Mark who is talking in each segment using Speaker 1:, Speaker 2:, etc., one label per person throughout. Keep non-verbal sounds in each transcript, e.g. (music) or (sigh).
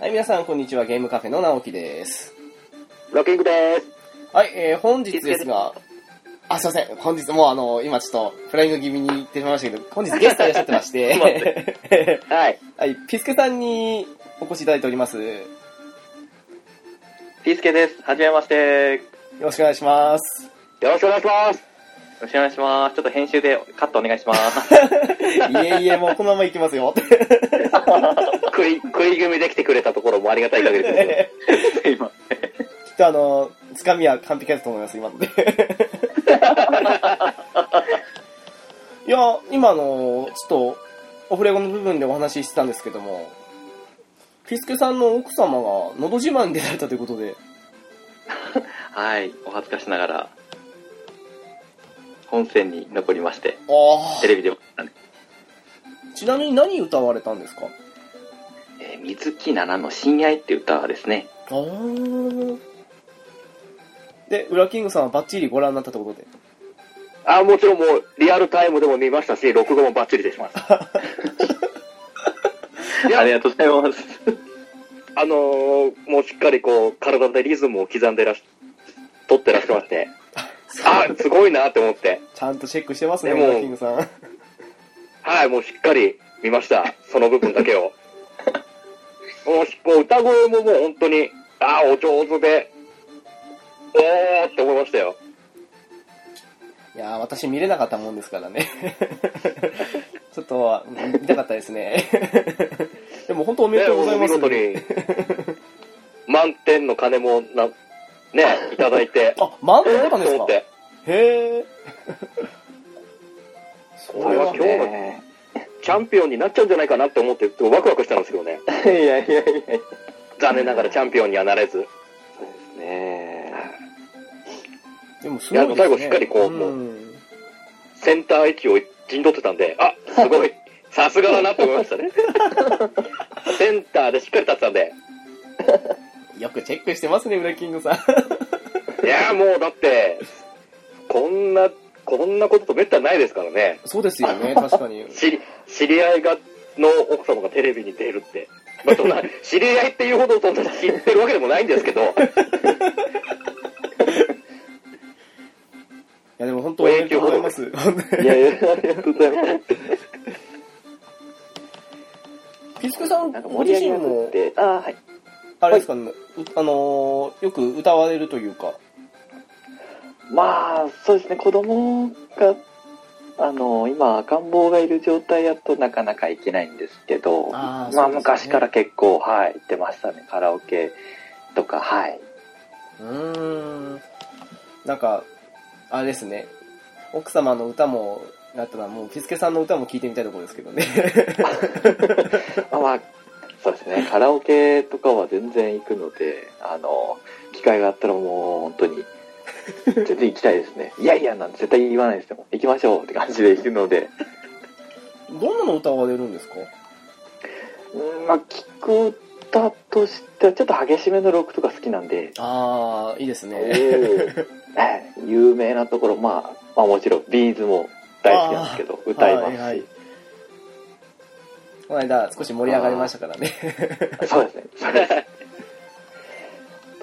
Speaker 1: はい、皆さん、こんにちは。ゲームカフェの直樹です。
Speaker 2: ロッキングです。
Speaker 1: はい、えー、本日ですが、あ、すいません。本日もうあの、今ちょっと、フライング気味に行ってしまいましたけど、本日ゲストいらっしゃってまし
Speaker 2: (laughs) ちょっと待
Speaker 1: て、
Speaker 2: はい。
Speaker 1: (laughs) はい、ピスケさんにお越しいただいております。よ
Speaker 3: ピースケです。はじめまして。
Speaker 1: ろしくお願いします。
Speaker 2: よろしくお願いします。
Speaker 3: よろしくお願いします。ちょっと編集でカットお願いします。
Speaker 1: いえいえ、もうこのまま行きますよ。
Speaker 2: (laughs) 食い、食い組みできてくれたところもありがたい限りですよ。
Speaker 3: (laughs) 今。
Speaker 1: きっとあの、つかみは完璧だったと思います、今ので。 (laughs) いや、今の、ちょっと、オフレコの部分でお話ししてたんですけども、ピスケさんの奥様が、のど自慢に出られたということで、
Speaker 3: はい。お恥ずかしながら、本戦に残りまして、
Speaker 1: あ
Speaker 3: テレビでも、
Speaker 1: あ、ちなみに何歌われたんですか
Speaker 3: えー水木奈々の親愛っていう歌ですね。
Speaker 1: ああ。で、ウラキングさんはバッチリご覧になったということで。
Speaker 2: あ、もちろんもう、リアルタイムでも見ましたし、録画もバッチリでします。
Speaker 3: (laughs)
Speaker 2: いや
Speaker 3: ありがとうございます。
Speaker 2: あのー、もうしっかりこう、体でリズムを刻んでらし、取ってらっしゃいまして、あ、すごいなって思って、
Speaker 1: ちゃんとチェックしてますね、
Speaker 2: でも
Speaker 1: ウラキングさん。
Speaker 2: はい、もうしっかり見ました。その部分だけを。もうし、もう歌声ももう本当に、あ、お上手で、おーって思いましたよ。
Speaker 1: いやー、私見れなかったもんですからね。 (laughs) ちょっと、見たかったですね。 (laughs) でも本当おめでとうございます。、
Speaker 2: ね見事に、満点の金もな、ね、いただいて
Speaker 1: あ、満点だったんで
Speaker 2: と
Speaker 1: す
Speaker 2: 思
Speaker 1: か
Speaker 2: って。
Speaker 1: へえ。そ
Speaker 2: これは今日の
Speaker 3: ね
Speaker 2: チャンピオンになっちゃうんじゃないかなって思って、ワクワクしたんですけどね。
Speaker 3: いやいやいやいや。
Speaker 2: 残念ながらチャンピオンにはなれず。
Speaker 3: そうですね。
Speaker 1: でもすごいです、ね。
Speaker 2: いや最後しっかりこうもうんセンター位置を陣取ってたんで、あ、すごい。さすがだなって思いましたね。センターでしっかり立ってたんで。
Speaker 1: よくチェックしてますね、ウラキングさん。 (laughs)
Speaker 2: いやもうだって、こんな、こんなこととめったにないですからね。
Speaker 1: そうですよね、確かに。
Speaker 2: 知り、知り合いが、の奥様がテレビに出るって。まあ、そんな、 (laughs) 知り合いっていうほどそんな知ってるわけでもないんです
Speaker 3: (laughs)
Speaker 2: けど、
Speaker 1: いや、でも本当おめでとうございます。
Speaker 3: いやいや、ありがとうございます。
Speaker 1: (laughs) ピスクさん、
Speaker 3: なんか
Speaker 1: ご
Speaker 3: 盛り
Speaker 1: 自
Speaker 3: 上
Speaker 1: 身
Speaker 3: げも
Speaker 1: も
Speaker 3: っ、て、あーはい。
Speaker 1: あれですかね、うあのーよく歌われるというか。
Speaker 3: まあ、そうですね、子供が、あの、今、赤ん坊がいる状態やとなかなか行けないんですけど、
Speaker 1: あー
Speaker 3: ま
Speaker 1: そ
Speaker 3: あ、
Speaker 1: うですね
Speaker 3: 昔から結構、はい、行ってましたね、カラオケとか、はい。
Speaker 1: うーん。なんか、あれですね。奥様の歌も、あったらもう、ピスケさんの歌も聴いてみたいところですけどね。
Speaker 3: まあまあ、そうですね、カラオケとかは全然行くので、あの、機会があったらもう、本当に、全然行きたいですね。いやいや、なんて絶対言わないですよ。行きましょうって感じで行くので、
Speaker 1: (laughs) どんなの歌われるんですか
Speaker 3: うんまあ、聞く歌としては、ちょっと激しめのロックとか好きなんで、
Speaker 1: あー、いいですね。
Speaker 3: ええ有名なところ、まあ、まあもちろんビーズも大好きなんですけど歌いますし、
Speaker 1: はいはいこの間、少し盛り上がりましたからね。
Speaker 3: そうですねそうですね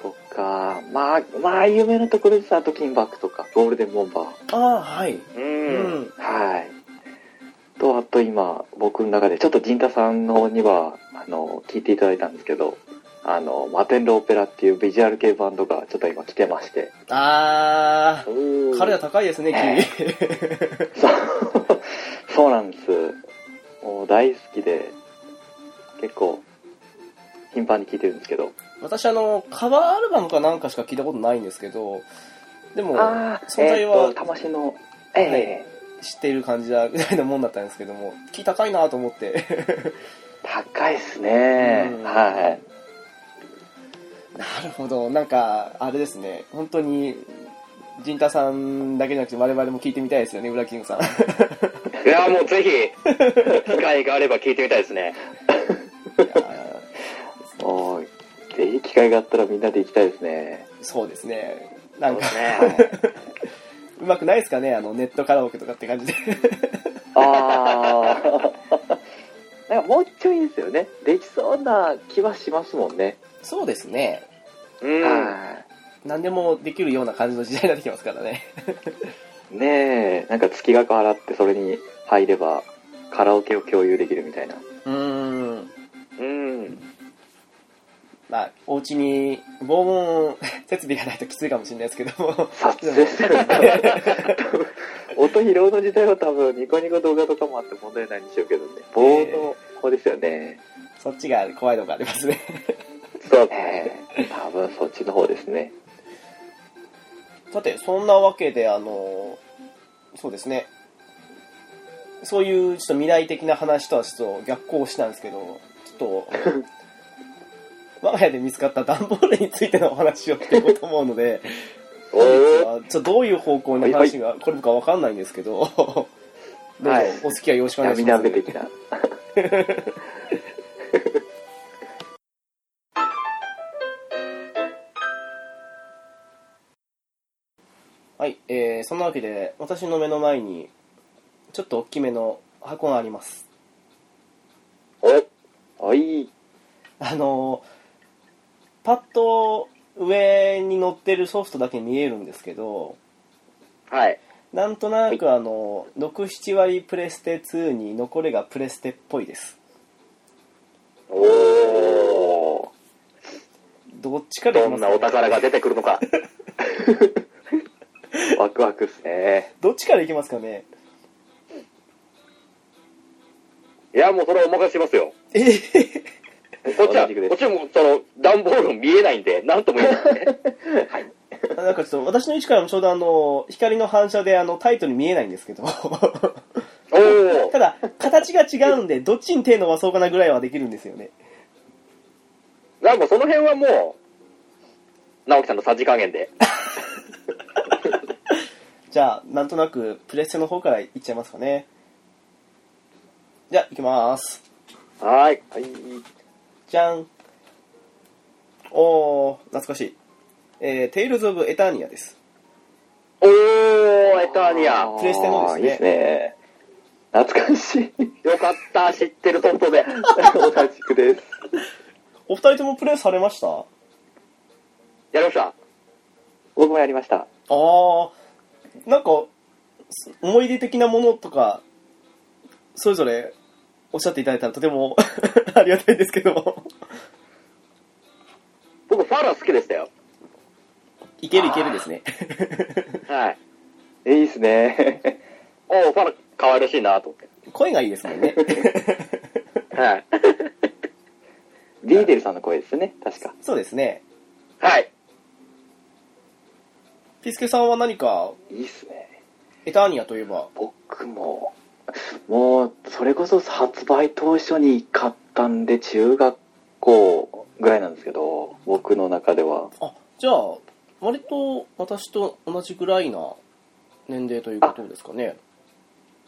Speaker 3: とかまあまあ有名なところですあと金バックとかゴールデンボンバー
Speaker 1: あー、はい。
Speaker 2: う。
Speaker 1: うんん。
Speaker 3: はいとあと今僕の中でちょっと陣太さんの方にはあの聞いていただいたんですけどあのマテンロオペラっていうビジュアル系バンドがちょっと今来てまして
Speaker 1: あー、彼は高いですね、キウイ。
Speaker 3: そう、 (laughs) そうなんです。もう大好きで、結構、頻繁に聴いてるんですけど。
Speaker 1: (laughs) 私、あの、カバーアルバムかなんかしか聞いたことないんですけど、でも、
Speaker 3: あ
Speaker 1: 存在は
Speaker 3: えーと魂の、ええ
Speaker 1: 知っている感じだぐらいのもんだったんですけども、気高いなと思って。
Speaker 3: 高いっすね
Speaker 1: う。ん
Speaker 3: は
Speaker 1: なるほど。なんか、あれですね。本当に、陣太さんだけじゃなくて我々も聞いてみたいですよね、ウラキングさん。い
Speaker 2: いやもうぜひ、 (laughs) 機会があれば聞いてみたいですね。
Speaker 1: や
Speaker 3: い。もう、ぜひ機会があったらみんなで行きたいですね。
Speaker 1: そうですね。なんか、
Speaker 2: ね。
Speaker 1: うまくないですかねあの、ネットカラオケとかって感じで。
Speaker 3: (laughs) ああ。なんかもうちょいですよね。できそうな気はしますもんね。
Speaker 1: そうですね。
Speaker 2: うん。
Speaker 3: は
Speaker 1: 何でもできるような感じの時代になってきますからね。
Speaker 3: い。ねえ、なんか月額払ってそれに入ればカラオケを共有できるみたいな。
Speaker 1: うーん。
Speaker 2: うん。
Speaker 1: まあ、お家に防音設備がないときついかもしれないですけども。
Speaker 3: 撮影するんだ音拾うの自体は多分ニコニコ動画とかもあって問題ないんでしょうけどね。棒の方ですよね。
Speaker 1: そっちが怖いのがありますね。
Speaker 2: そう。
Speaker 3: ええ多分そっちの方ですね。
Speaker 1: さて、そんなわけで、あの、そうですね。そういうちょっと未来的な話とはちょっと逆行したんですけど、ちょっと、我が家で見つかった段ボールについてのお話をしていこうと思うので、
Speaker 2: おー
Speaker 1: あちょっとどういう方向に話が来るかわかんないんですけど、どうぞ
Speaker 3: はい
Speaker 1: お付き合いよろしくお願いし
Speaker 3: 闇
Speaker 1: ます。
Speaker 3: 鍋的な。
Speaker 1: はい、えー、そんなわけで、私の目の前に、ちょっと大きめの箱があります。
Speaker 2: お
Speaker 3: はい。
Speaker 1: あのーパッと上に乗ってるソフトだけ見えるんですけど、
Speaker 2: はい。
Speaker 1: なんとなくあの、6、7割プレステ2に残りがプレステっぽいです。
Speaker 2: おお
Speaker 1: どっちか
Speaker 2: ー
Speaker 1: でいき
Speaker 2: ど
Speaker 1: ま
Speaker 2: ん
Speaker 1: す
Speaker 2: なお
Speaker 1: か、
Speaker 2: 宝が出てくる
Speaker 3: (laughs)
Speaker 2: のか。
Speaker 3: ワクワクっすね。
Speaker 1: どっちからいきますかね。
Speaker 2: いや、もうそれはお任せしますよ。
Speaker 1: えー
Speaker 2: こっちは、
Speaker 3: 同じくです
Speaker 2: こっちはもうその、段ボール見えないんで、なんとも言え
Speaker 3: (laughs)
Speaker 2: ない、ね。
Speaker 1: なんかちょっと私の位置からもちょうどあの光の反射であのタイトル見えないんです
Speaker 2: (laughs)
Speaker 1: けど
Speaker 2: おお
Speaker 1: ただ形が違うんでどっちに手伸ばそうかなぐらいはできるんですよね
Speaker 2: なんかその辺はもう、直樹さんのさじ加減で。
Speaker 1: じゃあなんとなくプレステの方からいっちゃいますかねじゃあいきます
Speaker 2: はーい。
Speaker 3: はい。
Speaker 1: じゃんおー懐かしいえー、テイルズ・オブ・エターニアです
Speaker 2: おー、エターニア。
Speaker 3: あー
Speaker 1: プレステのです
Speaker 3: いいですね。懐かしい。
Speaker 2: よかった、知ってるソフトで。
Speaker 3: (laughs) 同じくです。
Speaker 1: お二人ともプレイされましたあ
Speaker 2: やりました。
Speaker 3: 僕もやりました。
Speaker 1: ーなんかす思い出的なものとかそれぞれおっしゃっていただいたらとても (laughs) ありがたいですけども
Speaker 2: 僕、ファラ好きでしたよ。
Speaker 1: いけるいけるですね。
Speaker 2: はい。
Speaker 3: いいですね。
Speaker 2: おー、ファラ可愛らしいなと思っ
Speaker 1: (laughs) 声がいいですもんね。
Speaker 2: て。はい。
Speaker 3: リーデルさんの声ですね。確か。
Speaker 1: そうですね。
Speaker 3: (laughs)
Speaker 2: はい。
Speaker 1: ピスケさんは何か、
Speaker 3: いいっすね。
Speaker 1: エターニアといえば、
Speaker 3: 僕も、もう、それこそ発売当初に買ったんで、中学校ぐらいなんですけど、僕の中では。
Speaker 1: あ、じゃあ、割と私と同じぐらいな年齢ということですかね。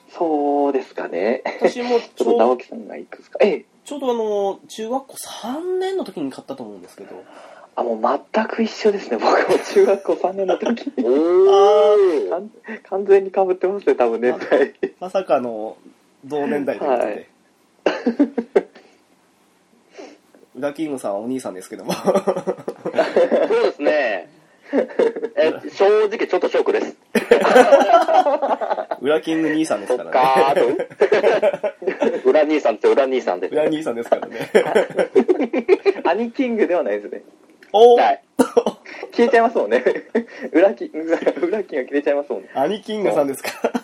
Speaker 3: そうですかね。
Speaker 1: 私も
Speaker 3: ち
Speaker 1: ち
Speaker 3: ょっと
Speaker 1: ょ
Speaker 3: 直
Speaker 1: う
Speaker 3: 樹さんがいくつか。ええ。
Speaker 1: ちょうどあの、中学校3年の時に買ったと思うんですけど、
Speaker 3: あ、もう全く一緒ですね。僕も中学校3年の (laughs) 時。
Speaker 2: おー。
Speaker 3: 完完全に被ってますね、多分年代。
Speaker 1: まさかの同年代ということ
Speaker 3: は
Speaker 1: で。ウラキングさんはお兄さんですけども。 (laughs)
Speaker 2: そうですね。え、正直ちょっとショックです。
Speaker 1: ウラキング兄さんです
Speaker 2: そ
Speaker 1: か
Speaker 2: っ
Speaker 1: らね。
Speaker 2: かー
Speaker 3: (laughs)
Speaker 2: と。裏兄さんって裏兄さんで
Speaker 1: ウ
Speaker 2: す。
Speaker 1: ラ兄さんですからね。
Speaker 2: (laughs)
Speaker 3: アニキングではないですね。
Speaker 1: おー
Speaker 2: はい。
Speaker 3: 消えちゃいますもんね。裏キング、裏キングが消えちゃいますもんね。
Speaker 1: アニキングさんですか (laughs)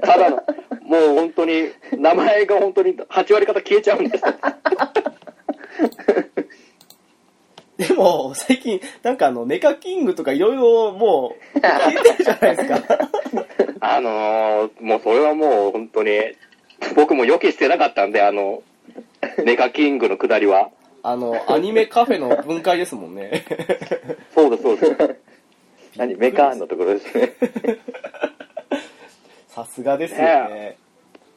Speaker 2: ただの、もう本当に、名前が本当に8割方消えちゃうんです。
Speaker 1: でも、最近、なんかあの、ネカキングとかいろいろもう、消えてるじゃないですか。
Speaker 2: (laughs) あのー、もうそれはもう本当に、僕も予期してなかったんで、あの、ネカキングの下りは。
Speaker 1: あの、アニメカフェの分解ですもんね。 (laughs)
Speaker 2: そうです、そうです。
Speaker 3: (laughs) 何メカーンのところですね。
Speaker 1: さすがですよね。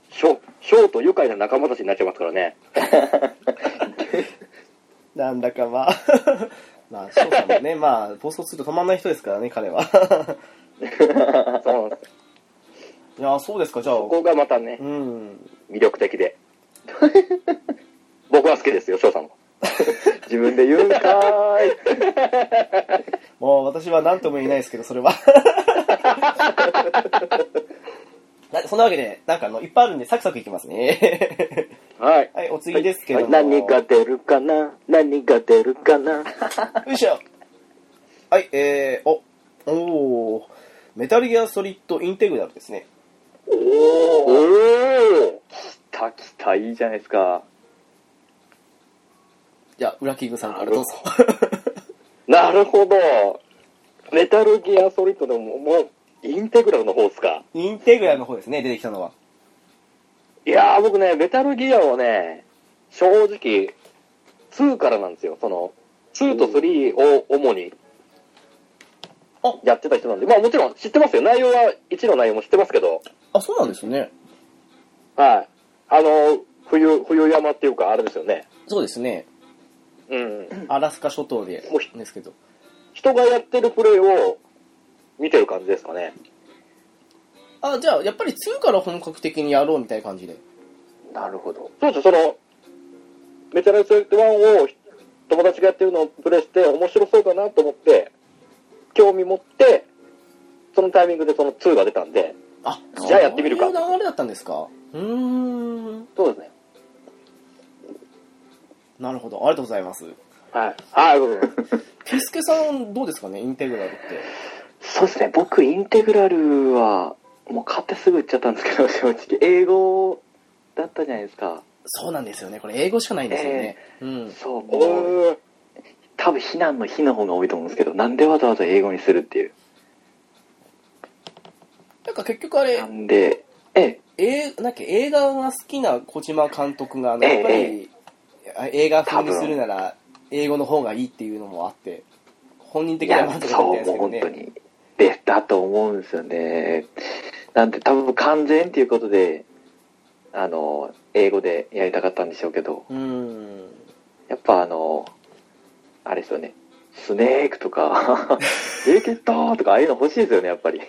Speaker 2: ショショーと愉快な仲間たちになっちゃいますからね。
Speaker 1: なんだかまあ。 (laughs) まあ、翔さんもね、まあ、暴走すると止まんない人ですからね、彼は。
Speaker 2: そうなんです。
Speaker 1: (laughs) いや、そうですか、じゃあ。
Speaker 2: ここがまたね、
Speaker 1: うん。
Speaker 2: 魅力的で。僕は好きですよ、翔さ
Speaker 1: (laughs)
Speaker 2: んの。
Speaker 3: 自分で言うんかーい。
Speaker 1: もう私は何とも言えないですけど、それは。 (laughs) なそんなわけで、なんかあの、いっぱいあるんで、サクサクいきますね。 (laughs)
Speaker 2: はい。
Speaker 1: はい、お次ですけども、
Speaker 2: 何が出るかな何が出るかな
Speaker 1: よいしょ。はい、えー、お、おーメタルギアソリッドインテグラルですね。
Speaker 2: おー
Speaker 3: たきたいいじゃないですか。
Speaker 1: じゃあ、裏キングさんからどうぞ。
Speaker 2: なるほど。メタルギアソリッドでも、もう、インテグラルの方ですか。
Speaker 1: インテグラルの方ですね、出てきたのは。
Speaker 2: いやー、僕ね、メタルギアはね、正直、2からなんですよ。その、2と3を主に
Speaker 1: あ、
Speaker 2: やってた人なんで、まあもちろん知ってますよ。内容は、1の内容も知ってますけど、
Speaker 1: あ、そうなんですよね。
Speaker 2: はい。あの、冬、冬山っていうか、あれですよね。
Speaker 1: そうですね。
Speaker 2: うん。
Speaker 1: アラスカ諸島で
Speaker 2: もうひ、
Speaker 1: ですけど。
Speaker 2: 人がやってるプレイを見てる感じですかね。
Speaker 1: あ、じゃあ、やっぱり2から本格的にやろうみたいな感じで。
Speaker 3: なるほど。
Speaker 2: そうですよその、メタルセレクト1を友達がやってるのをプレイして面白そうだなと思って、興味持って、そのタイミングでその2が出たんで、
Speaker 1: あ、
Speaker 2: じゃあやってみるか
Speaker 1: そういう流れだったんですか。うーん。
Speaker 2: そうですね。
Speaker 1: なるほど。ありがとうございます。
Speaker 2: はい。ああ、そうですね。
Speaker 1: ピスケさん、どうですかねインテグラルって。
Speaker 3: そうですね、僕、インテグラルは、もう買ってすぐ売っちゃったんですけど、正直。英語だったじゃないですか。
Speaker 1: そうなんですよね。これ英語しかないんですよね。うん。
Speaker 3: そう、
Speaker 2: お
Speaker 3: もう、
Speaker 2: ー
Speaker 3: 多分、避難の避の方が多いと思うんですけど、なんでわざわざ英語にするっていう。
Speaker 1: なんか結局あれ
Speaker 3: な、んで、ええ、
Speaker 1: えなんか映画が好きな小島監督が、あの
Speaker 3: ええ
Speaker 1: やっぱり、あ映画風にするなら、英語の方がいいっていうのもあって、本人
Speaker 3: い
Speaker 1: 的には
Speaker 3: や
Speaker 1: 満足だったみ
Speaker 3: そ
Speaker 1: た
Speaker 3: う
Speaker 1: い
Speaker 3: もう
Speaker 1: ですけ
Speaker 3: 本当
Speaker 1: どね。
Speaker 3: にでだと思うんですよねなんで多分完全っていうことであの英語でやりたかったんでしょうけど
Speaker 1: うーん。
Speaker 3: やっぱあのあれですよねスネークと (laughs) か「レイケット!」とかああいうの欲しいですよねやっぱり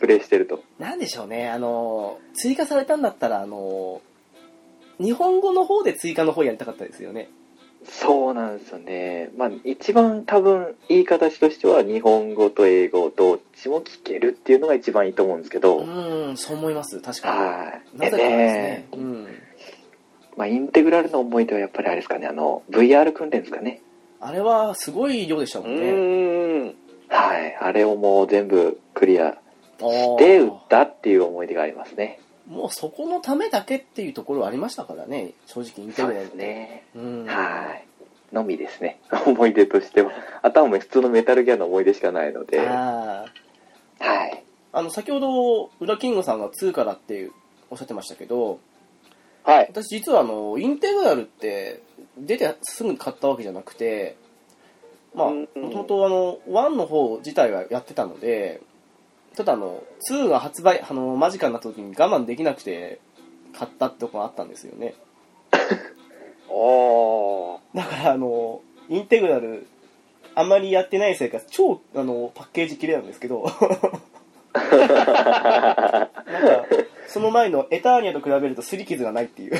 Speaker 3: プレイしてると
Speaker 1: なんでしょうね、あの、追加されたんだったら、あの、日本語の方で追加の方やりたかったですよね。
Speaker 3: そうなんですよねまあ一番多分いい形としては日本語と英語どっちも聞けるっていうのが一番いいと思うんですけど、
Speaker 1: うーん、そう思います。確か
Speaker 3: はい
Speaker 1: に。なぜかですね。うん。
Speaker 3: まあ、インテグラルの思い出はやっぱりあれですかね、あの、VR 訓練ですかね。
Speaker 1: あれはすごい量でしたも
Speaker 2: (laughs) うん
Speaker 1: ね。
Speaker 2: ーん。
Speaker 3: はい。あれをもう全部クリア
Speaker 1: お
Speaker 3: で売
Speaker 1: ー
Speaker 3: ったっていう思い出がありますね。
Speaker 1: もうそこのためだけっていうところはありましたからね、正直インテ
Speaker 3: そ
Speaker 1: グ
Speaker 3: う
Speaker 1: ラル
Speaker 3: で
Speaker 1: っ
Speaker 3: す
Speaker 1: て。
Speaker 3: ね。
Speaker 1: うん。
Speaker 3: はい。のみですね。 (laughs) 思い出としては。あとはもう普通のメタルギアの思い出しかないので。は
Speaker 1: あー
Speaker 3: い。
Speaker 1: あの、先ほど、ウラキングさんが2からっておっしゃってましたけど、
Speaker 2: はい。
Speaker 1: 私実はあの、インテグラルって、出てすぐ買ったわけじゃなくて、まあ、
Speaker 2: うん
Speaker 1: も
Speaker 2: う
Speaker 1: と
Speaker 2: ん
Speaker 1: もとあの、1の方自体はやってたので、ただあの、2が発売、あの、間近になった時に我慢できなくて、買ったってとこがあったんですよね。
Speaker 2: おー。
Speaker 1: だからあの、インテグラル、あんまりやってないせいか、超、あの、パッケージ綺麗なんですけど、なんか、その前のエターニアと比べると擦り傷がないっていう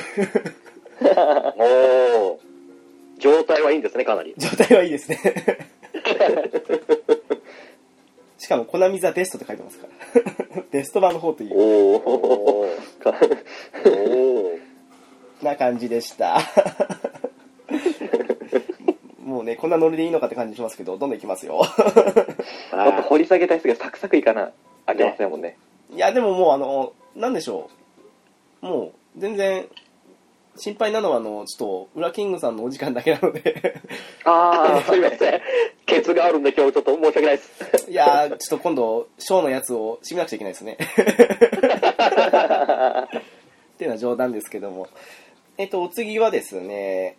Speaker 2: おー。状態はいいんですね、かなり。
Speaker 1: 状態はいいですね。しかも、コナミザベストって書いてますから。ベスト版の方という、
Speaker 3: おお。
Speaker 2: おー。お
Speaker 3: (laughs)
Speaker 2: ー。
Speaker 1: な感じでした。もうね、こんなノリでいいのかって感じしますけど、どんどんいきますよ。
Speaker 3: もっと掘り下げたいですけど、サクサクいかな。あきませんもんね。
Speaker 1: いや、でももう、あの、なんでしょう。もう、全然、心配なのは、あの、ちょっと、ウラキングさんのお時間だけなので、 (laughs)
Speaker 3: ああ、
Speaker 2: すいません。
Speaker 3: (laughs)
Speaker 2: ケツがあるんで今日ちょっと申し訳ないです。
Speaker 1: いやー、ちょっと今度、ショーのやつを締めなくちゃいけないですね。っていうのは冗談ですけども。えっと、お次はですね、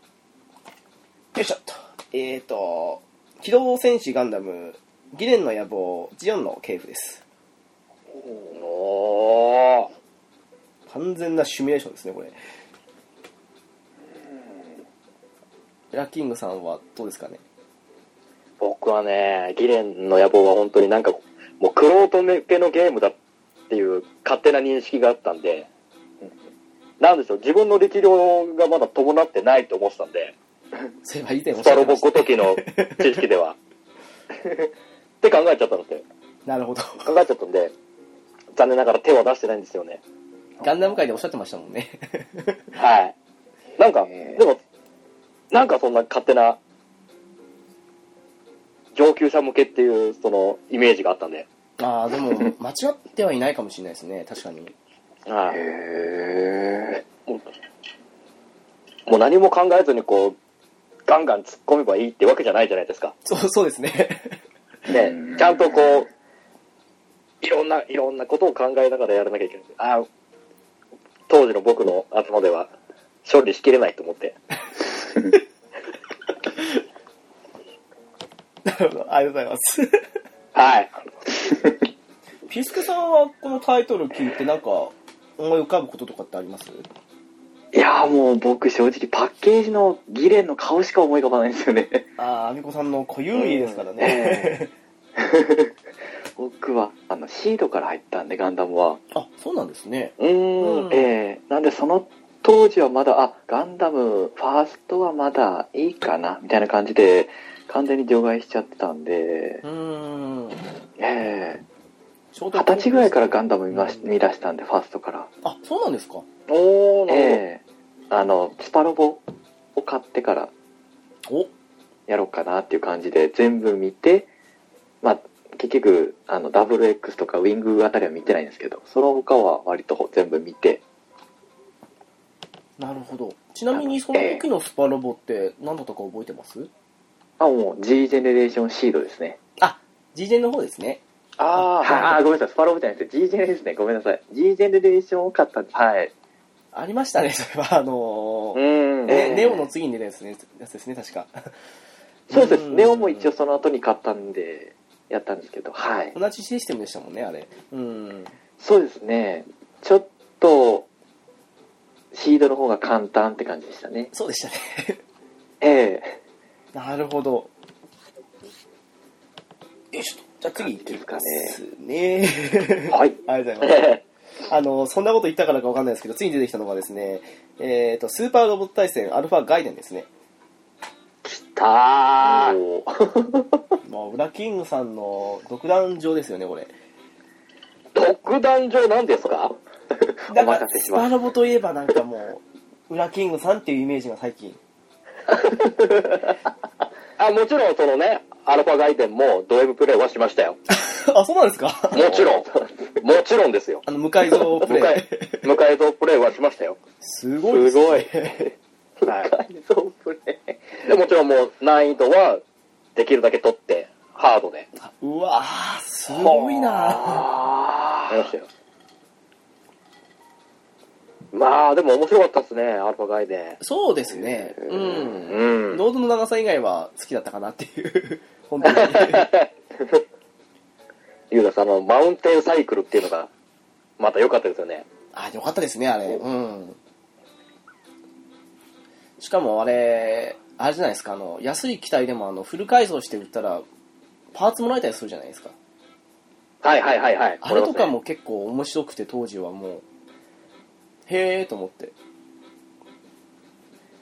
Speaker 1: よいしょっと。えっ、と、機動戦士ガンダム、ギレンの野望、ジオンの系譜です。
Speaker 2: おー。
Speaker 1: 完全なシミュレーションですね、これ。ラッキングさんはどうですかね
Speaker 2: 僕はね、ギレンの野望は本当になんか、もう、クロート向けのゲームだっていう勝手な認識があったんで、なんでしょう、自分の力量がまだ伴ってないと思ってたんで、
Speaker 1: そういえば以前おっ
Speaker 2: ス
Speaker 1: しゃ
Speaker 2: パ
Speaker 1: ってま
Speaker 2: ロボ
Speaker 1: した
Speaker 2: ごときの知識では。 (laughs) って考えちゃったんですよ。
Speaker 1: なるほど。
Speaker 2: 考えちゃったんで、残念ながら手は出してないんですよね。
Speaker 1: ガンダム界でおっしゃってましたもんね。
Speaker 2: はい。なんか、
Speaker 3: ねえ
Speaker 2: でも、なんかそんな勝手な、上級者向けっていう、その、イメージがあったんで。
Speaker 1: (laughs) ああ、でも、間違ってはいないかもしれないですね、確かに。
Speaker 2: は
Speaker 3: へ
Speaker 2: い。
Speaker 3: え
Speaker 2: もう何も考えずに、こう、ガンガン突っ込めばいいってわけじゃないじゃないですか。
Speaker 1: そう、そうですね。
Speaker 2: ね
Speaker 3: うん、
Speaker 2: ちゃんとこう、いろんな、いろんなことを考えながらやらなきゃいけない。ああ、当時の僕の頭では処理しきれないと思って。
Speaker 1: なるほど、ありがとうございます。
Speaker 2: はい。
Speaker 1: ピスケさんはこのタイトル聞いて、なんか、思い浮かぶこととかってあります
Speaker 3: いやーもう僕正直パッケージのギレンの顔しか思い浮かばないんですよね。 (laughs)
Speaker 1: ああ、アミコさんの固有意ですからね。
Speaker 3: ええ僕はあのシードから入ったんでガンダムは。
Speaker 1: あ、そうなんですね。
Speaker 2: うー。
Speaker 1: うんん
Speaker 3: ええなんでその当時はまだあガンダムファーストはまだいいかなみたいな感じで完全に除外しちゃってたんで
Speaker 1: うーん。
Speaker 3: ええ
Speaker 1: ちょうど
Speaker 3: 二十歳ぐらいからガンダム見まし見出したんでファーストから
Speaker 1: あ、そうなんですか。
Speaker 2: おー、なる
Speaker 3: ええあのスパロボを買ってから
Speaker 1: お、
Speaker 3: やろうかなっていう感じで全部見てまあ結局あの WX とかウィングあたりは見てないんですけどその他は割と全部見て
Speaker 1: なるほど。ちなみに、その時のスパロボって何だったか覚えてます
Speaker 3: あもう G ジェネレーションシードですね
Speaker 1: あ、G ジェンの方ですね。
Speaker 2: ほど。あ
Speaker 3: は
Speaker 2: ー、
Speaker 3: い、あーごめんなさい、スパロボじゃないですよ。G ジェネですね。ごめんなさい。G ジェネレーションを買ったんです。はい。
Speaker 1: ありましたね、それは。あの
Speaker 2: う
Speaker 1: ー
Speaker 2: ーん。
Speaker 3: え
Speaker 1: ねネオの次に出たやつね、やつですね、確か。
Speaker 3: そうです。
Speaker 1: ん
Speaker 3: ネオも一応その後に買ったんで、やったんですけど、はい。
Speaker 1: 同じシステムでしたもんね、あれ。うん。
Speaker 3: そうですね。ちょっと、シードの方が簡単って感じでしたね。
Speaker 1: そうでしたね。
Speaker 3: え
Speaker 1: (laughs)
Speaker 3: え
Speaker 1: なるほど。よいしょと。じゃあ次いきますね。
Speaker 3: (laughs) はい。
Speaker 1: (laughs) ありがとうございます。あの、そんなこと言ったからかわかんないですけど、次に出てきたのがですね、えっ、と、スーパーロボット対戦アルファガイデンですね。
Speaker 2: きたー。
Speaker 3: おー
Speaker 1: もう、ウラキングさんの独壇場ですよね、これ。
Speaker 2: 独壇場なんですか
Speaker 1: だ
Speaker 3: (laughs) お
Speaker 1: か
Speaker 3: 待
Speaker 1: ら
Speaker 3: た、せ
Speaker 1: ス
Speaker 3: し
Speaker 1: パ
Speaker 3: まし
Speaker 1: ロボといえばなんかもう、ウラキングさんっていうイメージが最
Speaker 3: (laughs)
Speaker 1: 近。
Speaker 2: あ、もちろんそのね、アルファガイデンもド M プレイはしましたよ。
Speaker 1: あ、そうなんですか (laughs)
Speaker 2: もちろん。もちろんですよ。
Speaker 1: あの、無改造プ
Speaker 2: 迎
Speaker 1: レイ
Speaker 2: え。、迎えとプレイはしましたよ。
Speaker 1: すごいです
Speaker 2: ごい。
Speaker 3: た。
Speaker 2: はい
Speaker 3: 改造プレイ。
Speaker 2: でもちろんもう難易度はできるだけ取って、ハードで。
Speaker 1: うわぁ、すごいなぁ。
Speaker 3: あ
Speaker 2: やりましたよ。まあ、でも面白かったですね、アルファガイデ
Speaker 1: そうですね。うん
Speaker 2: ン。。うん。
Speaker 1: ノードの長さ以外は好きだったかなっていう。 (laughs) 本当に。
Speaker 2: ゆうださん、あの、マウンテンサイクルっていうのが、また良かったですよね。
Speaker 1: あ、よかったですね、あれ。うん。しかもあれ、あれじゃないですか、あの、安い機体でもあの、フル改造して売ったら、パーツもらえたりするじゃないですか。
Speaker 2: はいはいはいはい。
Speaker 1: あれとかも結構面白くて、当時はもう、へえーと思って。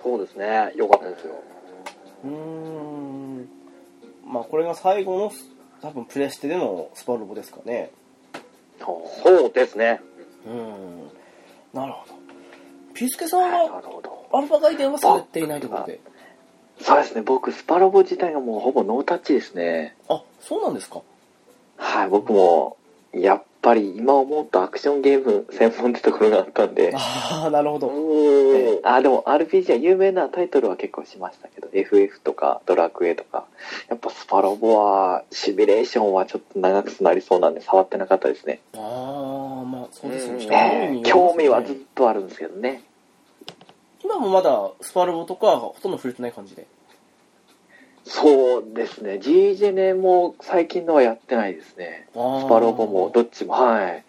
Speaker 2: これはね。そうですね、良かったですよ。
Speaker 1: うーん。まあ、これが最後の、多分プレステでのスパロボですかね。
Speaker 2: そうですね。
Speaker 1: うん。なるほど。ピスケさん
Speaker 3: な
Speaker 1: は、
Speaker 3: るほど。
Speaker 1: アルファ外伝はされていないところで。
Speaker 3: そうですね。僕、スパロボ自体がもうほぼノータッチですね。
Speaker 1: あ、そうなんですか。
Speaker 3: はい、僕も、やっぱり今思うとアクションゲーム専門ってところがあったんで、
Speaker 1: ああ、なるほど。
Speaker 3: えー
Speaker 2: う
Speaker 3: あ、でも RPG は有名なタイトルは結構しましたけど、FF とかドラクエとか、やっぱスパロボは、シミュレーションはちょっと長くなりそうなんで触ってなかったですね。
Speaker 1: ああ、まあ、そうです
Speaker 2: う
Speaker 1: ね。人によるにより
Speaker 3: えー
Speaker 2: ん
Speaker 1: ますね
Speaker 3: 興味はずっとあるんですけどね。
Speaker 1: 今もまだスパルボとかはほとんど触れてない感じで。
Speaker 3: そうですね。G ジェネも最近のはやってないですね。
Speaker 1: スパ
Speaker 3: スパロボもどっちも、はい。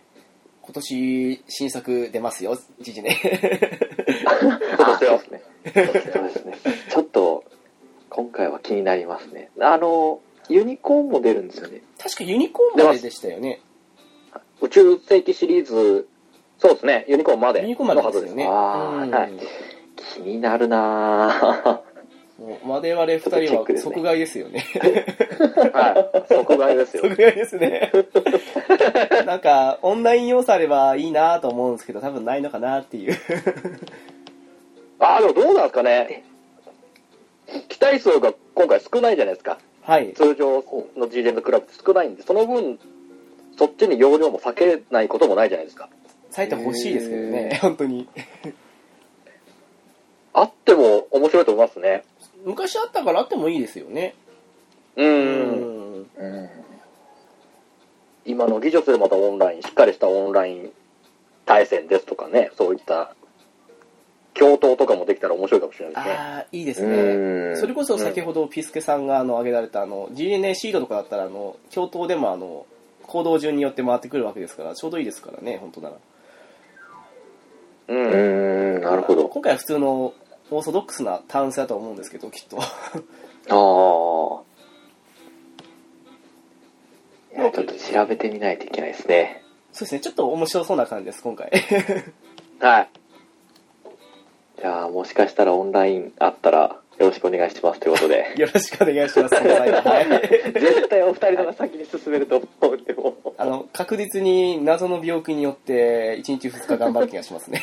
Speaker 1: 今年新作出ますよ、じじね。 (laughs)
Speaker 2: そうですよ
Speaker 3: あそうですね。そうですね。ちょっと、今回は気になりますね。あの、ユニコーンも出るんですよね。
Speaker 1: 確かユニコーンまででしたよね。
Speaker 2: 宇宙世紀シリーズそうですね、ユニコーンまで
Speaker 1: ユニコーンまで
Speaker 2: のは
Speaker 1: です
Speaker 2: ずで
Speaker 1: よ
Speaker 2: す
Speaker 1: ね。
Speaker 3: のはずです
Speaker 1: うん
Speaker 3: 気になるな
Speaker 1: もう我々二人
Speaker 3: ちょっとチェッ
Speaker 1: は
Speaker 3: クですね
Speaker 1: 即買いですよね。 (laughs)
Speaker 2: はい。即買いですよ
Speaker 1: 即。買いですね。 (laughs) なんか、オンライン要素あればいいなと思うんですけど、多分ないのかなっていう。 (laughs)
Speaker 2: ああ、でもどうなんですかね。期待数が今回少ないじゃないですか。
Speaker 1: はい。
Speaker 2: 通常の G ジェンドクラブって少ないんで、その分、そっちに容量も避けないこともないじゃないですか。
Speaker 1: サイト欲しいですけど
Speaker 3: へ
Speaker 1: ね、本当に。
Speaker 2: あっても面白いと思いますね。
Speaker 1: 昔あったからあってもいいですよね。
Speaker 2: う。
Speaker 1: うんん。
Speaker 3: うん
Speaker 2: 今の技術でまたオンライン、しっかりしたオンライン対戦ですとかね、そういった、共闘とかもできたら面白いかもしれないですね。
Speaker 1: ああ、いいですね。
Speaker 3: うん
Speaker 1: それこそ先ほどピスケさんがあの挙げられたあの GNA シードとかだったらあの共闘でもあの行動順によって回ってくるわけですからちょうどいいですからね本当なら
Speaker 2: う。
Speaker 3: うんーんなるほど
Speaker 1: 今回は普通のオーソドックスなタンスだと思うんですけどきっと
Speaker 3: ああ。いや、ちょっと調べてみないといけないですね。
Speaker 1: そうですねちょっと面白そうな感じです今回 (laughs)
Speaker 2: はい。
Speaker 3: じゃあ、もしかしたらオンラインあったら、よろしくお願いしますということで。
Speaker 1: よろしくお願いしますその際ははい
Speaker 3: 絶対お二人のが先に進めると思うんで (laughs) もう。
Speaker 1: (laughs) あの確実に謎の病気によって1日2日頑張る気がしますね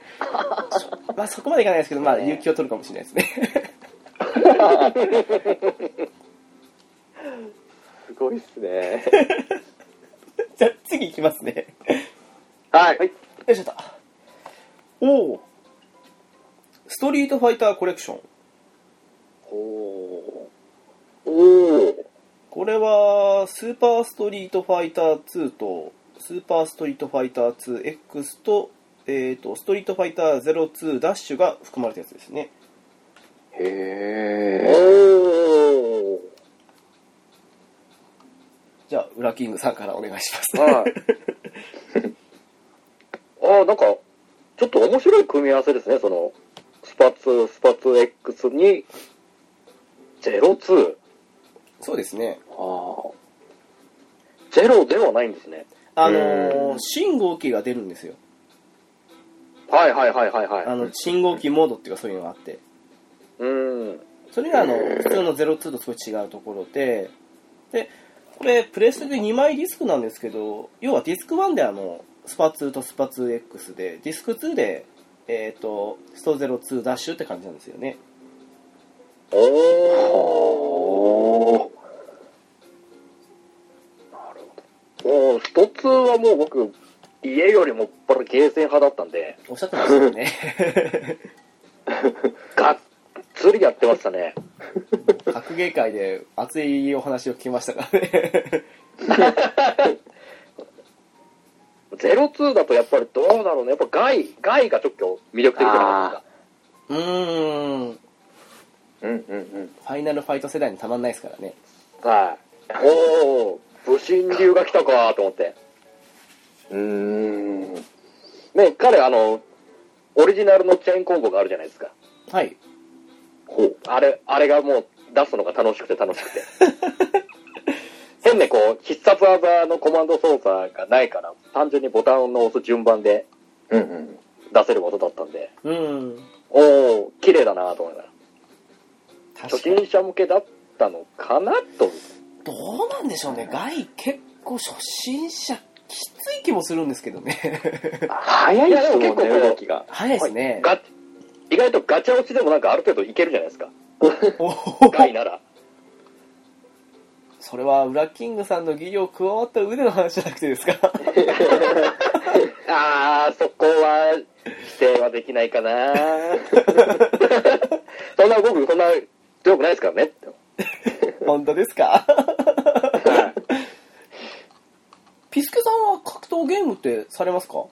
Speaker 1: (laughs) まあそこまでいかないですけどまあ有給を取るかもしれないですね (laughs)
Speaker 3: すごいっすね。
Speaker 1: じゃあ次行きますね
Speaker 2: はい。
Speaker 1: よいしょっと。おお。ストリートファイターコレクション。
Speaker 3: お
Speaker 2: おー。
Speaker 1: これは、スーパーストリートファイター2と、スーパーストリートファイター 2X と、えっ、と、ストリートファイター02ダッシュが含まれたやつですね。
Speaker 3: へえ。
Speaker 2: おー。
Speaker 1: じゃあ、ウラキングさんからお願いします。
Speaker 2: はい。ああ、なんか、ちょっと面白い組み合わせですね、その、スパ2、スパ 2X に、02。
Speaker 1: そうですね。
Speaker 3: ああ。
Speaker 2: ゼロではないんですね。
Speaker 1: あの
Speaker 3: う
Speaker 1: ー
Speaker 3: ん
Speaker 1: 信号機が出るんですよ。
Speaker 2: はいはいはいはい
Speaker 1: あ
Speaker 2: はい。
Speaker 1: の、信号機モードっていうかそういうのがあって。
Speaker 2: うん。
Speaker 1: それがあの
Speaker 3: へー
Speaker 1: 普通の02とすごい違うところででこれプレステで2枚ディスクなんですけど要はディスク1であのスパ2とスパ 2X でディスク2でえっ、とスト02ダッシュって感じなんですよね
Speaker 2: おー。もう、一つはもう僕、家よりもっぱらゲーセン派だったんで、
Speaker 1: おっしゃってましたよね
Speaker 2: がっつりやってましたね。
Speaker 1: 格ゲー界で熱いお話を聞きましたからね
Speaker 2: 02だとやっぱりどうだろうね。やっぱ外、外がちょっと魅力的じゃないですか。
Speaker 1: うーんフ
Speaker 3: うんうんうん。
Speaker 1: ァイナルファイト世代にたまんないですからね
Speaker 2: はい。おお、武神流が来たかと思って。
Speaker 3: うーん。
Speaker 2: ね、彼、あの、オリジナルのチェーン工房があるじゃないですか。
Speaker 1: はい
Speaker 3: ほう。
Speaker 2: あれ、あれがもう出すのが楽しくて楽
Speaker 3: (laughs)
Speaker 2: しくて。変ね、こう、必殺技のコマンド操作がないから、単純にボタンの押す順番で
Speaker 3: うんうん。
Speaker 2: 出せる技だったんで、
Speaker 1: うーん
Speaker 2: おお、綺麗だなと思いながら。初
Speaker 1: 確かに
Speaker 2: 心者向けだったのかなと。
Speaker 1: どうなんでしょうね外結構初心者きつい気もするんですけどね (laughs)
Speaker 3: 早いっすもん
Speaker 2: いやでも結
Speaker 3: ね、
Speaker 2: 構
Speaker 3: 動きが。
Speaker 1: 早いですね、
Speaker 2: ガ意外とガチャ落ちでもなんかある程度いけるじゃないですか。
Speaker 1: お
Speaker 2: ガ
Speaker 1: ー
Speaker 2: イなら。
Speaker 1: それはウラキングさんの技量加わった上での話じゃなくてです
Speaker 3: (laughs)
Speaker 1: か
Speaker 2: ああ、そこは、否定はできないか
Speaker 1: (laughs)
Speaker 2: な。そんな僕、そんな強くないですからね。
Speaker 1: 本当ですか (laughs) ピスケさんは格闘ゲームってされますか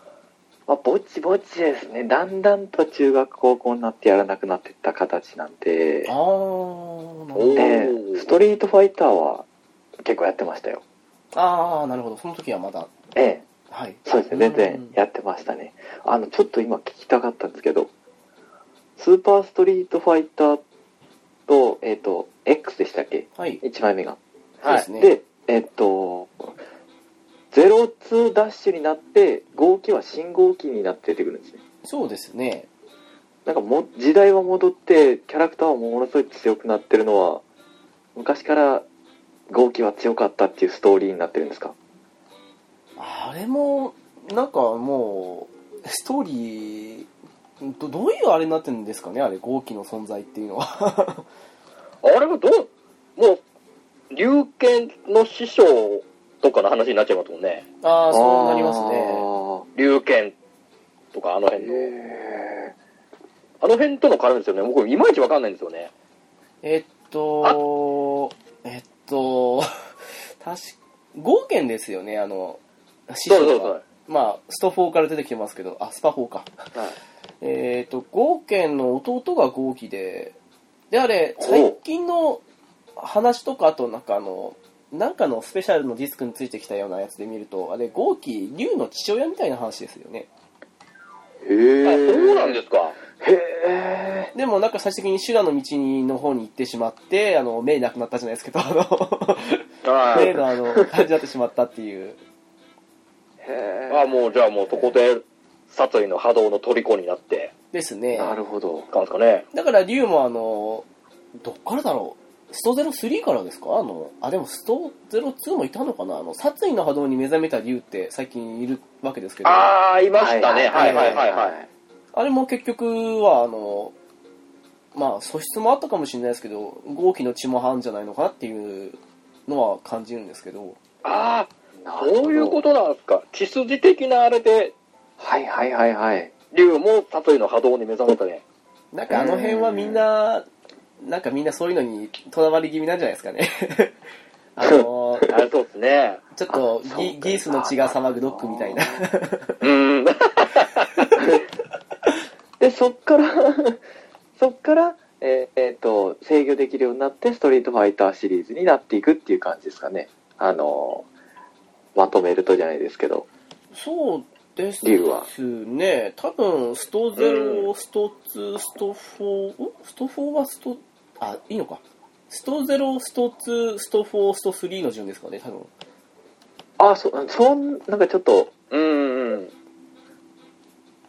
Speaker 3: (laughs) まあ、ぼちぼちですね。だんだんと中学高校になってやらなくなっていった形なんで
Speaker 1: あ、ーなるほど
Speaker 2: お
Speaker 3: で
Speaker 2: ー、
Speaker 3: ストリートファイターは結構やってましたよ。
Speaker 1: あーなるほどその時はまだ
Speaker 3: ええ、
Speaker 1: はい
Speaker 3: そうですね。全然やってましたね。あの、ちょっと今聞きたかったんですけど、スーパーストリートファイターと、えっ、と、X でしたっけ
Speaker 1: はい
Speaker 3: ?1 枚目が。
Speaker 1: そうですね
Speaker 3: で、えっ、と、 02ダッシュになって号機は信号機になって出てくるんですね
Speaker 1: そうですね。
Speaker 3: なんかも時代は戻ってキャラクターはものすごい強くなってるのは昔から号機は強かったっていうストーリーになってるんですか
Speaker 1: あれも、なんかもう、ストーリー、どどういうあれになってるんですかね、あれ、豪気の存在っていうのは。 (laughs)
Speaker 2: あれはどう、もう、龍剣の師匠とかの話になっちゃいますもんね。
Speaker 1: ああ、そうなりますね。
Speaker 2: 龍剣とかあの辺
Speaker 3: あー
Speaker 2: の。
Speaker 3: へ
Speaker 2: あの辺との絡みですよね。僕、いまいちわかんないんですよね。
Speaker 1: えっと、えっと、確か、豪剣ですよね、あの、師
Speaker 2: そうそう
Speaker 1: が
Speaker 2: そう。
Speaker 1: まあ、スト4から出てきてますけど、あ、スパ4か。
Speaker 3: ーはい
Speaker 1: えっ、と、ゴーケンの弟がゴーキで、で、あれ、
Speaker 3: おう
Speaker 1: 最近の話とか、あとなんかあの、なんかのスペシャルのディスクについてきたようなやつで見ると、あれ、ゴーキ、竜の父親みたいな話ですよね。
Speaker 3: へ
Speaker 2: あ、
Speaker 3: え
Speaker 2: そうなんですか。
Speaker 3: すへ
Speaker 1: でもなんか最終的に修羅の道の方に行ってしまって、あの、目なくなったじゃないですけど、あの、 (laughs)
Speaker 2: は
Speaker 1: 目
Speaker 2: い。
Speaker 1: のあの、感じになってしまったっていう。
Speaker 3: え
Speaker 2: あ、もう、じゃあもうそこで、殺意の波動の虜になって、
Speaker 1: ですね。
Speaker 3: なるほど
Speaker 2: たんですかね。
Speaker 1: だから竜もあの、どっからだろう。スト03からですかあの、あ、でもスト02もいたのかなあの、殺意の波動に目覚めた竜って最近いるわけですけど、あ
Speaker 2: ああ、いましたね。はいはいはいはい。
Speaker 3: い
Speaker 1: れも結局はあの、まあ素質もあったかもしれないですけど、豪気の血も半じゃないのかなっていうのは感じるんですけど、
Speaker 2: ああ、
Speaker 3: なるほど
Speaker 2: そういうことなんですか。血筋的なあれで、
Speaker 3: はいはいはいはい
Speaker 2: 竜も殺意の波動に目覚めたね。
Speaker 1: なんかあの辺はみんな、なんかみんなそういうのにとらわれ気味なんじゃないですかね。 (laughs) あの、
Speaker 2: あれそうですね。
Speaker 1: ちょっと
Speaker 3: あそうか
Speaker 1: ギギースの血が騒ぐドックみたいな。
Speaker 2: うん。
Speaker 3: (laughs) でそっから (laughs) そっからえーえーと制御できるようになってストリートファイターシリーズになっていくっていう感じですかねあのまとめるとじゃないですけど
Speaker 1: そうです
Speaker 3: 理由は
Speaker 1: ね。多分、スト0、
Speaker 2: う
Speaker 1: スト2、スト4、んスト4はスト、あ、いいのか。スト0、スト2、スト4、スト3の順ですかね、多分。
Speaker 3: あそそんなんかちょっと
Speaker 2: うんうん。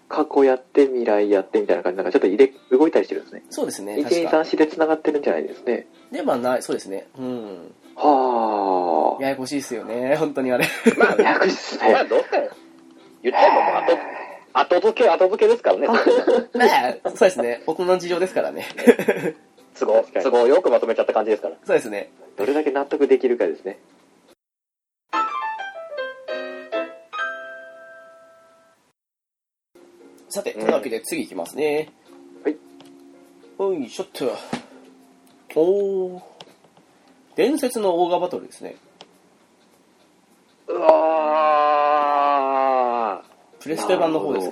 Speaker 3: 過去やって未来やってみたいな感じなんかちょっと入れ動いたりしてるんですね
Speaker 1: そうですね、確か。
Speaker 3: 1234でつながってるんじゃないですね
Speaker 1: で、まあ、ない、そうですね。うん。
Speaker 3: はあ
Speaker 1: ややこしいですよね、本当にあれ。
Speaker 2: まあ、
Speaker 3: ややこしいっすね
Speaker 2: まあ、どうかよ。言ってももう後、後付け、後付けです (laughs) からね。
Speaker 1: まあ、 (laughs) そうですね、大人の事情ですからね。
Speaker 2: 都合、
Speaker 3: かに
Speaker 2: 都合よくまとめちゃった感じですから。
Speaker 1: そうですね。
Speaker 3: (laughs) どれだけ納得できるかですね
Speaker 1: さて、というわけで次いきますね。
Speaker 3: はい。
Speaker 1: おいしょっと。おー。伝説のオーガバトルですね。
Speaker 2: うわ
Speaker 1: プレステ版の方ですけ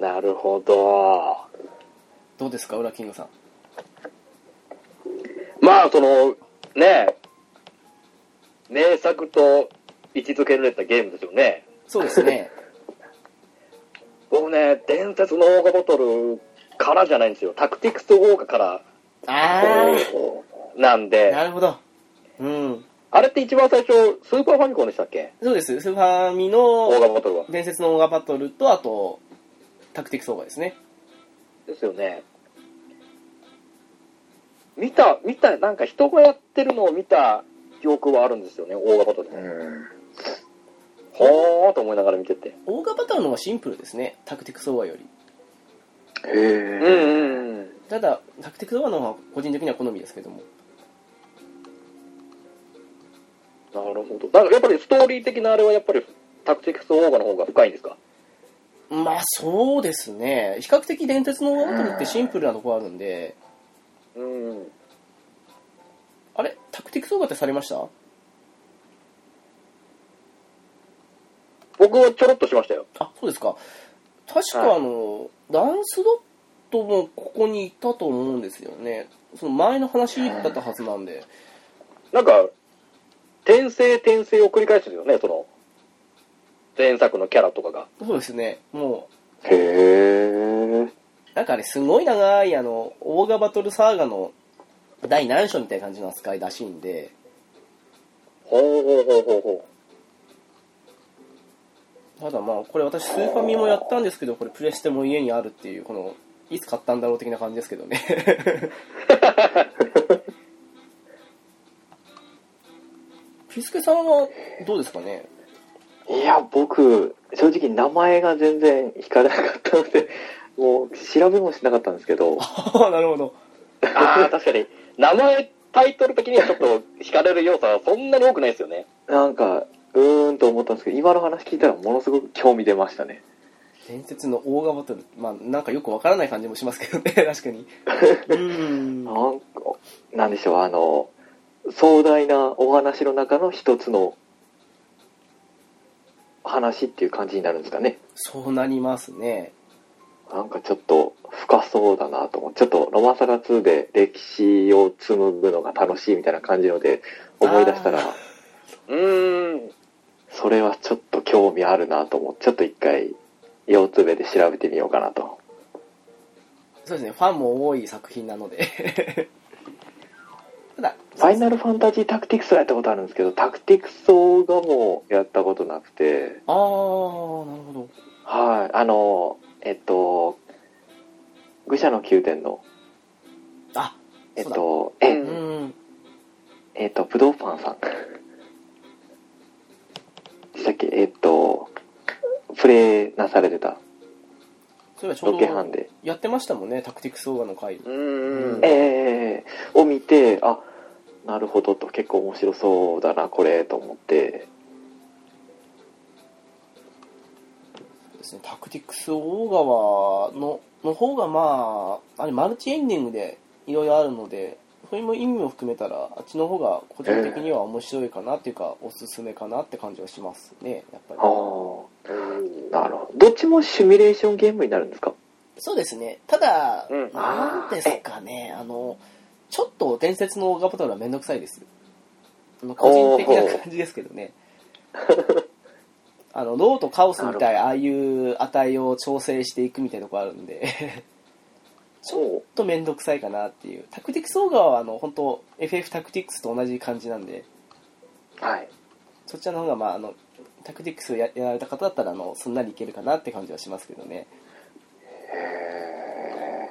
Speaker 3: なる
Speaker 1: ど。
Speaker 2: ーなるほど。
Speaker 1: どうですか、ウラキングさん。
Speaker 2: まあ、その、ね、名作と位置づけられたゲームですよね。
Speaker 1: そうですね。
Speaker 2: 僕ね、伝説のオーガボトルからじゃないんですよ。タクティクスオーガから
Speaker 1: あ
Speaker 2: なん
Speaker 1: あ、
Speaker 2: で
Speaker 1: な、るほど。うん。
Speaker 2: あれって一番最初、スーパーファミコンでしたっけ
Speaker 1: そうです。スーファミ
Speaker 2: オーガ
Speaker 1: の
Speaker 2: ボトルは。
Speaker 1: 伝説のオーガバトルと、あと、タクティクスオーガですね。
Speaker 2: ですよね。見た、見た、なんか人がやってるのを見た記憶はあるんですよね、オーガバトル。
Speaker 3: うん
Speaker 2: ほーと思いながら見てて。
Speaker 1: オーガバトルの方がシンプルですね。タクティクスオーガより。
Speaker 2: う
Speaker 3: へ
Speaker 2: ん
Speaker 3: え
Speaker 2: うんうん。
Speaker 1: ただ、タクティクスオーガの方が個人的には好みですけども。
Speaker 2: なるほど。なんかやっぱりストーリー的なあれはやっぱりタクティクスオーガの方が深いんですか
Speaker 1: まあ、そうですね。比較的伝説のオーガバトルってシンプルなとこあるんで、
Speaker 2: うん。
Speaker 1: あれタクティクスオーガってされました
Speaker 2: 僕はちょろっとしましたよ。
Speaker 1: あ、そうですか。確
Speaker 2: は
Speaker 1: か
Speaker 2: い
Speaker 1: あの、ダンスドットもここにいたと思うんですよね。その前の話だったはずなんで。
Speaker 2: なんか、転生転生を繰り返すんですよね、その、前作のキャラとかが。
Speaker 1: そうですね。も
Speaker 3: へえ
Speaker 1: う、なんかあれすごい長い、あの、オーガバトルサーガの第何章みたいな感じの扱いらしいんで、
Speaker 2: ほうほうほうほうほ
Speaker 1: ただまあ、これ私スーファミもやったんですけど、これプレステも家にあるっていう、この、いつ買ったんだろう的な感じですけ
Speaker 3: (laughs)
Speaker 1: どね。ピスケさんはどうですかね (laughs)
Speaker 3: いや、僕、正直名前が全然惹かれなかったので、 (laughs) もう調べもしなかったんですけど、
Speaker 1: ああ、なるほど。
Speaker 2: (laughs) ああ、確かに。名前、タイトル的にはちょっと惹かれる要素はそんなに多くないですよね。
Speaker 3: なんか、うーんと思ったんですけど、今の話聞いたらものすごく興味出ましたね。
Speaker 1: 伝説のオーガバトル。まあ、なんかよくわからない感じもしますけどね、 (laughs) 確かに。うーん。は
Speaker 3: なんか、なんでしょう、あの、壮大なお話の中の一つの話っていう感じになるんですかね。
Speaker 1: そうなりますね。
Speaker 3: なんかちょっと深そうだなと思う。ちょっとロマサガ2で歴史を紡ぐのが楽しいみたいな感じので思い出したら
Speaker 1: あー、
Speaker 2: うーん。
Speaker 3: それはちょっと興味あるなと思って、ちょっと一回、腰つべで調べてみようかなと。
Speaker 1: そうですね、ファンも多い作品なの
Speaker 3: (laughs)
Speaker 1: で。ただ、
Speaker 3: ファイナルファンタジータクティクスはやったことあるんですけど、タクティクスオーガもやったことなくて、
Speaker 1: ああ、なるほど。
Speaker 3: はい、あの、えっと、愚者の宮殿の、
Speaker 1: あ、
Speaker 3: えっ
Speaker 1: そう
Speaker 3: と、
Speaker 2: だ
Speaker 3: え
Speaker 1: だ。う、ん。
Speaker 3: えっと、ブドウパンさん。でしたっけえっと、プレイなされてた、
Speaker 1: そういえばちょ
Speaker 3: ロ
Speaker 1: う
Speaker 3: ケハン
Speaker 1: ど、
Speaker 3: で。
Speaker 1: やってましたもんね、タクティクスオーガの回。
Speaker 2: うーん。
Speaker 3: ええを見てあなるほどと結構面白そうだなこれと思って
Speaker 1: ですね、タクティクスオーガは、の、の方がまあ、あれマルチエンディングでいろいろあるので、そういう意味も含めたら、あっちの方が個人的には面白いかなっていうか、おすすめかなって感じはしますね、やっぱり
Speaker 3: ああ。なるほどどっちもシミュレーションゲームになるんですか
Speaker 1: そうですね。ただ、
Speaker 2: うん
Speaker 1: なんですかね、あの、ちょっと伝説のオーガバトルはめんどくさいです。あの個人的な感じですけどね。 (laughs) あの、ローとカオスみたい、ああいう値を調整していくみたいなとこあるんで、 (laughs) ちょっとめんどくさいかなっていう。タクティクスオーガは、あの、本当 FF タクティクスと同じ感じなんで、
Speaker 3: はい
Speaker 1: そちらの方が、まあ、あの、タクティクスをややられた方だったら、あの、すんなりいけるかなって感じはしますけどね。
Speaker 3: へ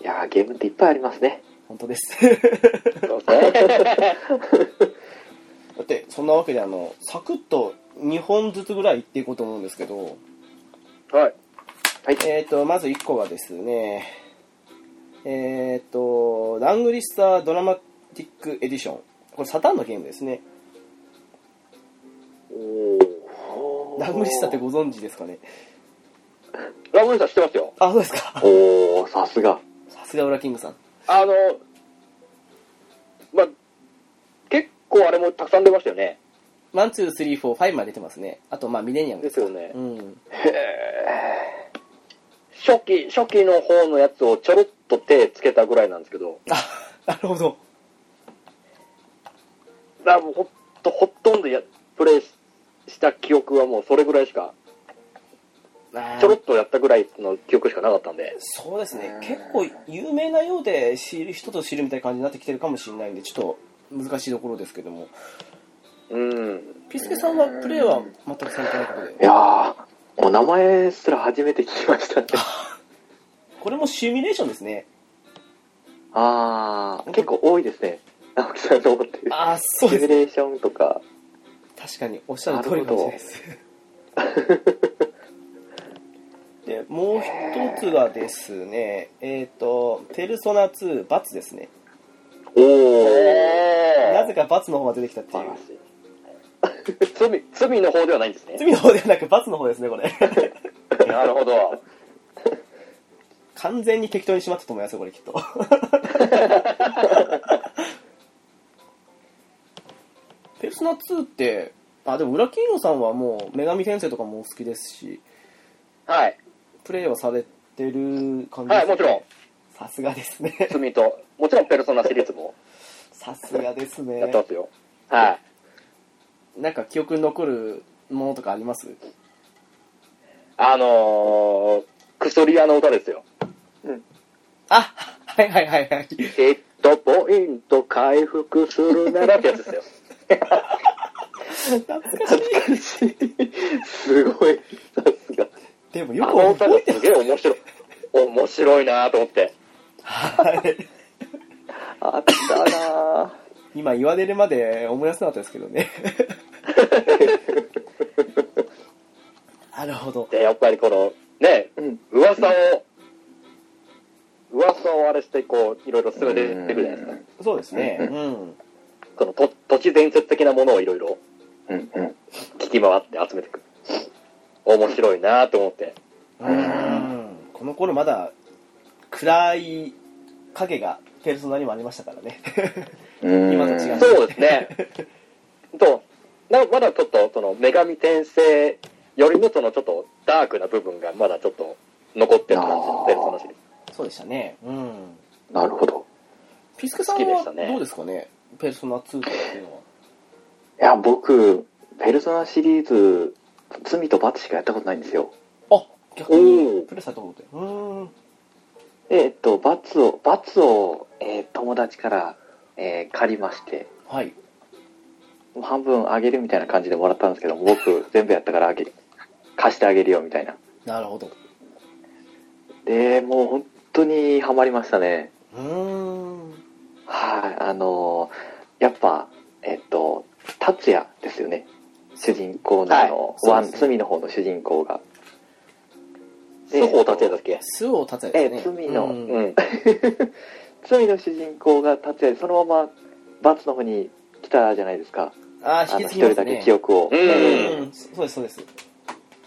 Speaker 3: えいやーゲームっていっぱいありますね
Speaker 1: 本当です。 (laughs)
Speaker 2: そうですね。
Speaker 1: だってそんなわけであのサクッと2本ずつぐらいいっていこうと思うんですけど、
Speaker 2: はい。
Speaker 1: えー、とまず1個がですねえっ、とラングリスタードラマティックエディションこれサタンのゲームですねラングリスターってご存知ですかね
Speaker 2: ラブリーさん知ってますよ。
Speaker 1: あそうですか
Speaker 3: おおさすが
Speaker 1: (laughs) さすがウラキングさん
Speaker 2: あの、まあ、結構あれもたくさん出ましたよね。
Speaker 1: ワンツースリーフォーファイブまで出てますねあとまあミレニアム
Speaker 2: で
Speaker 1: ですすか
Speaker 2: よね
Speaker 1: う。ん
Speaker 2: 初期、初期の方のやつをちょろっと手つけたぐらいなんですけど、
Speaker 1: あなるほど
Speaker 2: だもうほっと、ほとんどやプレイしした記憶はもうそれぐらいしか、
Speaker 1: あー
Speaker 2: ちょろっとやったぐらいの記憶しかなかったんで。
Speaker 1: そうですね結構有名なようで知る人と知るみたいな感じになってきてるかもしれないんでちょっと難しいところですけども
Speaker 2: うん。
Speaker 1: ピスケさんはプレーは全くされてないこと
Speaker 3: い
Speaker 1: で
Speaker 3: やーお名前すら初めて聞きましたね
Speaker 1: これもシミュレーションですね
Speaker 3: ああ結構多いですね直樹さんの思ってる
Speaker 1: ああそう
Speaker 3: シ
Speaker 1: で
Speaker 3: ミュ
Speaker 1: すね
Speaker 3: レーションとか
Speaker 1: 確かにおっしゃる通りかもしれないです (laughs) でもう一つがですねえっ、と「ペルソナ2バツ」ですね
Speaker 3: おお
Speaker 1: な
Speaker 2: え
Speaker 1: ぜかバツの方が出てきたって
Speaker 3: 素
Speaker 1: い
Speaker 3: 晴
Speaker 1: う
Speaker 3: らしい
Speaker 2: ー、 (laughs) 罪、罪の方ではないんですね。
Speaker 1: 罪の方ではなくバツの方ですねこれ
Speaker 2: なるほど。
Speaker 1: 完全に適当にしまったと思いますよこれきっ
Speaker 2: (laughs)
Speaker 1: とペルソナ2ってあでも裏金吾さんはもう女神転生とかもお好きですし
Speaker 2: はい。
Speaker 1: プレイはされてる感じ
Speaker 2: はい、もちろん、
Speaker 1: さすがですね
Speaker 2: 罪と、もちろんペルソナシリーズも
Speaker 1: さすがですね
Speaker 2: (laughs) やってますよ。はい。
Speaker 1: なんか記憶に残るものとかあります
Speaker 2: あのー、クソリアの歌ですよ。
Speaker 1: (laughs) あはいはいはいはい
Speaker 2: ヒットポイント回復す (laughs) るならってやつですよ。
Speaker 1: 懐かしい
Speaker 3: す
Speaker 2: さんがすげえ面白い、面白いなと思って。
Speaker 1: はい。
Speaker 3: あったな
Speaker 1: 今言われるまで思い出せなかったですけどね。 (laughs) なるほど。
Speaker 2: で、やっぱりこの、ね、
Speaker 3: うん
Speaker 2: 噂を、噂をあれして、こう、いろいろ進めていくじゃないですか。
Speaker 1: そうですね。うん。
Speaker 2: そのと土地伝説的なものをいろいろ
Speaker 3: うんうん
Speaker 2: 聞き回って集めていく。面白いなと思って。
Speaker 1: うん。この頃まだ暗い影がペルソナにもありましたからね。
Speaker 3: うん
Speaker 1: 今と違う
Speaker 2: そうですね。 (laughs) と、なまだちょっと、その、女神転生よりも、その、ちょっと、ダークな部分が、まだちょっと、残ってる感じで、
Speaker 3: あー
Speaker 2: そのシリー
Speaker 1: (laughs)
Speaker 2: ズ
Speaker 1: そうでしたね。うん。
Speaker 3: なるほど
Speaker 1: ピスケさん
Speaker 2: 好きで
Speaker 1: は
Speaker 2: したね
Speaker 1: どうですかねペルソナ2とかっていうのは。
Speaker 3: いや僕ペルソナシリーズ罪と罰しかやったことないんですよ
Speaker 1: あ逆に
Speaker 2: おー
Speaker 1: プレイされたことで。うーん。
Speaker 3: でえっと罰を罰を、えー友達から、えー借りまして
Speaker 1: はい。
Speaker 3: もう半分あげるみたいな感じでもらったんですけど僕全部やったからあげ貸してあげるよみたいな
Speaker 1: なるほど。
Speaker 3: でもう本当にハマりましたね
Speaker 1: うーん。
Speaker 3: はいあのーやっぱえっと達也ですよね主人公の
Speaker 1: は
Speaker 3: あの、
Speaker 1: い
Speaker 3: ワ
Speaker 1: そう
Speaker 3: ン
Speaker 1: ですね
Speaker 3: 罪の方の主人公が
Speaker 2: 双方立てだっけ
Speaker 1: 巣を立つやつね。
Speaker 3: え罪の
Speaker 1: うん
Speaker 2: うん。
Speaker 3: 罪の主人公が達也でそのまま罰の方に来たじゃないですか
Speaker 1: あ
Speaker 3: あ
Speaker 1: ー、引
Speaker 3: の
Speaker 1: き継
Speaker 3: 一
Speaker 1: ぎま
Speaker 3: 人
Speaker 1: す
Speaker 3: だ
Speaker 1: ね
Speaker 3: け。記憶を、
Speaker 2: うん
Speaker 1: うん。そうです、そうです。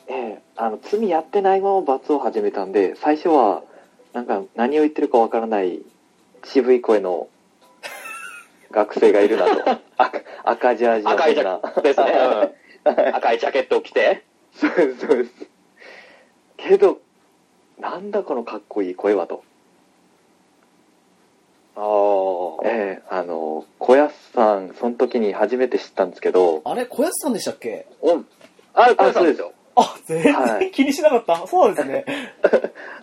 Speaker 3: ええあの罪やってないまま罰を始めたんで最初はなんか何を言ってるかわからない渋い声の学生がいるな
Speaker 2: (laughs)
Speaker 3: と赤赤ジャージの
Speaker 2: 赤いジ
Speaker 3: 変
Speaker 2: ャ
Speaker 3: な
Speaker 2: ケットですね。うん (laughs) 赤いジャケットを着て。
Speaker 3: そうですそうですけどなんだこのかっこいい声はと
Speaker 2: あ
Speaker 3: ええあの小安さんその時に初めて知ったんですけど
Speaker 1: あれ、小安さんでしたっけ
Speaker 2: うん。あれ、これさんですよ。
Speaker 1: あ、全
Speaker 3: は
Speaker 1: 然
Speaker 3: い
Speaker 1: 気にしなかった。そうなんですね。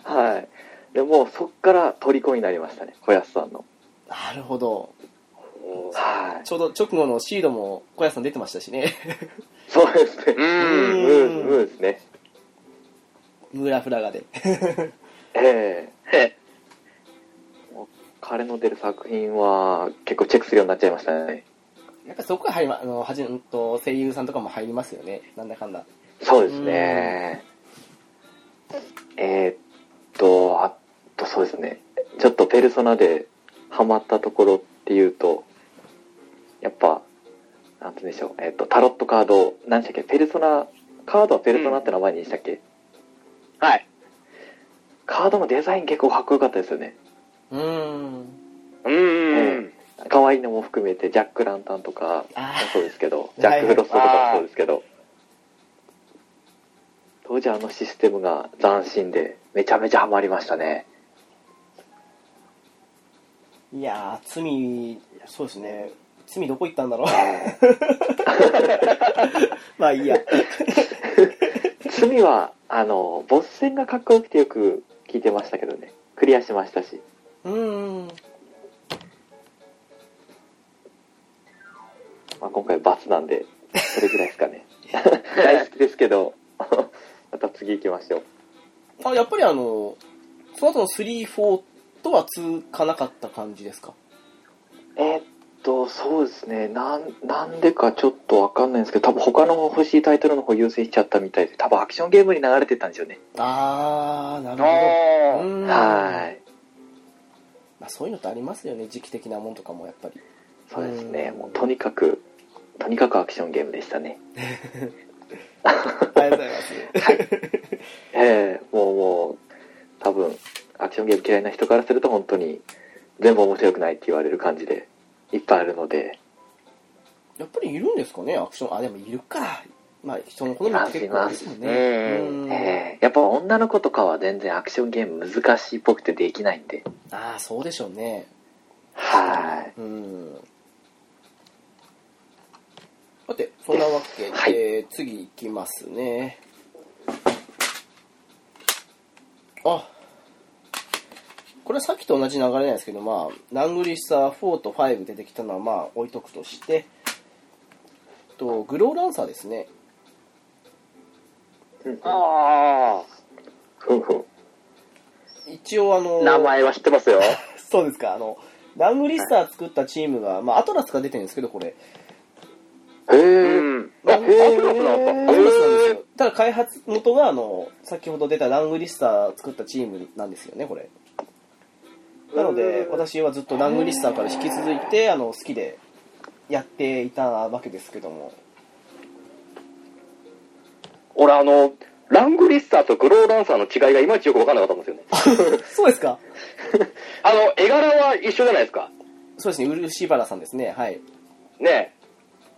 Speaker 3: はいでもうそっから虜になりましたね小安さんの
Speaker 1: (laughs) なるほど。
Speaker 3: はい
Speaker 1: ちょうど直後のシードも小安さん出てましたしね。 (laughs)
Speaker 3: そうですね
Speaker 2: うん
Speaker 3: ムームーですね
Speaker 1: ムーラフラガで。 (laughs)
Speaker 3: ええ
Speaker 2: へ
Speaker 3: 彼の出る作品は結構チェックするようになっちゃいましたね
Speaker 1: やっぱそこが入りま、あの、はじんと声優さんとかも入りますよね。なんだかんだ。
Speaker 3: そうですねえーっとあとそうですねちょっとペルソナでハマったところっていうとやっぱなんて言うんでしょう、えーっとタロットカード何でしたっけペルソナカードはペルソナって名前にしたっけ、
Speaker 2: はい。
Speaker 3: カードのデザイン結構かっこよかったですよね
Speaker 1: うーん。
Speaker 2: うーん。
Speaker 3: 可愛いのも含めてジャック・ランタンとか
Speaker 1: あ
Speaker 3: もそうですけど
Speaker 1: い
Speaker 3: ジャック・フロストとかもそうですけど当時あのシステムが斬新でめちゃめちゃハマりました
Speaker 1: (laughs)
Speaker 3: ね
Speaker 1: あ。いやー、罪、そうですね。罪どこ行ったんだろう。 (laughs) まあいいや。
Speaker 3: 罪はあのボス戦がかっこよくてよく聞いてましたけどねクリアしましたし
Speaker 1: うーん。
Speaker 3: まあ、今回罰なんで、それぐらいで
Speaker 1: (laughs)
Speaker 3: すかね。大好きですけど、 (laughs) また次行きましょう。
Speaker 1: あ、やっぱりあの、その後の3、4とは続かなかった感じですか
Speaker 3: えーっと、そうですね。なん、なんでかちょっとわかんないんですけど、多分他の欲しいタイトルの方優先しちゃったみたいで、多分アクションゲームに流れてたんですよね。
Speaker 1: あー、なるほど。
Speaker 2: あ
Speaker 1: うーん
Speaker 3: はい。
Speaker 1: まあ、そういうのってありますよね。時期的なもんとかもやっぱり。
Speaker 3: そうですね。
Speaker 1: うん
Speaker 3: もうとにかく、とにかくアクションゲームでしたね。
Speaker 1: ありがとうございます。
Speaker 3: ええもうもう、多分、アクションゲーム嫌いな人からすると本当に、全部面白くないって言われる感じで、いっぱいあるので、
Speaker 1: やっぱりいるんですかね、アクション。あ、でもいるか。まあ、人の好みって結構多いですもんね。
Speaker 2: いますいます
Speaker 1: うん
Speaker 3: えーやっぱ女の子とかは全然アクションゲーム難しいっぽくてできないんで
Speaker 1: ああ、そうでしょうね。
Speaker 3: は
Speaker 1: うん。さて、そんなわけで、
Speaker 3: はい
Speaker 1: 次いきますね。あ、これはさっきと同じ流れなんですけど、まあ、ラングリッサー4と5出てきたのは、まあ、置いとくとして、と、グローランサーですね。
Speaker 3: い、うん、
Speaker 2: あ。ああ。
Speaker 3: うんうん。
Speaker 1: 一応あの、
Speaker 2: 名前は知ってますよ。
Speaker 1: そうですか、あの、ラングリスター作ったチームが、まあ、アトラスが出てるんですけど、これ。
Speaker 2: う
Speaker 3: へえ。
Speaker 2: ん。あ、アトラスなんだ。
Speaker 1: アトラスなんです
Speaker 2: へ
Speaker 1: よ。ただ開発元が、あの、先ほど出たラングリスター作ったチームなんですよね、これ。なので、私はずっとラングリスターから引き続いて、あの、好きでやっていたわけですけども。
Speaker 2: 俺、あの、ラングリスターとグローランサーの違いがいまいちよくわかんなかったんですよね。
Speaker 1: (laughs) そうですか
Speaker 2: あの、絵柄は一緒じゃないですか。
Speaker 1: そうですね、漆原さんですね、はい。
Speaker 2: ね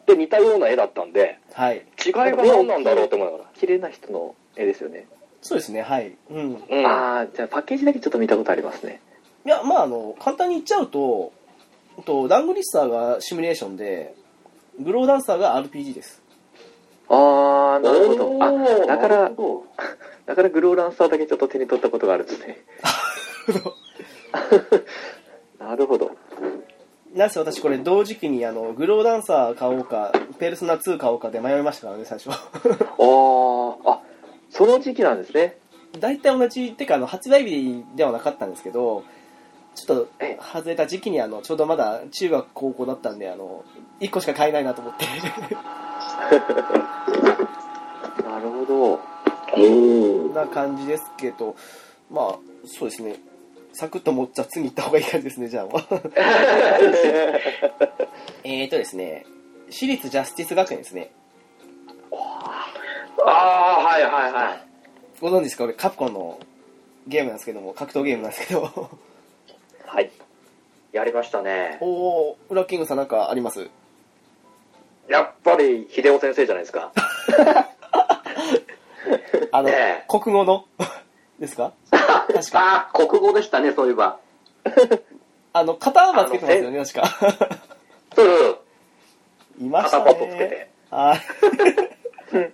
Speaker 2: え。で、似たような絵だったんで、
Speaker 1: はい。
Speaker 2: 違いが何なんだろうって思いなが
Speaker 3: 綺麗な人の絵ですよね。
Speaker 1: そうですね、はい。うん。い
Speaker 2: ら。うん。
Speaker 3: ああ、じゃあパッケージだけちょっと見たことありますね。
Speaker 1: や、まあ、あの、簡単に言っちゃうと、えっとラングリスターがシミュレーションで、グローダンサーが RPG です。
Speaker 3: ああ、なるほど。
Speaker 2: お
Speaker 3: あ、
Speaker 2: ー
Speaker 3: だから
Speaker 2: なるほ
Speaker 3: だからグローランサーだけちょっと手に取ったことがあるん (laughs) ですね。なるほど。
Speaker 1: なんせ私これ同時期にあのグローダンサー買おうかペルソナ2買おうかで迷いましたからね最初 (laughs)
Speaker 3: ああ、あ、その時期なんですね。
Speaker 1: 大体同じってかあの発売日ではなかったんですけどちょっと
Speaker 3: え
Speaker 1: 外れた時期にあのちょうどまだ中学高校だったんであの1個しか買えないなと思って (laughs)
Speaker 3: なるほど。
Speaker 2: お
Speaker 1: こんな感じですけどまあそうですねサクッともっちゃ次行った方がいい感じですねじゃ
Speaker 3: (laughs)
Speaker 1: あ (laughs) えーとですね私立ジャスティス学園ですね
Speaker 2: ああ、はいはいはい。
Speaker 1: ご存知ですかこれカプコンのゲームなんですけども格闘ゲームなんですけど
Speaker 2: はい。やりましたね。
Speaker 1: (laughs) おお、ウラキングさんなんかあります
Speaker 2: やっぱり、秀夫先生じゃないですか。
Speaker 1: あの、
Speaker 2: ねえ
Speaker 1: 国語の (laughs) ですか確か。
Speaker 2: (laughs) ああ、国語でしたね、そういえば。
Speaker 1: あの、肩幅つけてますよね、確か。
Speaker 2: そうそうそう。
Speaker 1: いました
Speaker 2: 肩
Speaker 1: ね。
Speaker 2: パッドつけて。。
Speaker 1: はい。
Speaker 2: ね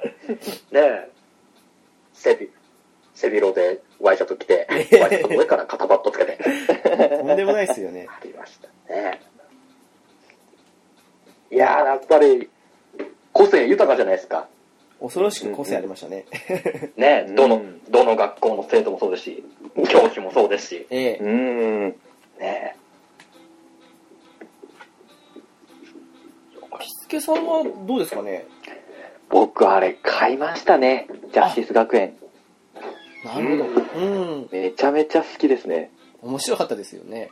Speaker 2: え、背び、背広でワイシャツ着て、ワイシャツの上から肩パッドつけて、
Speaker 1: とんでもないですよね。
Speaker 2: ありましたね。いやー、やっぱり、個性豊かじゃないですか。
Speaker 1: 恐ろしく個性ありましたね。
Speaker 2: ね
Speaker 3: う
Speaker 2: (laughs) え、
Speaker 3: ん
Speaker 2: どの、どの学校の生徒もそうですし、教師もそうですし、
Speaker 1: ええ
Speaker 3: うん。
Speaker 2: ね
Speaker 1: キスケさんはどうですかね
Speaker 3: 僕あれ買いましたね。ジャスティス学園。
Speaker 1: なるほど。うん。
Speaker 3: めちゃめちゃ好きですね。
Speaker 1: 面白かったですよね。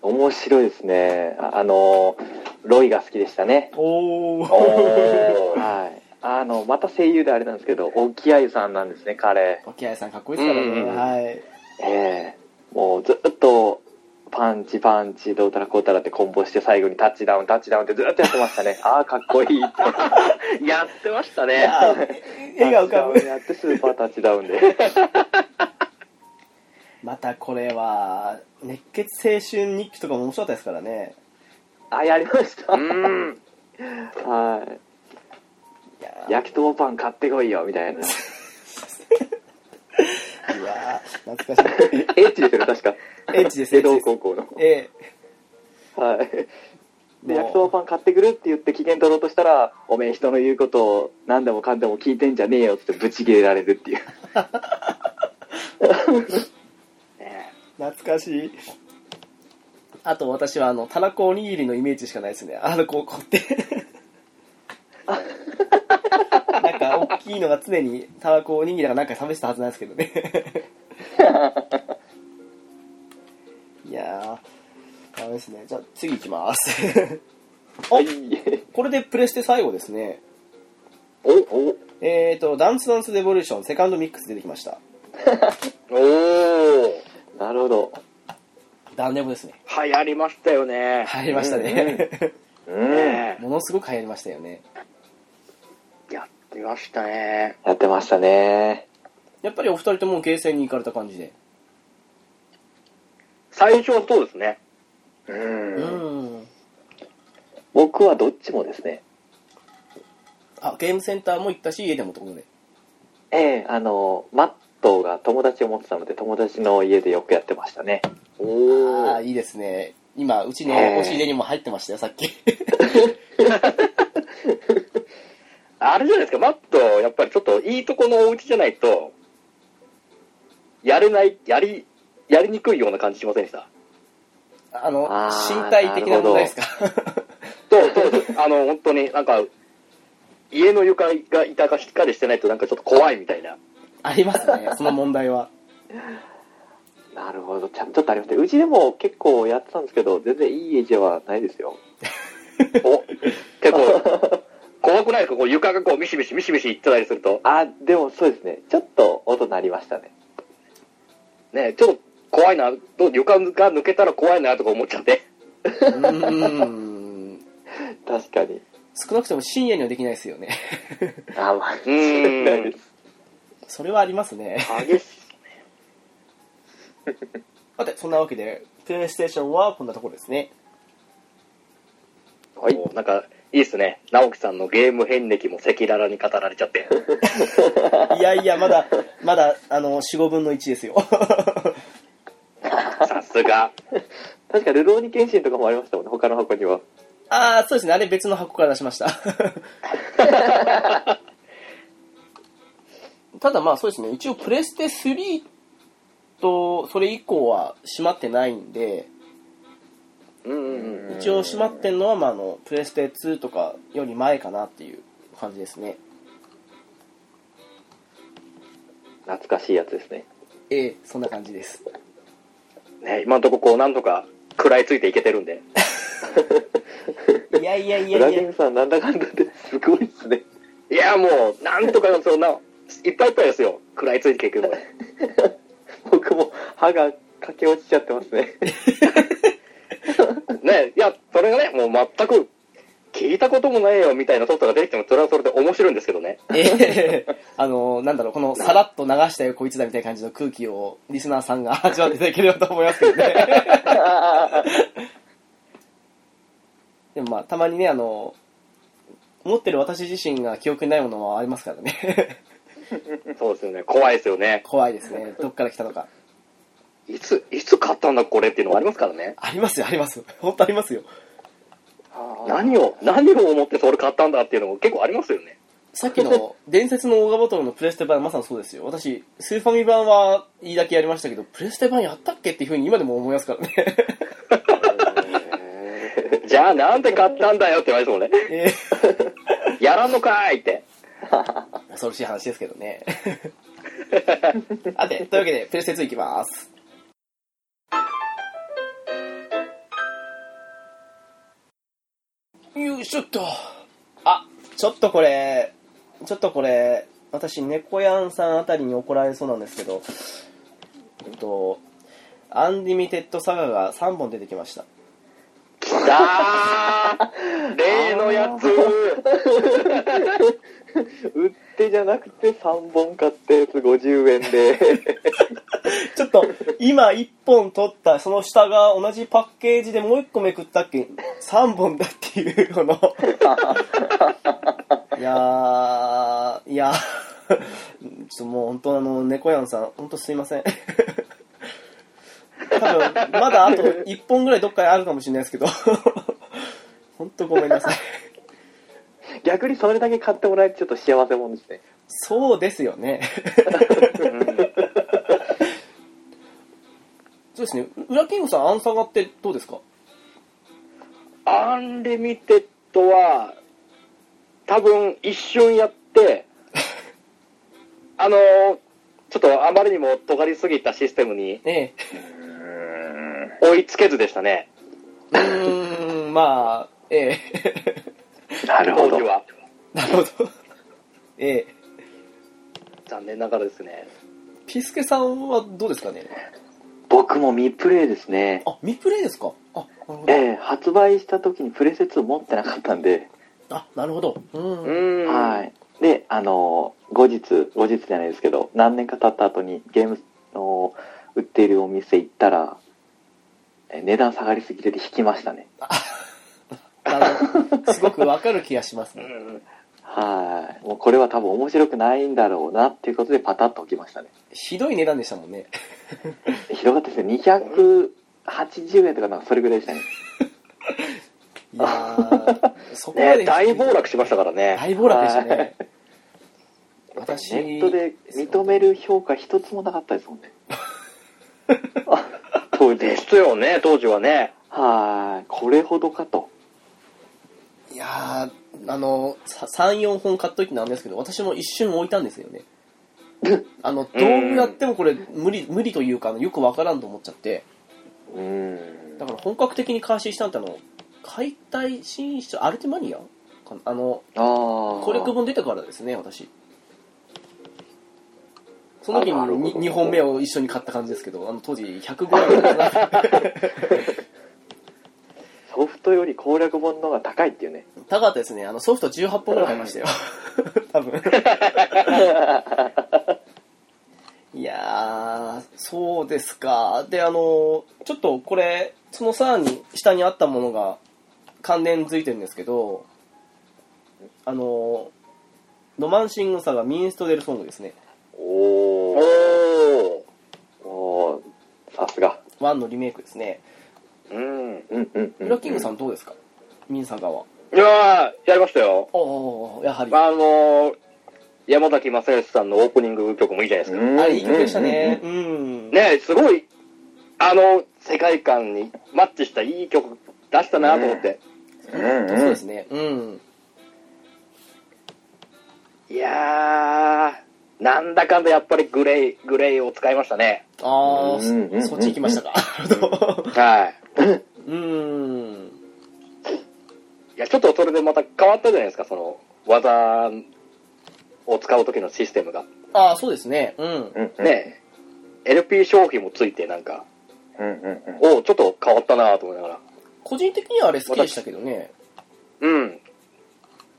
Speaker 3: 面白いですね。ああの、ロイが好きでしたね。
Speaker 1: お
Speaker 2: え。お
Speaker 1: お。
Speaker 2: ー。
Speaker 3: はい。あの、また声優であれなんですけど、沖合さんなんですね、彼。
Speaker 1: 沖合さんかっこいいですからね。
Speaker 2: うんうん (laughs)
Speaker 1: はい。
Speaker 3: ええもうずっと、パンチパンチ、どうたらこうたらってコンボして、最後にタッチダウン、タッチダウンってずっとやってました
Speaker 1: (laughs)
Speaker 3: ね。ああ、かっこいいって。 (laughs)
Speaker 2: やってました
Speaker 1: い
Speaker 2: ね。
Speaker 1: やー、絵が浮か
Speaker 3: タッ
Speaker 1: ぶ
Speaker 3: チダウン。やって、スーパータッチダウンで。
Speaker 1: またこれは、熱血青春日記とかも面白かったですからね。
Speaker 3: あ、やりました。
Speaker 2: うーん。
Speaker 3: はい
Speaker 1: やー
Speaker 3: い。焼きそばパン買ってこいよ、
Speaker 1: (laughs)
Speaker 3: みたいな。
Speaker 1: いやー懐かしい。
Speaker 3: エッチですよね、確か。
Speaker 1: エッチです
Speaker 3: 江戸
Speaker 1: エッチです
Speaker 3: 高校の。
Speaker 1: え
Speaker 3: はい。
Speaker 1: え
Speaker 3: で、焼きそばパン買ってくるって言って機嫌取ろうとしたら、おめえ人の言うことを何でもかんでも聞いてんじゃねえよってブチ切れられるっていう。
Speaker 2: ね
Speaker 1: 懐かしい。あと私はあの、たらこおにぎりのイメージしかないですね。あの高校って。なんか大きいのが常にたらこおにぎりがなんか食べてたはずなんですけどね。いやー、ダメですね。じゃあ次行きます。
Speaker 3: はい。
Speaker 1: これでプレステ最後ですね。
Speaker 3: おお
Speaker 1: えーと、ダンスダンスレボリューション、セカンドミックス出てきました。
Speaker 2: おー。
Speaker 3: なるほど。
Speaker 1: ダンデボですね。
Speaker 2: 流行りましたよね。
Speaker 1: 入りましたね。
Speaker 3: うん。
Speaker 2: ね
Speaker 1: (laughs) ものすごく流行りましたよね。
Speaker 2: えやってましたね。
Speaker 3: やってましたね。
Speaker 1: やっぱりお二人ともゲーセンに行かれた感じで。
Speaker 2: 最初はそうですね。
Speaker 1: う
Speaker 3: うん。
Speaker 1: ん。
Speaker 3: 僕はどっちもですね。
Speaker 1: あ、ゲームセンターも行ったし、家でもってことで。
Speaker 3: ええあの、マットが友達を持ってたので、友達の家でよくやってましたね。
Speaker 2: お
Speaker 1: ああ、。いいですね。今、うちの
Speaker 3: ええ
Speaker 1: 押し入れにも入ってましたよ、さっき。 (laughs)
Speaker 2: あれじゃないですか、マット、やっぱりちょっといいとこのお家じゃないと、やれない、やり、やりにくいような感じしませんでした。
Speaker 1: あの
Speaker 3: あー
Speaker 1: 身体的な問題ですか
Speaker 2: そうそうです。あの、本当になんか、家の床が板がしっかりしてないとなんかちょっと怖いみたい (laughs) な。
Speaker 1: (laughs) ありますねその問題は
Speaker 3: なるほどちゃんちょっとありましたうちでも結構やってたんですけど全然いい家ではないですよ
Speaker 2: お結構、怖くないですかこう床がこうミシミシミシミシいってたりすると。
Speaker 3: あでもそうですねちょっと音鳴りましたね
Speaker 2: ねちょっと怖いな、どう床が抜けたら怖いなとか思っちゃって。
Speaker 1: うーん
Speaker 3: 確かに
Speaker 1: 少なくとも深夜にはできないですよね (laughs)
Speaker 3: あまあ
Speaker 2: うーん
Speaker 3: (laughs) ないです
Speaker 1: それはありますね
Speaker 2: 激し
Speaker 1: さてそんなわけでプレイステーションはこんなところですね
Speaker 2: い。もうなんか、いいっすね。直樹さんのゲーム遍歴も赤裸々に語られちゃって。
Speaker 1: いやいやまだまだあの45分の1ですよ
Speaker 2: さすが。
Speaker 3: 確かルローニケンシンとかもありましたもんね他の箱には
Speaker 1: ああそうですねあれ別の箱から出しました (laughs) ただまあそうですね一応プレステ3とそれ以降は閉まってないんで
Speaker 2: うんうんうん。
Speaker 1: 一応閉まってんのは、まあ、あのプレステ2とかより前かなっていう感じですね
Speaker 3: 懐かしいやつですね
Speaker 1: ええそんな感じです
Speaker 2: ね、今のとここう、なんとか食らいついていけてるん (laughs) で。
Speaker 1: いやいやい
Speaker 3: ブ
Speaker 1: や
Speaker 3: ラ
Speaker 1: い
Speaker 3: ジ
Speaker 1: や
Speaker 3: ルさんなんだかんだですごいっすね (laughs)
Speaker 2: いや、もう、なんとかそんな、いっぱいいっぱいですよ。食らいついていくので。
Speaker 3: 僕も歯が駆け落ちちゃってます (laughs) ね
Speaker 2: (laughs) ね、いや、それがね、もう全く、聞いたこともないよみたいなソフトが出てきても、それはそれで面白いんですけどね。
Speaker 1: ええあのなんだろうこのさらっと流したよこいつだみたいな感じの空気をリスナーさんが (laughs) 味わっていただければと思いますけどねでもまあたまにねあの持ってる私自身が記憶にないものもありますからね (laughs)
Speaker 2: そうですよね。怖いですよね。
Speaker 1: 怖いですねどっから来たのか
Speaker 2: いつ、いつ買ったんだこれっていうのもありますからね。
Speaker 1: ありますよあります本当ありますよ
Speaker 2: 何を、何を思ってそれ買ったんだっていうのも結構ありますよね。
Speaker 1: さっきの伝説のオガバトルのプレステ版まさにそうですよ私スーファミ版は言いだけやりましたけどプレステ版やったっけっていうふうに今でも思いますからね
Speaker 2: じゃあなんで買ったんだよって言われてもね。
Speaker 1: え
Speaker 2: やらんのかーい (laughs) って。
Speaker 1: ー恐ろしい話ですけどねあてというわけでプレステ2いきますよいしょっとあちょっとこれちょっとこれ私猫やんさんあたりに怒られそうなんですけどえっとアンディミテッドサガが3本出てきました
Speaker 2: きたー例のやつ
Speaker 3: 売ってじゃなくて3本買ったやつ50円で (laughs)
Speaker 1: ちょっと今1本取ったその下が同じパッケージでもう1個めくったっけ3本だっていうこのいやーいやーちょっともう本当あの猫やんさん本当すいません (laughs) 多分まだあと1本ぐらいどっかにあるかもしれないですけど (laughs) 本当ごめんなさい
Speaker 3: 逆にそれだけ買ってもらえてちょっと幸せもんですね
Speaker 1: そうですよね。 (laughs) そうですね。裏キングさん、アンサガってどうですか
Speaker 2: アンリミテッドは、多分一瞬やって、
Speaker 3: (laughs)
Speaker 2: あのーちょっとあまりにも尖りすぎたシステムに
Speaker 1: ええ。
Speaker 2: 追いつけずでしたね、
Speaker 1: うーん、まあ、ええ。
Speaker 3: な
Speaker 2: 当時は。
Speaker 1: (laughs) なるほど。ええ。
Speaker 2: 残念ながらですね。
Speaker 1: ピスケさんはどうですかね
Speaker 3: 僕もミプレイですね
Speaker 1: あ、ミプレイですかあ、なるほど。
Speaker 3: ええ発売した時にプレセ2持ってなかったんで、
Speaker 1: あ、なるほど。うん。
Speaker 2: うーん。
Speaker 3: はいであの後日後日じゃないですけど何年か経った後にゲームの売っているお店行ったらえ値段下がりすぎてて引きましたね
Speaker 1: あの、すごくわかる気がします
Speaker 2: う
Speaker 1: ね。
Speaker 2: ん
Speaker 3: はいもうこれは多分面白くないんだろうなっていうことでパタッと置きましたね
Speaker 1: (laughs) ひどい値段でしたもんね。
Speaker 3: ひどかったですね280円とかなんかそれぐらいでしたね
Speaker 1: いや (laughs) ー、そこまで
Speaker 2: ね、大暴落しましたからね。
Speaker 1: 大暴落でしたね。私
Speaker 3: ネットで認める評価一つもなかったですもんねあ当時
Speaker 2: ですよね、当時はね。
Speaker 3: はいこれほどかと
Speaker 1: いやーあのさ34本買っといてなんですけど私も一瞬置いたんですよ
Speaker 3: (laughs)
Speaker 1: ねあの道具やってもこれ無理無理というかあのよくわからんと思っちゃって
Speaker 3: うん
Speaker 1: だから本格的に開始したんってあの解体新書アルテマニアかなあの
Speaker 3: ああ
Speaker 1: 攻略本出てからですね私その時
Speaker 3: あなるほ
Speaker 1: に
Speaker 3: ど
Speaker 1: 2本目を一緒に買った感じですけどあの当時105円だったかな
Speaker 3: ソフトより攻略本の方が高いっていうね
Speaker 1: 高かったですねあのソフト18本ぐらい買いましたよ (laughs) 多分 (laughs) いやー、そうですか。で、あの、ちょっとこれ、そのさらに下にあったものが関連づいてるんですけど、あの、ロマンシングさがミンストデルソングですね。
Speaker 3: お
Speaker 2: おー。
Speaker 3: おおーさすが
Speaker 1: ワンのリメイクですね。
Speaker 2: うん。
Speaker 3: うんうんう
Speaker 1: ウ
Speaker 3: ん
Speaker 1: ラキングさんどうですかミンサガは。
Speaker 2: いやー、やりましたよ。
Speaker 1: おー、やはり。
Speaker 2: あのー、山崎正義さんのオープニング曲もいいじゃないですか。
Speaker 1: あれ、いい曲でしたね。うん。
Speaker 2: ねすごい、あの、世界観にマッチしたいい曲出したなと思って。
Speaker 3: うんうん
Speaker 1: そうですね。うん。
Speaker 2: いやー、なんだかんだやっぱりグレイ、グレイを使いましたね。
Speaker 1: あ
Speaker 3: うんうんうんう
Speaker 1: ー、
Speaker 3: ん
Speaker 1: そそっち行きましたか。 (laughs)
Speaker 2: はい。
Speaker 1: うん。
Speaker 2: いや、ちょっとそれでまた変わったじゃないですか、その、技を使う時のシステムが。
Speaker 1: あー、そうですね。うん。
Speaker 3: うんうん
Speaker 2: ね LP 消費もついてなんか、
Speaker 3: うんうんうん
Speaker 2: おうちょっと変わったなと思いながら。
Speaker 1: 個人的にはあれ好きでしたけどね。
Speaker 2: うん。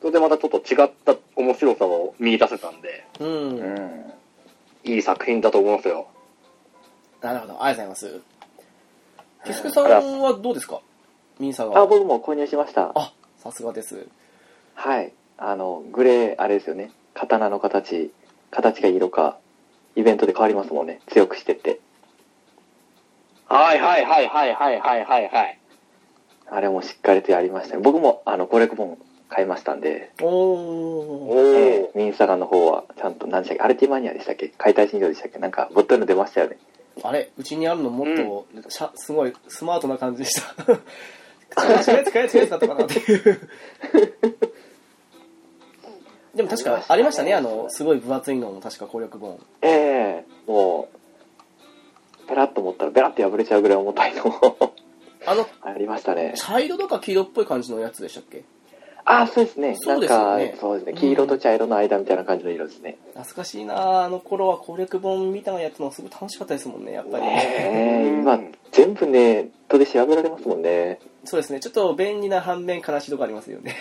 Speaker 2: それでまたちょっと違った面白さを見出せたんで、
Speaker 1: うん。
Speaker 3: うん
Speaker 2: いい作品だと思いますよ。
Speaker 1: なるほど、ありがとうございます。キスケさんはどうですかミンさん
Speaker 3: あ
Speaker 1: は。
Speaker 3: 僕も購入しました
Speaker 1: あ、さすがです。
Speaker 3: はいあのグレーあれですよね刀の形形が色かイベントで変わりますもんね強くしてって
Speaker 2: はいはいはいはいはいはいはいはい。
Speaker 3: あれもしっかりとやりましたね僕もあの攻略本買いましたんで、
Speaker 1: おー。
Speaker 2: お
Speaker 3: え
Speaker 2: ー
Speaker 3: ー、ミンサガの方はちゃんと何でしたっけアルティマニアでしたっけ解体新業でしたっけなんかボットの出ましたよね
Speaker 1: あれ、うちにあるのもっと、しゃすごいスマートな感じでした。 (laughs) 使え使え使え使ったかなっていう。でも確かありましたね、あの、すごい分厚いのも確か攻略本。
Speaker 3: ええもうペラッと持ったらベラッと破れちゃうぐらい重たいの (laughs)
Speaker 1: あの、
Speaker 3: ありましたね
Speaker 1: 茶色とか黄色っぽい感じのやつでしたっけ
Speaker 3: あそうですね
Speaker 1: そうですよね
Speaker 3: なんかそうですね黄色と茶色の間みたいな感じの色ですね、
Speaker 1: 懐かしいなああの頃は攻略本みたいなやつのすごい楽しかったですもんね、やっぱり。
Speaker 3: ええ
Speaker 2: うん
Speaker 3: 今全部ネットで調べられますもんね
Speaker 1: そうですね、ちょっと便利な反面悲しいとこありますよね。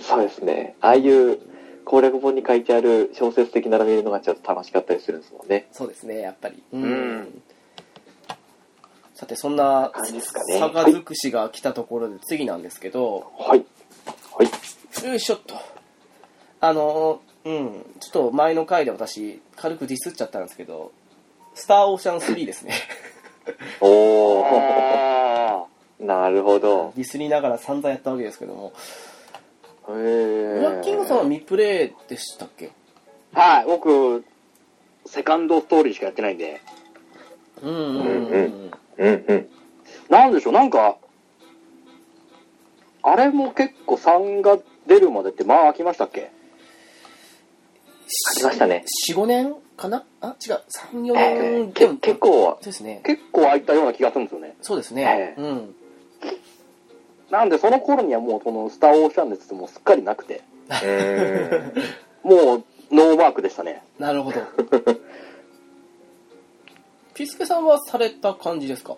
Speaker 3: そうですねああいう攻略本に書いてある小説的なら見るのがちょっと楽しかったりするんですもんね
Speaker 1: (laughs) そうですね、やっぱり。うん
Speaker 2: うん
Speaker 1: さて、そんな、
Speaker 3: 感じですかね
Speaker 1: 坂尽くしが来たところで次なんですけど、
Speaker 3: はいはい
Speaker 1: よいしょっと。あの、うん、ちょっと前の回で私、軽くディスっちゃったんですけど、スターオーシャン3ですね。 (laughs)
Speaker 3: おお
Speaker 2: あ
Speaker 3: なるほど
Speaker 1: ディスりながら散々やったわけですけども、
Speaker 3: へ
Speaker 1: ブラッキングさんは
Speaker 3: え
Speaker 1: 未プレイでしたっけ
Speaker 2: ーはい、僕、セカンドストーリーしかやってないんで。
Speaker 1: うんうんう。
Speaker 3: うんうんうん
Speaker 2: なんでしょう、なんか、あれも結構3が出るまでって、まあ空きましたっけ
Speaker 3: ありましたね
Speaker 1: 4、5年かなあ、違う、3、4
Speaker 3: え
Speaker 1: 年
Speaker 3: ー、け結構
Speaker 1: そうですね。
Speaker 2: 結構空いたような気がするんですよね。
Speaker 1: そうですね。
Speaker 3: え
Speaker 1: うん。
Speaker 2: なんでその頃にはもうこのスターオーシャン熱もすっかりなくて、
Speaker 3: うー
Speaker 1: (laughs)
Speaker 3: ん
Speaker 2: もうノーマークでしたね。
Speaker 1: なるほど。ピスケさんはされた感じですか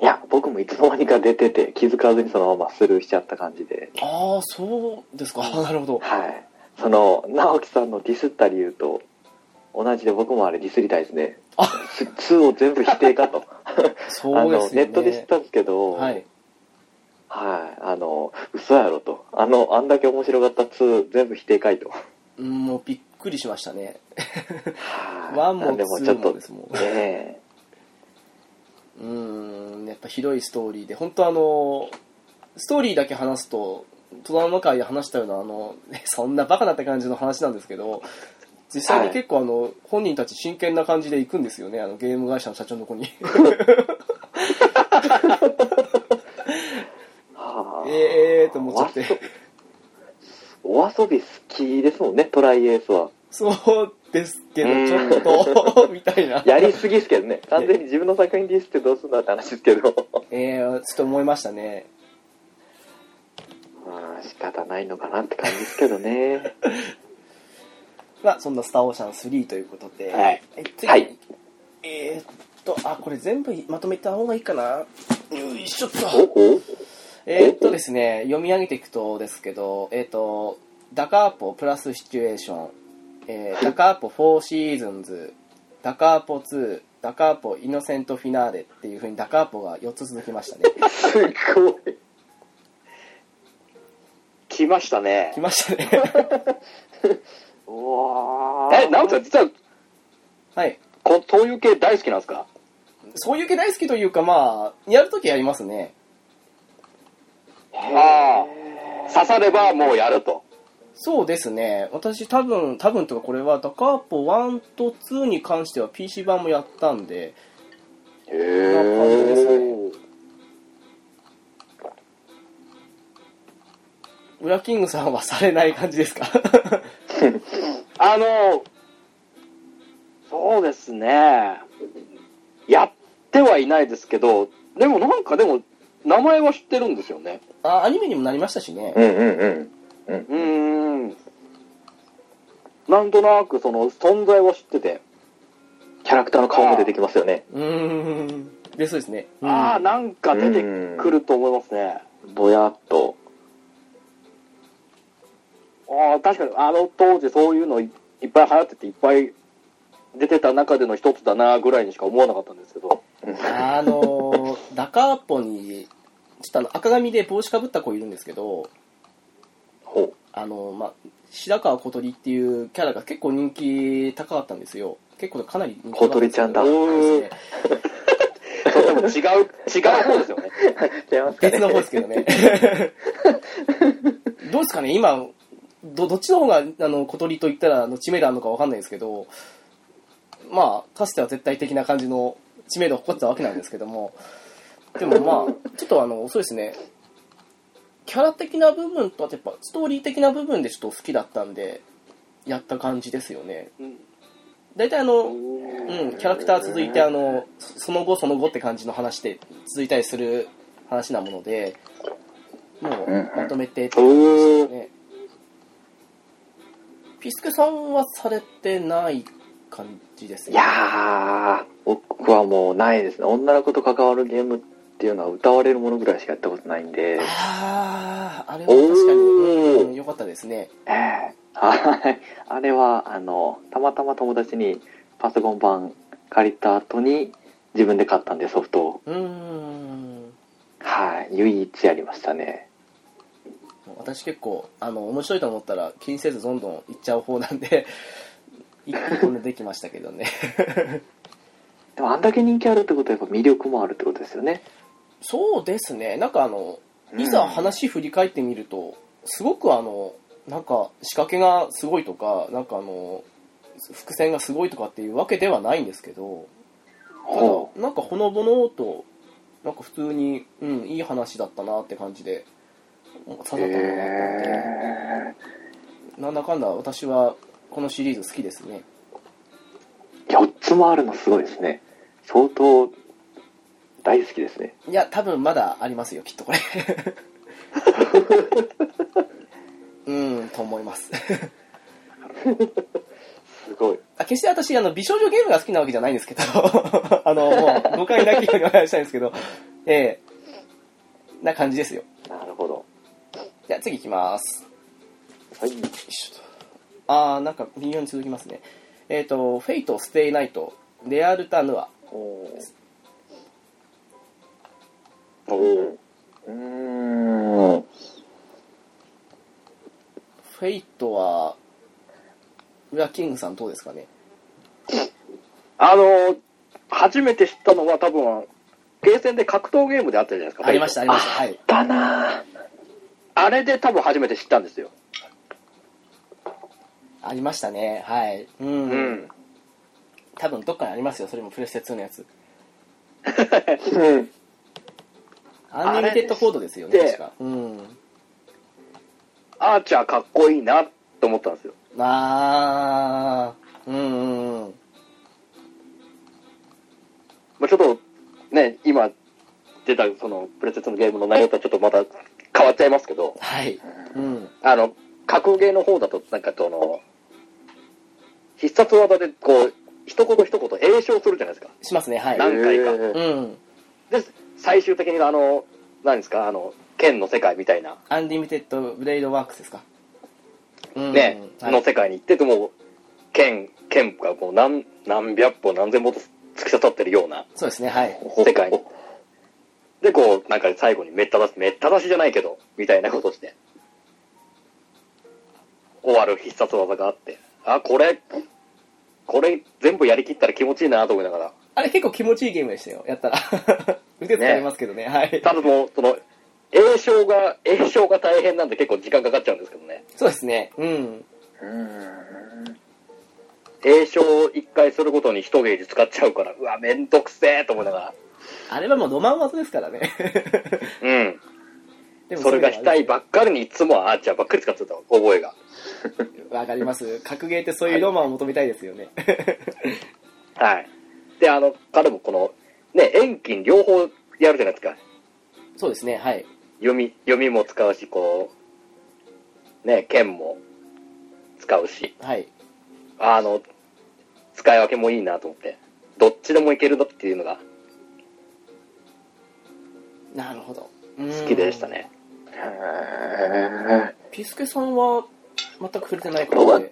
Speaker 3: いや僕もいつの間にか出てて気づかずにそのままスルーしちゃった感じで
Speaker 1: ああ、そうですか。なるほど。
Speaker 3: はいその直樹さんのディスった理由と同じで僕もあれディスりたいですね
Speaker 1: あ、
Speaker 3: つ2を全部否定
Speaker 1: (laughs)
Speaker 3: かとあ
Speaker 1: そうで
Speaker 3: の
Speaker 1: す
Speaker 3: ネ
Speaker 1: よね。
Speaker 3: ットで知ったんですけど
Speaker 1: はい。
Speaker 3: はいあの嘘やろとあのあんだけ面白かった2全部否定かいと
Speaker 1: うんもうびっくりしましたね。
Speaker 3: は
Speaker 1: 1
Speaker 3: い
Speaker 1: も
Speaker 3: なんでもちょ
Speaker 1: 2
Speaker 3: っ
Speaker 1: も
Speaker 3: と
Speaker 1: で
Speaker 3: ね
Speaker 1: すもん。
Speaker 3: え
Speaker 1: うーん、やっぱひどいストーリーで、本当あの、ストーリーだけ話 (laughs) すと、トラウマ界で話したような、あの、そんなバカなって感じの話なんですけど、実際に
Speaker 3: はい
Speaker 1: 結構あの、本人たち真剣な感じで行くんですよね、あのゲーム会社の社長の子に。 (laughs)
Speaker 3: はあ
Speaker 1: ええーと思っちゃって。
Speaker 3: お遊び好きですもんね、トライエースは。
Speaker 1: そうですけど
Speaker 2: う、ん
Speaker 1: ちょっと、 (laughs) みたいな。
Speaker 3: やりすぎですけどね、完全に自分の作品ディスってどうすんだって話ですけど。
Speaker 1: えー、ちょっと思いましたね。
Speaker 3: まあ、仕方ないのかなって感じですけどね。
Speaker 1: まあ、そんなスターオーシャン3ということで。
Speaker 2: はい。
Speaker 1: え次、
Speaker 3: はい
Speaker 1: えーっと、あ、これ全部まとめた方がいいかな。よいしょっと。
Speaker 3: おお
Speaker 1: えーっとですね、読み上げていくとですけど、えーっと、ダカーポプラスシチュエーション、えーダカーポ4シーズンズ、ダカーポ2、ダカーポイノセントフィナーレっていう風にダカーポが4つ続きましたね。
Speaker 3: すごい。
Speaker 2: 来ましたね
Speaker 1: 来。ましたね。 (laughs)
Speaker 3: うわー
Speaker 2: え、ナムさん、実は、
Speaker 1: はい。
Speaker 2: こそういう系大好きなんですか
Speaker 1: そういう系大好きというか、まあ、やるときやりますね。
Speaker 2: ああ、刺さればもうやると。
Speaker 1: そうですね。私多分、多分とかこれはダカーポ1と2に関しては PC 版もやったんで、
Speaker 3: へ
Speaker 1: こんな感じですね
Speaker 3: ー
Speaker 1: ウラキングさんはされない感じですか (laughs)
Speaker 2: あの、そうですね。やってはいないですけど、でもなんかでも、名前は知ってるんですよね。
Speaker 1: あ、アニメにもなりましたしね。
Speaker 3: うんうんうん。
Speaker 2: うーん。なんとなくその存在は知ってて、
Speaker 3: キャラクターの顔も出てきますよね。
Speaker 1: うーん。で、そうですね。うん
Speaker 2: ああ、なんか出てくると思いますね。
Speaker 3: ぼやっと。
Speaker 2: ああ、確かに、あの当時そういうのいいっぱい流行ってて、いっぱい出てた中での一つだなぐらいにしか思わなかったんですけど。
Speaker 1: あのー、ダカーポに、ちょっとあの赤髪で帽子かぶった子いるんですけど、
Speaker 3: ほう。
Speaker 1: あのーまあ、白川小鳥っていうキャラが結構人気高かったんですよ。結構かなり人気高かっ
Speaker 3: 小
Speaker 1: た
Speaker 3: 鳥ちゃんだ。違い
Speaker 1: ですね。
Speaker 2: それでも違う、違う方ですよね。
Speaker 3: ますかね
Speaker 1: 別の方ですけどね。どうですかね、今、どどっちの方があの小鳥と言ったらあの知名度あるのかわかんないですけど、まあ、かつては絶対的な感じの知名度を誇ってたわけなんですけども、でもまあ、ちょっとあの、そうですね、キャラ的な部分と、あとやっぱストーリー的な部分でちょっと好きだったんで、やった感じですよね。大体あの、うん、キャラクター続いてあのそその後その後って感じの話で続いたりする話なものでも
Speaker 3: うんう
Speaker 1: うんまとめてって感じ
Speaker 2: う
Speaker 1: ですねピスケさんはされてない感じです
Speaker 3: い
Speaker 1: ね
Speaker 3: やー、僕はもうないですね。女の子と関わるゲームっていうのは歌われるものぐらいしかやったことないんで。
Speaker 1: あああれは確かに
Speaker 3: おー
Speaker 1: うん良かったですね
Speaker 3: ええはい。あれは、あの、たまたま友達にパソコン版借りた後に自分で買ったんでソフトを。
Speaker 1: うーん
Speaker 3: はい。唯一やりましたね。
Speaker 1: 私結構あの面白いと思ったら気にせずどんどん行っちゃう方なんで一本でできましたけどね
Speaker 3: でもあんだけ人気あるってことはやっぱ魅力もあるってことですよね。
Speaker 1: そうですねなんかあの
Speaker 3: うん
Speaker 1: いざ話振り返ってみると、すごくあのなんか仕掛けがすごいとかなんかあの伏線がすごいとかっていうわけではないんですけどただ
Speaker 3: ほ
Speaker 1: なんかほのぼのとなんか普通に、うん、いい話だったなって感じで刺さったの
Speaker 3: う。へ
Speaker 1: があったので、
Speaker 3: え
Speaker 1: なんだかんだ私はこのシリーズ好きですね
Speaker 3: 4つもあるのすごいですね。相当大好きですね。
Speaker 1: いや多分まだありますよきっと
Speaker 3: (laughs)
Speaker 1: これ (laughs) うんと思います
Speaker 3: すごい。
Speaker 1: あ決して私あの美少女ゲームが好きなわけじゃないんですけど (laughs) あのもう誤解なきようにお話ししたいんですけどええな感じですよ
Speaker 3: なるほど。
Speaker 1: じゃあ次いきますよ
Speaker 3: はい。
Speaker 1: いしょとあーなんか微妙に続きますねえっ、と「フェイトステイナイトレアルタヌア
Speaker 3: お
Speaker 2: うん
Speaker 3: うーん。」
Speaker 1: フェイトは裏キングさんどうですかね
Speaker 2: あの、初めて知ったのは多分、ゲーセンで格闘ゲームであったじゃないですか。
Speaker 1: ありましたありましたは
Speaker 3: あ
Speaker 1: い
Speaker 3: だなぁ。
Speaker 2: あれで多分初めて知ったんですよ。
Speaker 1: ありましたねはいうん、
Speaker 2: うん。
Speaker 1: 多分どっかにありますよそれもプレステ2のやつ
Speaker 3: うん
Speaker 1: アンリミテッドコードですよね
Speaker 2: あれで
Speaker 1: 確かうん
Speaker 2: アーチャーかっこいいなと思ったんですよ。
Speaker 1: あーうんうんうん
Speaker 2: まあ、ちょっと、ね、今出たそのプレゼントのゲームの内容とはちょっとまた変わっちゃいますけど、
Speaker 1: はいうん
Speaker 2: あの、格ゲーの方だと、なんかその、必殺技でこう、一言一言栄唱するじゃないですか。
Speaker 1: しますねはい
Speaker 2: な何回か
Speaker 3: えー
Speaker 1: うん
Speaker 2: で、最終的にあの、何ですか、あの、剣の世界みたいな、
Speaker 1: アンリミテッドブレイドワークスですかうん
Speaker 2: ね、
Speaker 1: はい
Speaker 2: の世界に行って、でも、剣、剣がこう何、何百本何千本と突き刺さってるような
Speaker 1: そうですねはい
Speaker 2: 世界に。で、こう、なんか最後にめった出し、めった出しじゃないけど、みたいなことして、終わる必殺技があって、あ、これ、これ全部やりきったら気持ちいいなと思いながら、
Speaker 1: あれ結構気持ちいいゲームでしたよやったら (laughs) 腕疲れますけどねはい
Speaker 2: ただもう、その、栄唱が、栄唱が大変なんで結構時間かかっちゃうんですけどね。
Speaker 1: そうですねうん
Speaker 2: 栄唱を一回するごとに一ゲージ使っちゃうから、うわ、めんどくせえと思いながら、
Speaker 1: あれはもうロマン技ですからね (laughs)
Speaker 2: うん。
Speaker 1: で
Speaker 2: それが額ばっかりにいつもアーチャーばっかり使ってた覚えが。
Speaker 1: わかります格ゲーってそういうロマンを求めたいですよね
Speaker 2: はい。で、あの、彼もこの、ね、遠近両方やるじゃないですか。
Speaker 1: そうですねはい
Speaker 2: 読み、読みも使うし、こう、ね、剣も使うし、
Speaker 1: はい
Speaker 2: あの、使い分けもいいなと思って、どっちでもいけるなっていうのが
Speaker 1: なるほど
Speaker 2: 好
Speaker 1: 好
Speaker 2: きでしたね。
Speaker 3: へー
Speaker 1: ピスケさんは全く触れてないか
Speaker 3: 僕
Speaker 1: ら
Speaker 3: は
Speaker 1: ね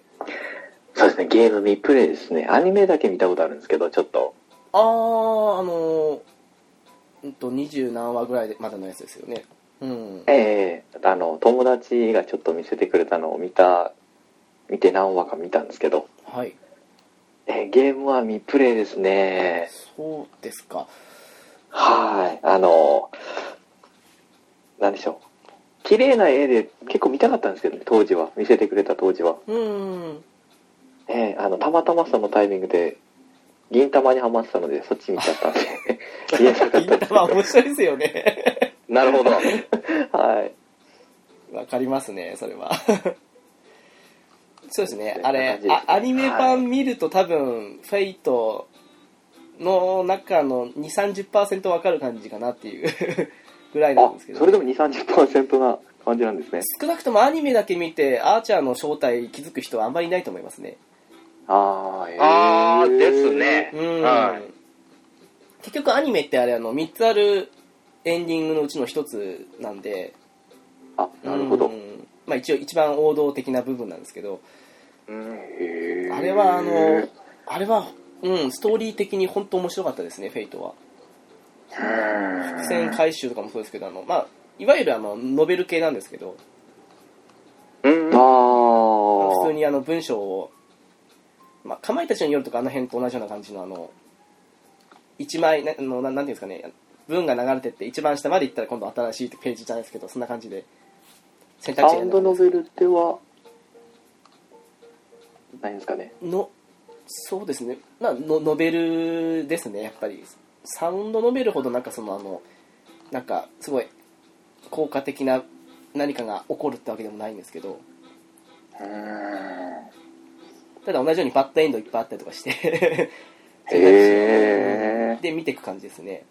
Speaker 3: そうですね、ゲーム未プレイですね。アニメだけ見たことあるんですけど、ちょっと。
Speaker 1: あああのー、うんと二十何話ぐらいでまだのやつですよねうん
Speaker 3: ええあの、友達がちょっと見せてくれたのを見た、見て何話か見たんですけど、
Speaker 1: はい
Speaker 3: えーゲームは未プレイですね。
Speaker 1: そうですか
Speaker 3: はい。あの、なんでしょう。綺麗な絵で結構見たかったんですけどね、当時は。見せてくれた当時は。
Speaker 1: うん
Speaker 3: ええあの、たまたまそのタイミングで、銀玉にハマってたので、そっち見ちゃった
Speaker 1: (laughs)
Speaker 3: んで、 (laughs) 言えなかったん
Speaker 1: 銀
Speaker 3: ですけど
Speaker 1: 玉面白いですよね (laughs)
Speaker 2: なるほ (laughs) ど。
Speaker 3: はい。
Speaker 1: わかりますねそれは (laughs) そうですねあれ
Speaker 3: こんな感じですね
Speaker 1: あアニメ版見ると多分、フェイトの中の2 3 0わかる感じかなっていう (laughs) ぐらいな
Speaker 3: あ
Speaker 1: んですけ、ど
Speaker 3: それでも2、30%な感じなんですね。
Speaker 1: 少なくともアニメだけ見てアーチャーの正体気づく人はあんまりいないと思いますね
Speaker 3: あー、えー、
Speaker 2: あーですね
Speaker 1: うん、
Speaker 2: はい
Speaker 1: 結局アニメってあれあの3つあるエンディングのうちの1つなんで
Speaker 3: あ、なるほど
Speaker 1: う。んまあ、一応一番王道的な部分なんですけど
Speaker 2: うん
Speaker 3: へー
Speaker 1: あれはあの、あれは、うん、ストーリー的に本当面白かったですね、フェイトは。伏線回収とかもそうですけど、あの、まあ、いわゆるあの、ノベル系なんですけど、
Speaker 2: うん
Speaker 3: あ
Speaker 1: 普通
Speaker 3: ー
Speaker 1: にあの、文章を、まあ、かまいたちの夜とかあの辺と同じような感じのあの、一枚、なあのななんていうんですかね、文が流れてって一番下まで行ったら今度新しいページじゃないですけど、そんな感じで、選択肢
Speaker 3: サ
Speaker 1: が
Speaker 3: ウ
Speaker 1: ね
Speaker 3: ンドノベルでは、ないんですかね。
Speaker 1: のそうですねまあのノベルですねやっぱりサウンドノベルほどなんかそのあのなんかすごい効果的な何かが起こるってわけでもないんですけどただ同じようにバッドエンドいっぱいあったりとかして (laughs)
Speaker 3: へー
Speaker 1: で見ていく感じですね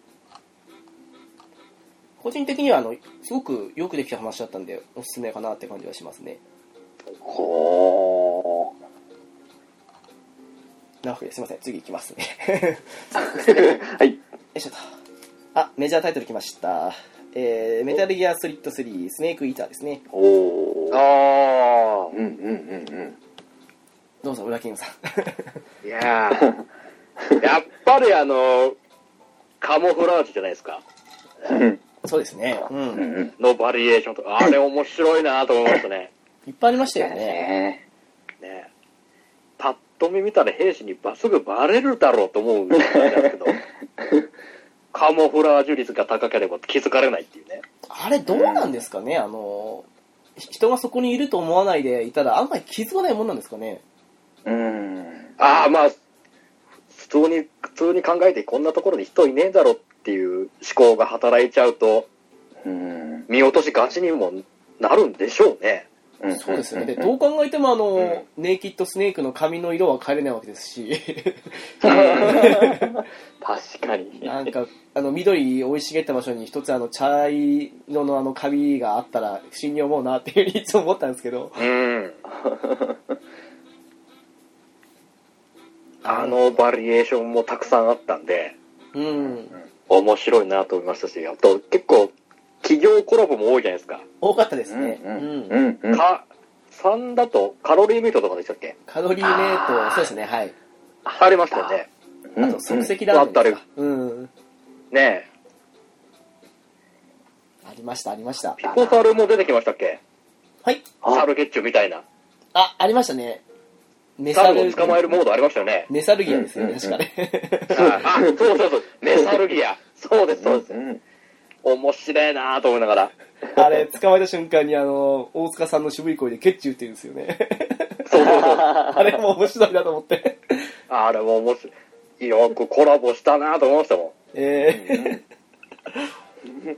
Speaker 1: 個人的にはあのすごくよくできた話だったんでおすすめかなって感じはしますね
Speaker 3: ほ
Speaker 1: なわけですいません次いきますね (laughs)
Speaker 3: ー。 (laughs) はい。
Speaker 1: よいしょとあメジャータイトル来ましたえー、メタルギアソリッド3スネークイーターですね
Speaker 3: おー。
Speaker 2: あ
Speaker 3: うんうんうんうん。
Speaker 1: どうぞ裏キングさん (laughs)
Speaker 2: あ、いやーやっぱりあの、カモフラージュじゃないですか。
Speaker 1: そうですねうん
Speaker 2: のバリエーションとか、あれ面白いなと思いました (laughs) ね。
Speaker 1: いっぱいありましたよね
Speaker 3: ね
Speaker 2: ねパッと見見たら兵士にばすぐバレるだろうと思うんですけどカモフラージュ率が高ければ気づかれないっていうね
Speaker 1: あれどうなんですかねあのひ人がそこにいると思わないでいたらあんまり気づかないもんなんですかね
Speaker 3: うん。
Speaker 2: ああ、まあ、普通に、普通に考えてこんなところに人いねえだろっていう思考が働いちゃうと、
Speaker 3: うん。
Speaker 2: 見落としがちにもなるんでしょうね。
Speaker 3: うん
Speaker 1: そうですよね。で、
Speaker 3: うん
Speaker 1: どう考えてもあの、
Speaker 2: うん
Speaker 1: ネイキッドスネークの髪の色は変えれないわけですし、
Speaker 3: 確かに。
Speaker 1: なんか、あの、緑生い茂った場所に一つあの、茶色のあの髪があったら不審に思うなっていうふうにいつも思ったんですけど、
Speaker 2: うん。あのバリエーションもたくさんあったんで、
Speaker 1: うん。
Speaker 2: 面白いなと思いましたし、あと結構、企業コラボも多いじゃないですか。
Speaker 1: 多かったです
Speaker 3: うん
Speaker 1: ね。う
Speaker 3: うん
Speaker 1: ん。
Speaker 3: うんうん。
Speaker 2: か、3だとカロリーメイトとかでしたっけ
Speaker 1: カロリーメイト、そうですね、はい。
Speaker 2: ありましたよね。
Speaker 1: あと、即席ラーメンとか
Speaker 2: あったあ
Speaker 1: うん。
Speaker 2: ねえ。
Speaker 1: ありました、ありました。
Speaker 2: ピコサルも出てきましたっけ
Speaker 1: はい。
Speaker 3: あ
Speaker 2: サルゲッチュみたいな。
Speaker 1: あ、ありましたね。メ
Speaker 2: サルを捕まえるモードありましたよね。
Speaker 1: メサルギアですよ
Speaker 3: う
Speaker 1: ね、
Speaker 3: ん
Speaker 1: 確かね。 (laughs)
Speaker 2: あ、あそうそうそう。メサルギア。そうです、そうです。
Speaker 3: ん。
Speaker 2: 面白いなと思いながら。
Speaker 1: あれ、捕まえた瞬間に、あの、大塚さんの渋い声でケッチ打ってるんですよね。
Speaker 2: そうそうそう。
Speaker 1: (laughs) あれも面白いなと思って。 (laughs)
Speaker 2: あれも面白い。よくコラボしたなと思いましたも
Speaker 1: えー
Speaker 2: ん。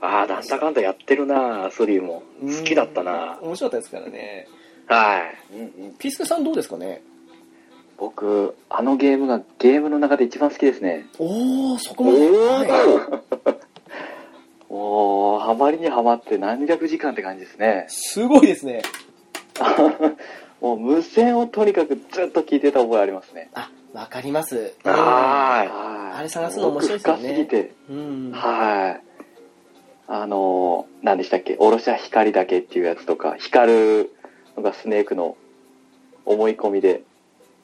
Speaker 2: ああ、なんだかんだやってるなスリーも。好きだったな
Speaker 1: 面白かったですからね。
Speaker 2: はい。
Speaker 3: うんうん
Speaker 1: ピースケさんどうですかね
Speaker 3: 僕、あのゲームがゲームの中で一番好きですね。
Speaker 1: おー、そこ
Speaker 2: お
Speaker 1: まで。
Speaker 2: ー
Speaker 3: もう、ハマりにハマって何百時間って感じですね。 (laughs)
Speaker 1: すごいですね。
Speaker 3: もう無線をとにかくずっと聞いてた覚えありますね。
Speaker 1: あ、わかります。
Speaker 2: は
Speaker 3: あ
Speaker 1: あれ探すの面白いですよね
Speaker 3: 深すぎて。
Speaker 1: うん。
Speaker 3: はい。あのー、何でしたっけ、おろしは光だけっていうやつとか、光るのがスネークの思い込みで、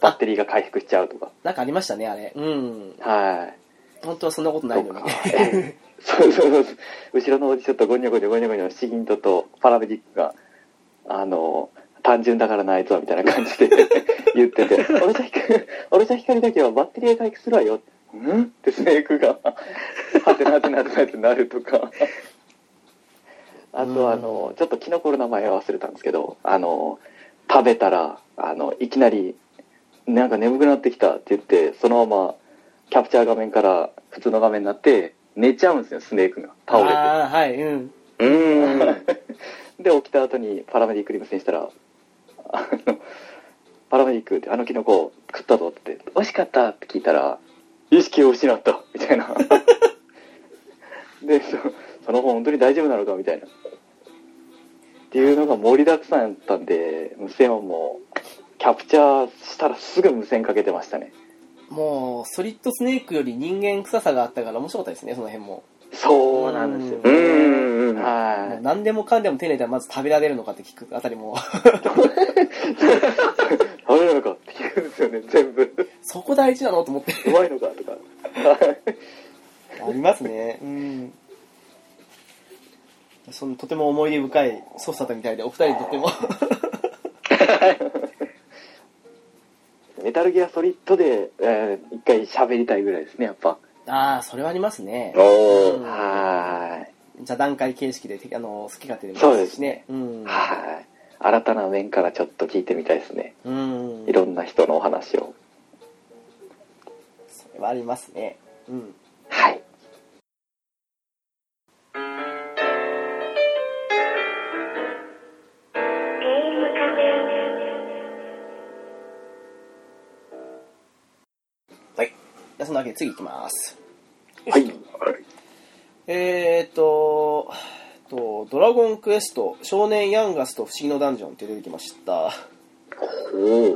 Speaker 3: バッテリーが回復しちゃうとか。
Speaker 1: なんかありましたね、あれ。うん。
Speaker 3: はい。
Speaker 1: 本当はそんなことないのに。
Speaker 3: ええそうそうそうそう。後ろのおじちょっとゴニョゴニョゴニョゴニョ、シギントとパラメディックが、あの、単純だからないぞみたいな感じで言って
Speaker 1: (laughs)
Speaker 3: て、俺じゃ光、俺じゃ光だけはバッテリーが回復するわよ。んってスネークが、はてなはてなはてなってなるとか。あ
Speaker 1: うん
Speaker 3: と、あの、ちょっとキノコの名前は忘れたんですけど、あの、食べたら、あの、いきなり、なんか眠くなってきたって言って、そのまま、キャプチャー画面から普通の画面になって、寝ちゃうんですよ、スネークが。倒れ
Speaker 1: (laughs) ああ、はい、うん。
Speaker 2: い。うーん。
Speaker 3: て。 (laughs) で、起きた後にパラメディックに無線したら、あの、パラメディックってあのキノコ食ったぞって、美味しかったって聞いたら、意識を失ったみたいな。でそ、その本本当に大丈夫なのかみたいな。っていうのが盛りだくさんやったんで、無線はもう、キャプチャーしたらすぐ無線かけてましたね。
Speaker 1: もう、ソリッドスネークより人間臭さがあったから面白かったですね、その辺も。
Speaker 3: そうなんですよ、
Speaker 2: う
Speaker 3: ね。
Speaker 2: ーん。
Speaker 1: もう
Speaker 3: はい。
Speaker 1: 何でもかんでも丁寧ではまず食べられるのかって聞くあたりも、 (laughs)
Speaker 3: 食べるのかって言うんですよね、全部。 (laughs)
Speaker 1: そこ大事なのと思って。
Speaker 3: うまいのかとか。
Speaker 1: ありますね。うん。そのとても思い出深い操作だったみたいで、お二人にとっても。
Speaker 3: メタルギアソリッドで、えー一回喋りたいぐらいですね、やっぱ。
Speaker 1: ああ、それはありますね。
Speaker 2: おー。
Speaker 3: は
Speaker 1: 座談会形式で、てあの、好き勝手でもいい
Speaker 3: そうです
Speaker 1: ね
Speaker 3: ね。
Speaker 1: うん
Speaker 3: い。。はい。新たな面からちょっと聞いてみたいですね。
Speaker 1: うん。
Speaker 3: いろんな人のお話を。
Speaker 1: それはありますね。うん。
Speaker 3: はい。
Speaker 1: はい。じゃあそんなわけで次行きます。
Speaker 3: はい。
Speaker 1: えーと、と、ドラゴンクエスト、少年ヤンガスと不思議のダンジョンって出てきま (laughs) した。
Speaker 2: おーあーあー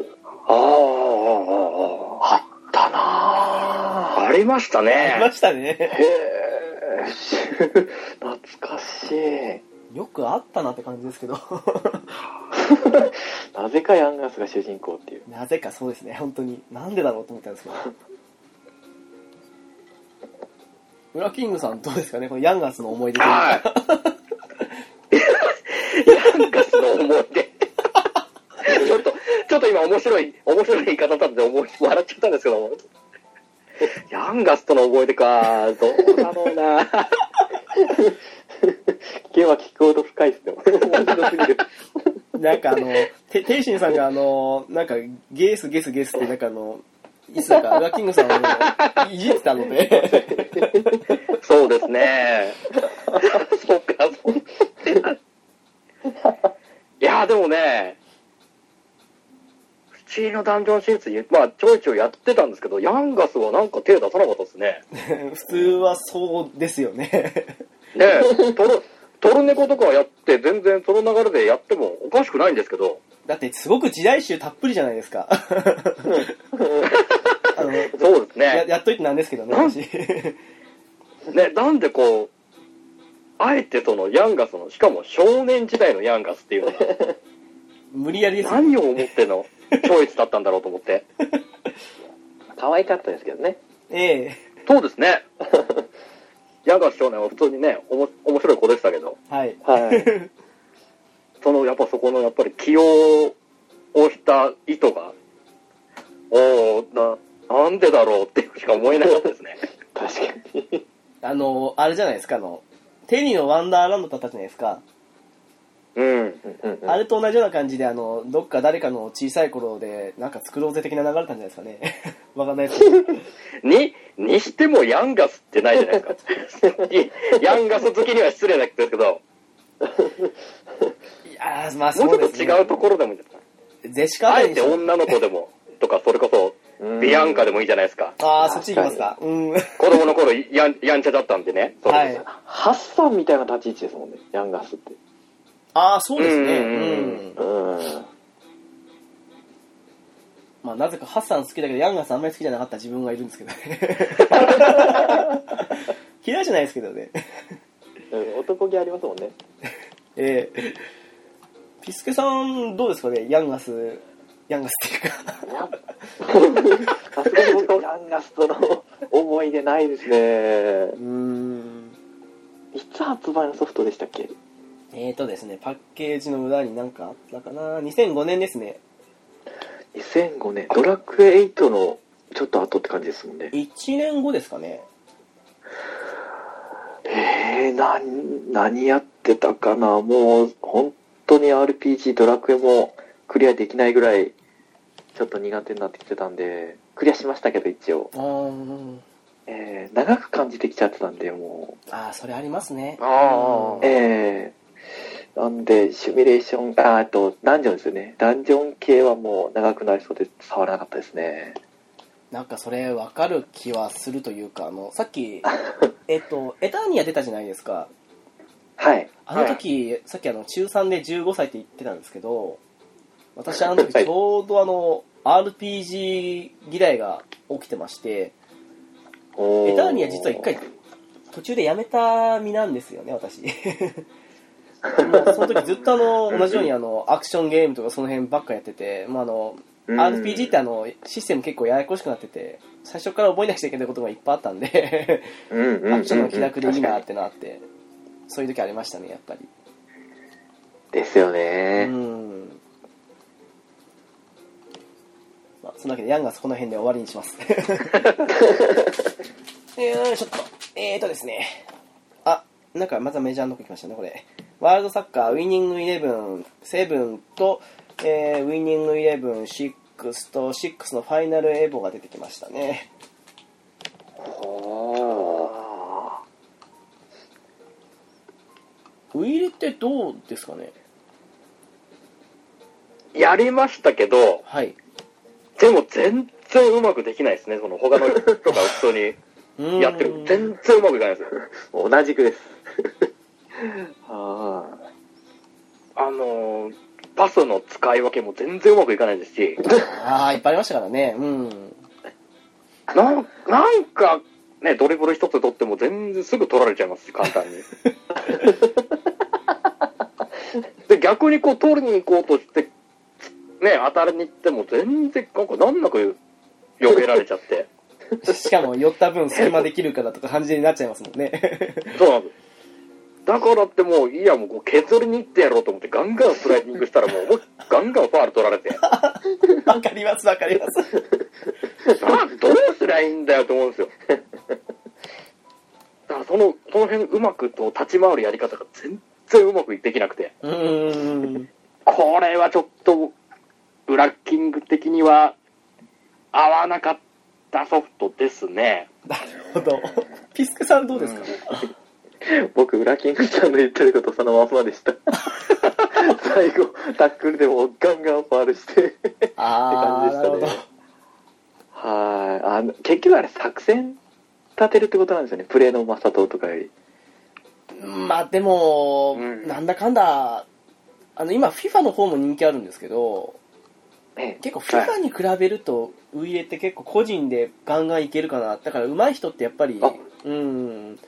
Speaker 2: あーあ
Speaker 3: あったな
Speaker 2: ーありました
Speaker 1: ありま
Speaker 2: ね。
Speaker 1: したね。
Speaker 3: ぁ。へえ。 (laughs) 懐かしい。
Speaker 1: よくあったなって感じですけど。
Speaker 3: なぜかヤンガスが主人公っていう。
Speaker 1: なぜかそうですね、本当に。なんでだろうと思ったんですけど。ウラキングさんどうですかねこのヤンガスの思い出
Speaker 2: はい。ヤンガスの思い出。ちょっと、ちょっと今面白い、面白い言い方だったんで思い、笑っちゃったんですけども。ヤンガスとの思い出か、どうだろ
Speaker 3: (laughs)
Speaker 2: うな。
Speaker 3: 聞けば聞くほど深いですね。面白すぎる。
Speaker 1: なんかあの、て、天心さんがあの、なんか、ゲースゲースゲースって、なんかあの、いつだか、ウラキングさんをいじってたので、
Speaker 2: そうで
Speaker 1: (laughs)
Speaker 2: すね。そうか、そういや、でもね、うちのダンジョンシリーズ、まあ、ちょいちょいやってたんですけど、ヤンガスはなんか手出さなかったですね。
Speaker 1: 普通はそうですよね。
Speaker 2: ね
Speaker 1: (laughs)
Speaker 2: え、トル、トルネコとかはやって、全然その流れでやってもおかしくないんですけど、
Speaker 1: だって、すごく時代集たっぷりじゃないですか。あの、や
Speaker 2: そうですね。
Speaker 1: やっといてなんですけどね、私。
Speaker 2: ね、なんでこう、あえてそのヤンガスの、しかも少年時代のヤンガスっていうの
Speaker 1: (laughs)
Speaker 2: が、
Speaker 1: 無理やりですよ。
Speaker 2: 何を思ってのチョイスだったんだろうと思って。
Speaker 3: 可愛かったですけどね。
Speaker 1: ええ
Speaker 2: そうですね。ヤンガス少年は普通にね、おも面白い子でしたけど、
Speaker 1: はい。
Speaker 3: はい。
Speaker 2: そのやっぱそこのやっぱり起用をした意図が、おおな、なんでだろうっていうしか思えなかったですね。
Speaker 3: 確かに。
Speaker 1: あの、あれじゃないですか、あの、テニーのワンダーランドだったじゃないですか。
Speaker 2: うん。
Speaker 3: (laughs) うんうんうん
Speaker 1: あれと同じような感じで、あの、どっか誰かの小さい頃で、なんか作ろうぜ的な流れだったんじゃないですかね。 (laughs) わかんないですけど。
Speaker 2: に、にしてもヤンガスってないじゃないです (laughs) か。いヤンガス好きには失礼なですけど、
Speaker 1: いやーまあ
Speaker 2: も
Speaker 1: そうう
Speaker 2: ちょ
Speaker 1: で
Speaker 2: っと
Speaker 1: すね。
Speaker 2: 違うところでもいいですか。
Speaker 1: ゼシカ
Speaker 2: あ
Speaker 1: あた
Speaker 2: え
Speaker 1: りに
Speaker 2: て
Speaker 1: し
Speaker 2: 女の子でも、とか、それこそ、ビアンカでもいいじゃないですか。
Speaker 1: ああ、そっち行きますか。うん。
Speaker 2: 子供の頃、やん、やんちゃだったんでね。そう
Speaker 1: はい。
Speaker 3: ハッサンみたいな立ち位置ですもんね、ヤンガスって。
Speaker 1: ああ、そうですね。
Speaker 2: うん
Speaker 1: うん。
Speaker 3: うん。
Speaker 1: まあなぜかハッサン好きだけど、ヤンガさんあんまり好きじゃなかった自分がいるんですけどね。 (laughs) 嫌いじゃないですけどね。
Speaker 3: 男気ありますもんね。
Speaker 1: ええピスケさん、どうですかねヤンガス、ヤンガスっていうか。
Speaker 3: さすがに僕、ヤンガスとの思い出ないです
Speaker 1: う。
Speaker 3: ね
Speaker 1: ーん。
Speaker 3: いつ発売のソフトでしたっけ
Speaker 1: えーとですね、パッケージの裏になんかあったかな2005年ですね。
Speaker 3: ?2005 年、ドラクエ8のちょっと後って感じですもんね。
Speaker 1: 1年後ですかね。
Speaker 3: えー、な、何やってたかなもう、本当に RPG、ドラクエもクリアできないぐらい、ちょっと苦手になってきてたんで、クリアしましたけど、一応。
Speaker 1: あー
Speaker 3: えー、長く感じてきちゃってたんで、も
Speaker 1: あー、それありますね。
Speaker 2: あ
Speaker 3: う。えー、なんで、シミュレーション、あー、あと、ダンジョンですよね。ダンジョン系はもう長くなりそうで触らなかったですね。
Speaker 1: なんかそれ分かる気はするというか、あの、さっ
Speaker 3: (laughs)
Speaker 1: き、えっと、エターニア出たじゃないですか。
Speaker 3: はい。
Speaker 1: あの時、さっきあの、中3で15歳って言ってたんですけど、
Speaker 3: (laughs)
Speaker 1: 私あの時
Speaker 3: はい
Speaker 1: ちょうどあの、RPG 嫌いが起きてまして、エ
Speaker 3: エ
Speaker 1: ターニア実は一回、途中でやめた身なんですよね、私。 (laughs) もうその時ずっとあの、同じようにあの、アクションゲームとかその辺ばっかやってて、まああの、RPG ってあの、システム結構ややこしくなってて、最初から覚えなくちゃいけないことがいっぱいあったんで、
Speaker 3: うんうんうんう
Speaker 1: (laughs)
Speaker 3: ん、
Speaker 1: アクションの気楽でいいなっ
Speaker 3: 確か
Speaker 1: てなって、そういう時ありましたね、やっぱり。
Speaker 3: にですよ
Speaker 1: う
Speaker 3: ね。
Speaker 1: ん。まあ、そんなわけで、ヤンガスこの辺で終わりにします。 (laughs) よいしょっと。えーとですね。あ、なんかまたメジャーのとこ来ましたね、これ。ワールドサッカー、ウィニングイレブン、セブンと、えーウィニングイレブン6と6のファイナルエボが出てきましたね。
Speaker 3: ほー
Speaker 1: ウィールってどうですかね
Speaker 2: やりましたけど、
Speaker 1: はい。
Speaker 2: でも全然うまくできないですね。その他の人が普通
Speaker 1: うー
Speaker 2: に
Speaker 1: ん
Speaker 2: やってる。全然うまくいかないですよ。
Speaker 3: 同じくです。あ
Speaker 2: あのー、パスの使い分けも全然うまくいかないですし、 (laughs)
Speaker 1: ああ、いっぱいありましたからね。うん。
Speaker 2: なんなんか、ね、ドリブル一つ取っても全然すぐ取られちゃいますし、簡
Speaker 1: (laughs)
Speaker 2: 単に。で、逆にこう取りに行こうとして、ね、当たりに行っても全然、なんか難なく避けられちゃって。
Speaker 1: (laughs) しかも寄った分隙間できるからとか感じになっちゃいますもんね。
Speaker 2: そうなんです。だからってもう、いやもうこう削りに行ってやろうと思って、ガンガンスライディングしたらもう思いっきり、ガンガンファール取られて、
Speaker 1: (laughs)
Speaker 2: な
Speaker 1: わかります、わかります。
Speaker 2: あ、どうすりゃいいんだよと思うんですよ。だからその、その辺うまくと立ち回るやり方が全然うまくできなくて、
Speaker 1: うーん。
Speaker 2: これはちょっと、ブラッキング的には合わなかったソフトですね。
Speaker 1: なるほど。ピスケさんどうですか、
Speaker 3: 僕、ウラキングちゃんの言ってることそのまんま
Speaker 1: (laughs)
Speaker 3: でした。最後、タックルでもガンガンファールして。
Speaker 1: ああ、
Speaker 3: って
Speaker 1: な
Speaker 3: 感
Speaker 1: る
Speaker 3: じ
Speaker 1: ほ
Speaker 3: でしたね
Speaker 1: ど。
Speaker 3: はい。あの、結局あれ作戦立てるってことなんですよね。プレイのマサトとかより。
Speaker 1: まあでも、
Speaker 2: うん
Speaker 1: なんだかんだ、あの今、FIFA の方も人気あるんですけど、
Speaker 3: ね。
Speaker 1: 結構 FIFA に比べると、ウイイレって結構個人でガンガンいけるかな、だから上手い人ってやっぱり、
Speaker 3: あ
Speaker 1: うん、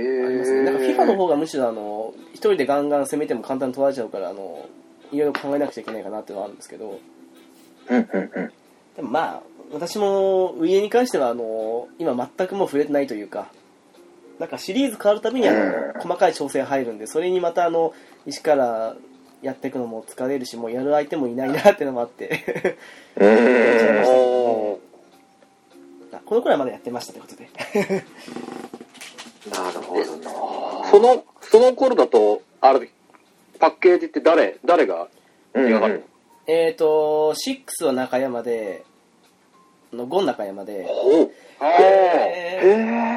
Speaker 1: ありますね。なんか FIFA の方がむしろあの、一人でガンガン攻めても簡単に取られちゃうから、あの、いろいろ考えなくちゃいけないかなっていうのはあるんですけど、
Speaker 3: うんうんうん。
Speaker 1: でもまあ、私もウイイレに関しては、あの、今全くもう触れてないというか、なんかシリーズ変わるたびにあの、
Speaker 3: うん
Speaker 1: 細かい調整入るんで、それにまたあの、石からやっていくのも疲れるし、もうやる相手もいないなっていうのもあって、 (laughs)
Speaker 3: う
Speaker 1: ーん
Speaker 3: ん。
Speaker 1: おあこのくらいまでやってましたってことで。 (laughs)
Speaker 3: なるほどな。
Speaker 2: その、その頃だと、あれ、パッケージって誰、誰が
Speaker 3: うん
Speaker 2: やばい
Speaker 3: うん
Speaker 1: えっと、6は中山で、あの5中山で、
Speaker 3: ほう。
Speaker 2: あ
Speaker 1: えー
Speaker 3: へ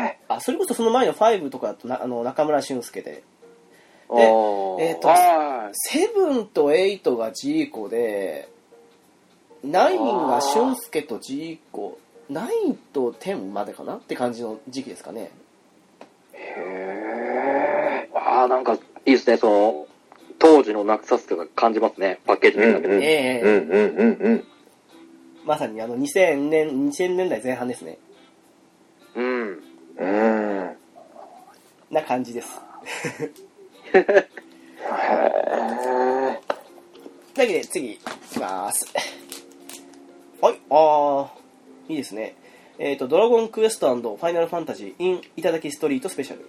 Speaker 3: え。
Speaker 1: あ、それこそその前の5とかだとなあの中村俊輔で、
Speaker 3: あー
Speaker 1: えーと
Speaker 2: あ
Speaker 1: 7と8がジーコで、9が俊介とジーコ、9と10までかなって感じの時期ですかね。
Speaker 2: ーあー、なんか、いいですね、その、当時のナクサスとか感じますね、パッケージ
Speaker 3: う
Speaker 2: 見
Speaker 3: ん
Speaker 2: たけ
Speaker 3: う
Speaker 2: ど。
Speaker 3: ん。
Speaker 1: ええ
Speaker 3: うんうんうんうん。
Speaker 1: まさにあの2000年、2000年代前半ですね。
Speaker 2: うん。
Speaker 3: うん。へ
Speaker 1: な感じです。という
Speaker 3: え。
Speaker 1: わけで次いきます。 (laughs) はい、あー、いいですね。えっ、と、ドラゴンクエストファイナルファンタジー in いただきストリートスペシャル。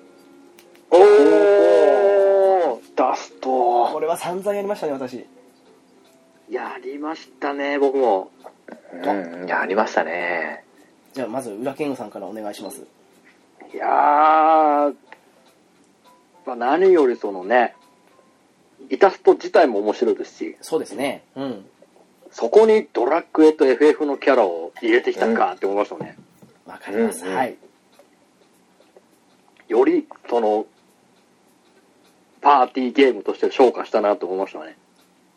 Speaker 2: お
Speaker 3: おダス
Speaker 1: こ
Speaker 3: ト。
Speaker 1: れは散々やりましたね、私。
Speaker 2: やりましたね、僕も。
Speaker 3: うん、やりましたね。
Speaker 1: じゃあ、まず、裏健吾さんからお願いします。
Speaker 2: いやー、まあ、何よりそのね、イタスト自体も面白いですし、
Speaker 1: そうですね。うん。
Speaker 2: そこにドラクエと FF のキャラを入れてきたかって思いましたね。
Speaker 1: わかります。
Speaker 3: うんうん
Speaker 1: はい。
Speaker 2: より、その、パーティーゲームとして昇華したなと思いましたね。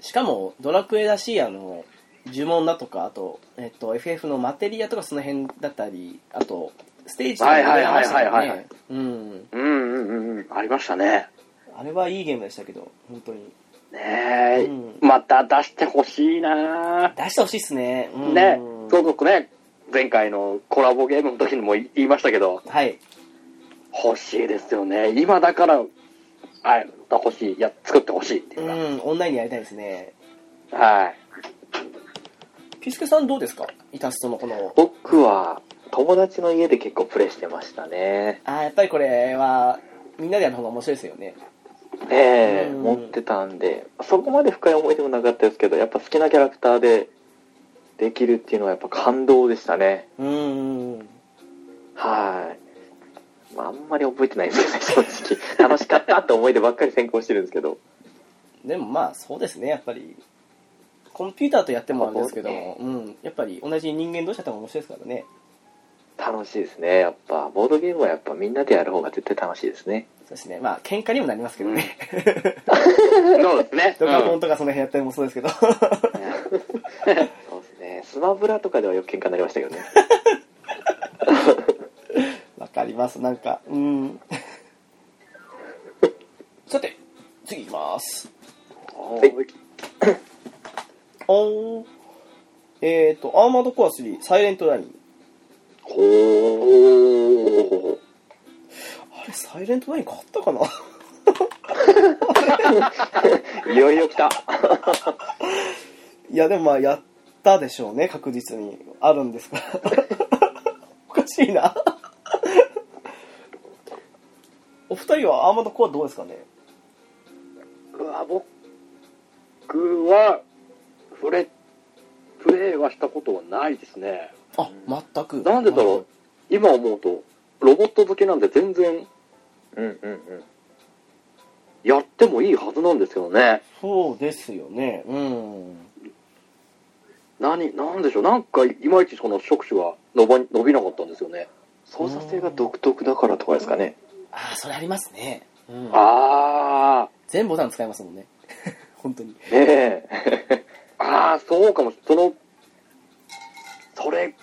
Speaker 1: しかも、ドラクエらしい、あの、呪文だとか、あと、えっと、FF のマテリアとかその辺だったり、あと、ステージとかも出ましたよ
Speaker 2: はいはいはいはいは
Speaker 1: ね。うん。
Speaker 2: うんうんうんうん、ありましたね。
Speaker 1: あれはいいゲームでしたけど、本当に。
Speaker 2: ねえ、
Speaker 1: うん
Speaker 2: また出してほしいな
Speaker 1: 出してほしいっすね。うん
Speaker 2: ね、そうそうね、前回のコラボゲームの時にも言いましたけど、
Speaker 1: はい。
Speaker 2: 欲しいですよね。今だから、あ欲しい、いや、作ってほしいっていううか、
Speaker 1: ん、オンラインでやりたいですね。
Speaker 2: はい。
Speaker 1: ピスケさんどうですかイタストのこの。
Speaker 3: 僕は友達の家で結構プレイしてましたね。
Speaker 1: あーやっぱりこれは、みんなでやる方が面白いですよね。
Speaker 3: ええ
Speaker 1: うん
Speaker 3: 持ってたんで、そこまで深い思い出もなかったですけど、やっぱ好きなキャラクターでできるっていうのはやっぱ感動でしたね。
Speaker 1: うん。
Speaker 3: はい。まあ、あんまり覚えてないですけどね、正直。楽しかったって思い出ばっかり先行してるんですけど。
Speaker 1: でもまあ、そうですね、やっぱり。コンピューターとやってもあれですけども、うん。やっぱり同じ人間同士だったら面白いですからね。
Speaker 3: 楽しいですね。やっぱ、ボードゲームはやっぱみんなでやる方が絶対楽しいですね。
Speaker 1: そうですね。まあ、喧嘩にもなりますけどね。
Speaker 2: そうですね。
Speaker 1: (laughs) ドカ
Speaker 2: う
Speaker 1: ポン
Speaker 2: ん
Speaker 1: とかその辺やったりもそうですけど。
Speaker 3: そうですね。スマブラとかではよく喧嘩になりましたけどね。
Speaker 1: わかります、なんか。うん。さて、次いきます。
Speaker 3: い
Speaker 1: おーえっ、と、アーマードコア3、サイレントライン。
Speaker 3: ほー。
Speaker 1: あれ、サイレントライン買ったかな
Speaker 3: いよいよ来た。
Speaker 1: いや、でもまあ、やったでしょうね、確実に。あるんですから。 (laughs) おかしいな。お二人はアーマードコアどうですかね
Speaker 2: うわ僕は、触れ、プレイはしたことはないですね。
Speaker 1: あ、全く。
Speaker 2: なんでだろう今思うと、ロボット好きなんで全然
Speaker 3: うんうんうん。やってもいいはずなんですけどね。
Speaker 1: そうですよね。うん。
Speaker 3: 何、なんでしょう。なんか、いまいちその触手が伸ば伸びなかったんですよね。操作性が独特だからとかですかね。
Speaker 1: ああ、それありますね。うん。
Speaker 3: あ
Speaker 1: 全ボタン使いますもんね。 (laughs) 本当に。
Speaker 3: ー、ねえ。 (laughs) あー、そうかもしその、それ、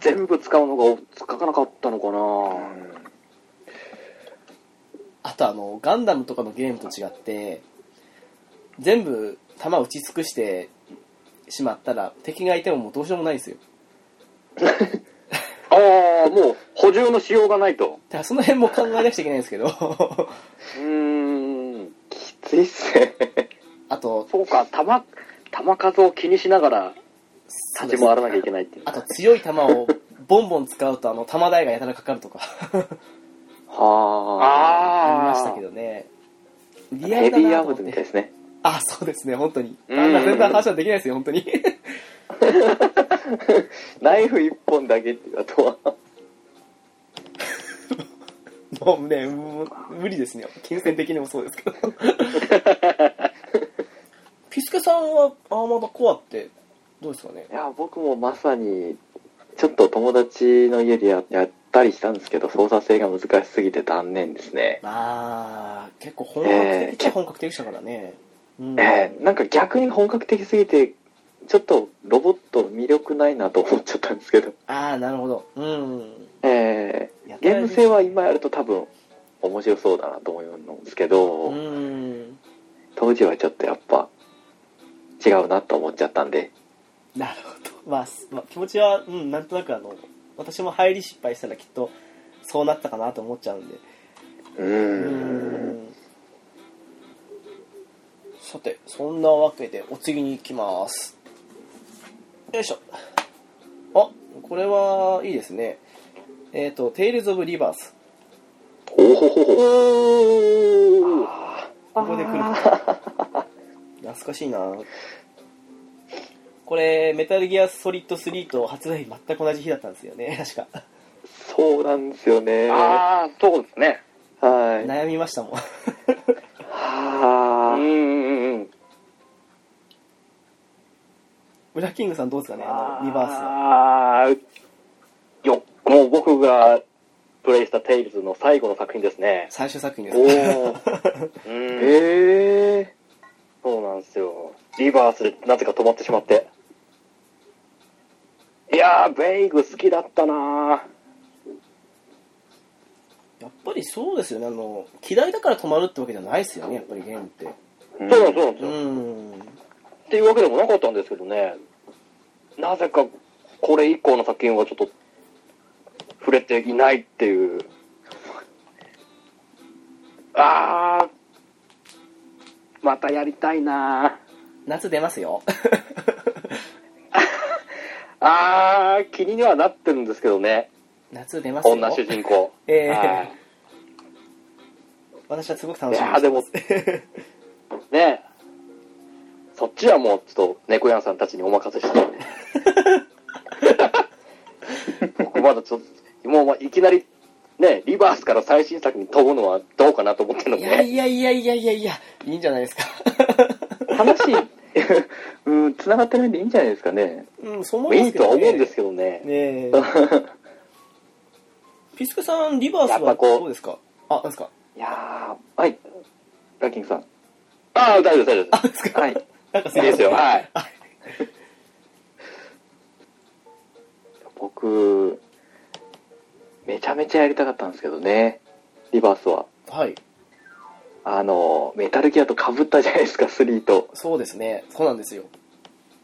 Speaker 3: 全部使うのがおつかなかったのかな
Speaker 1: あとあの、ガンダムとかのゲームと違って、全部弾打ち尽くしてしまったら、敵がいてももうどうしようもないんですよ。
Speaker 3: ああ、もう補充のしようがない (laughs) と。
Speaker 1: だからその辺も考えなくちゃいけないんですけど。
Speaker 3: うーん、きついっすね。
Speaker 1: あと、
Speaker 3: そうか、弾、弾数を気にしながら立ち回らなきゃいけないっていう。
Speaker 1: あと強い球をボンボン使うとあの球台がやたらかかるとか
Speaker 3: は
Speaker 1: あり
Speaker 2: あ
Speaker 1: ま
Speaker 2: あ
Speaker 1: したけどねリ
Speaker 3: ヘ
Speaker 1: だ
Speaker 3: ビー
Speaker 1: な
Speaker 3: ア
Speaker 1: と思
Speaker 3: ーム
Speaker 1: っ
Speaker 3: ズ
Speaker 1: て
Speaker 3: みたいですね。
Speaker 1: あそうですね本当に
Speaker 2: うん
Speaker 1: あんな全然話はできないですよ本当に
Speaker 3: ナイフ一本だけっていう、あとは。
Speaker 1: もうねもう無理ですね金銭的にもそうです
Speaker 3: (laughs)
Speaker 1: けどピスケさんはアーマードコアってどうですかね
Speaker 3: (laughs) いや、僕もまさに、ちょっと友達の家でややったりしたんですけど、操作性が難しすぎて断念ですね。
Speaker 1: ああ結構本格的っちゃ
Speaker 3: えー
Speaker 1: 本格的でしたからね、うん
Speaker 3: えーなんか逆に本格的すぎて、ちょっとロボット魅力ないなと思っちゃったんですけど、
Speaker 1: ああなるほどうん
Speaker 3: えーゲーム性は今やると多分面白そうだなと思うんですけど、
Speaker 1: うん
Speaker 3: 当時はちょっとやっぱ違うなと思っちゃったんで、
Speaker 1: なるほど、まあ、すまあ気持ちは、うん、なんとなくあの私も入り失敗したらきっとそうなったかなと思っちゃうんでう
Speaker 3: う
Speaker 1: ー
Speaker 3: ん。
Speaker 1: んさてそんなわけでお次に行きますよいしょあこれはいいですねえっ、と「テイルズ・オブ・リバース
Speaker 3: おほほほ。」
Speaker 1: ここで来るか懐かしいなこれメタルギアソリッド3と発売日全く同じ日だったんですよね確か
Speaker 3: そうなんですよね。は
Speaker 2: ああ、そうですね。
Speaker 3: い。
Speaker 1: 悩みましたもん (laughs)
Speaker 2: うん
Speaker 3: は
Speaker 2: うんうん。
Speaker 1: ブラッキングさんどうですかねあのリバースは
Speaker 2: ああ、よ、もう僕がプレイしたテイルズの最後の作品ですね。
Speaker 1: 最終作品です
Speaker 2: おお
Speaker 1: ね。
Speaker 3: あ。
Speaker 2: うん、
Speaker 3: ええ
Speaker 2: そうなんですよ。リバースでなぜか止まってしまって。いやー、ベイグ好きだったなー
Speaker 1: やっぱりそうですよねあの嫌いだから止まるってわけじゃないですよねやっぱりゲームって
Speaker 3: ー。
Speaker 2: そうなんですそうなんです
Speaker 1: う
Speaker 2: よ。
Speaker 1: ん
Speaker 2: っていうわけでもなかったんですけどね、なぜかこれ以降の作品はちょっと触れていないっていう。あー、またやりたいな
Speaker 1: 夏出ますよ (laughs)
Speaker 2: あー、気にはなってるんですけどね、
Speaker 1: 夏出ますよ
Speaker 2: 女主人公。
Speaker 1: ええ
Speaker 2: はい
Speaker 1: 私はすごく楽しみ
Speaker 2: いやーでもねそっちはもうちょっと猫やんさんたちにお任せ (laughs) して。僕まだちょっと、もうまあいきなり、ね、リバースから最新作に飛ぶのはどうかなと思ってるの
Speaker 1: い
Speaker 2: で、
Speaker 1: や
Speaker 2: ね、
Speaker 1: いやいやいやいやいやいいんじゃないですか (laughs)
Speaker 3: 話、 (laughs) うん、繋がってないんでいいんじゃないですかね。
Speaker 1: うんそう思います
Speaker 2: いい
Speaker 1: け
Speaker 2: とは
Speaker 1: ど、ね、
Speaker 2: 思うんですけどね。
Speaker 1: ねえ
Speaker 2: (laughs)
Speaker 1: ピスクさんリバース
Speaker 2: やっ
Speaker 1: は
Speaker 2: ぱこう
Speaker 1: どうですかあなんですか
Speaker 3: いやー、はい。ラッキングさん。
Speaker 2: ああ、大丈夫、大丈夫。
Speaker 1: なんですか
Speaker 3: はい。
Speaker 1: なんか
Speaker 2: いいですよ、はい。
Speaker 3: 僕、めちゃめちゃやりたかったんですけどね。リバースは。
Speaker 1: はい
Speaker 3: あの、メタルギアと被ったじゃないですか、3と。
Speaker 1: そうですねそうなんですよ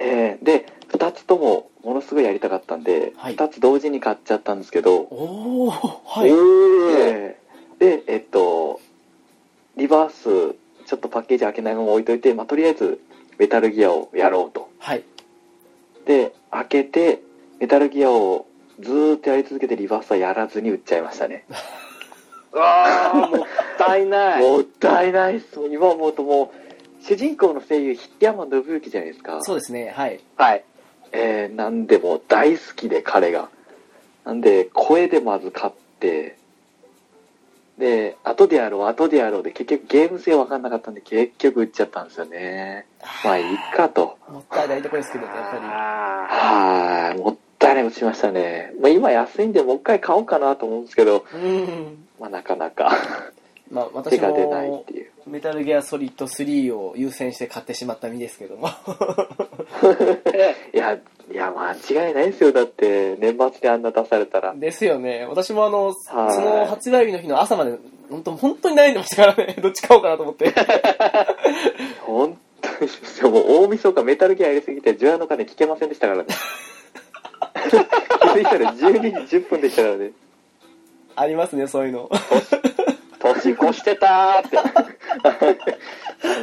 Speaker 3: えーで、2つともものすごいやりたかったんで、
Speaker 1: はい
Speaker 3: 2つ同時に買っちゃったんですけど、
Speaker 1: おおはい
Speaker 3: え
Speaker 2: ー
Speaker 3: ーで、えっと、リバース、ちょっとパッケージ開けないまま置いといて、まあ、とりあえず、メタルギアをやろうと。
Speaker 1: はい
Speaker 3: で、開けて、メタルギアをずーっとやり続けて、リバースはやらずに売っちゃいましたね。
Speaker 2: ああ、もったいない。
Speaker 3: もったいないっす。今思うともう、主人公の声優、ヒッヤマン信之じゃないですか。
Speaker 1: そうですねはい
Speaker 2: (laughs) はい。
Speaker 3: えー、なんでも大好きで彼がなんで声でまず勝ってで、後でやろう、後でやろうで、結局ゲーム性分かんなかったんで、結局売っちゃったんですよね。まあいいかと。
Speaker 1: もったいないとこですけどね、やっぱ
Speaker 3: はい、もったいないことしましたね。まあ今安いんで、もう一回買おうかなと思うんですけど、
Speaker 1: り。うん。
Speaker 3: まあなかなか
Speaker 1: まあ、
Speaker 3: 手
Speaker 1: (laughs) 私
Speaker 3: が出ないっ
Speaker 1: も
Speaker 3: て、いう。
Speaker 1: メタルギアソリッド3を優先して買ってしまった身ですけども。 (laughs)
Speaker 3: いや、いや、間違いないですよ。だって、年末であんな出されたら。
Speaker 1: ですよね。私もあの、そ
Speaker 3: はい
Speaker 1: の発売日の日の朝まで、本当本当に悩んでましたからね。 (laughs) どっち買おうかなと思って。
Speaker 3: 本当に、そうもう大晦日メタルギアやりすぎて、除夜の鐘聞けませんでしたからね。気づいたら12時10分でしたからね。
Speaker 1: ありますね、そういう
Speaker 3: (laughs)
Speaker 1: の。
Speaker 2: 年越してたーって。
Speaker 3: あ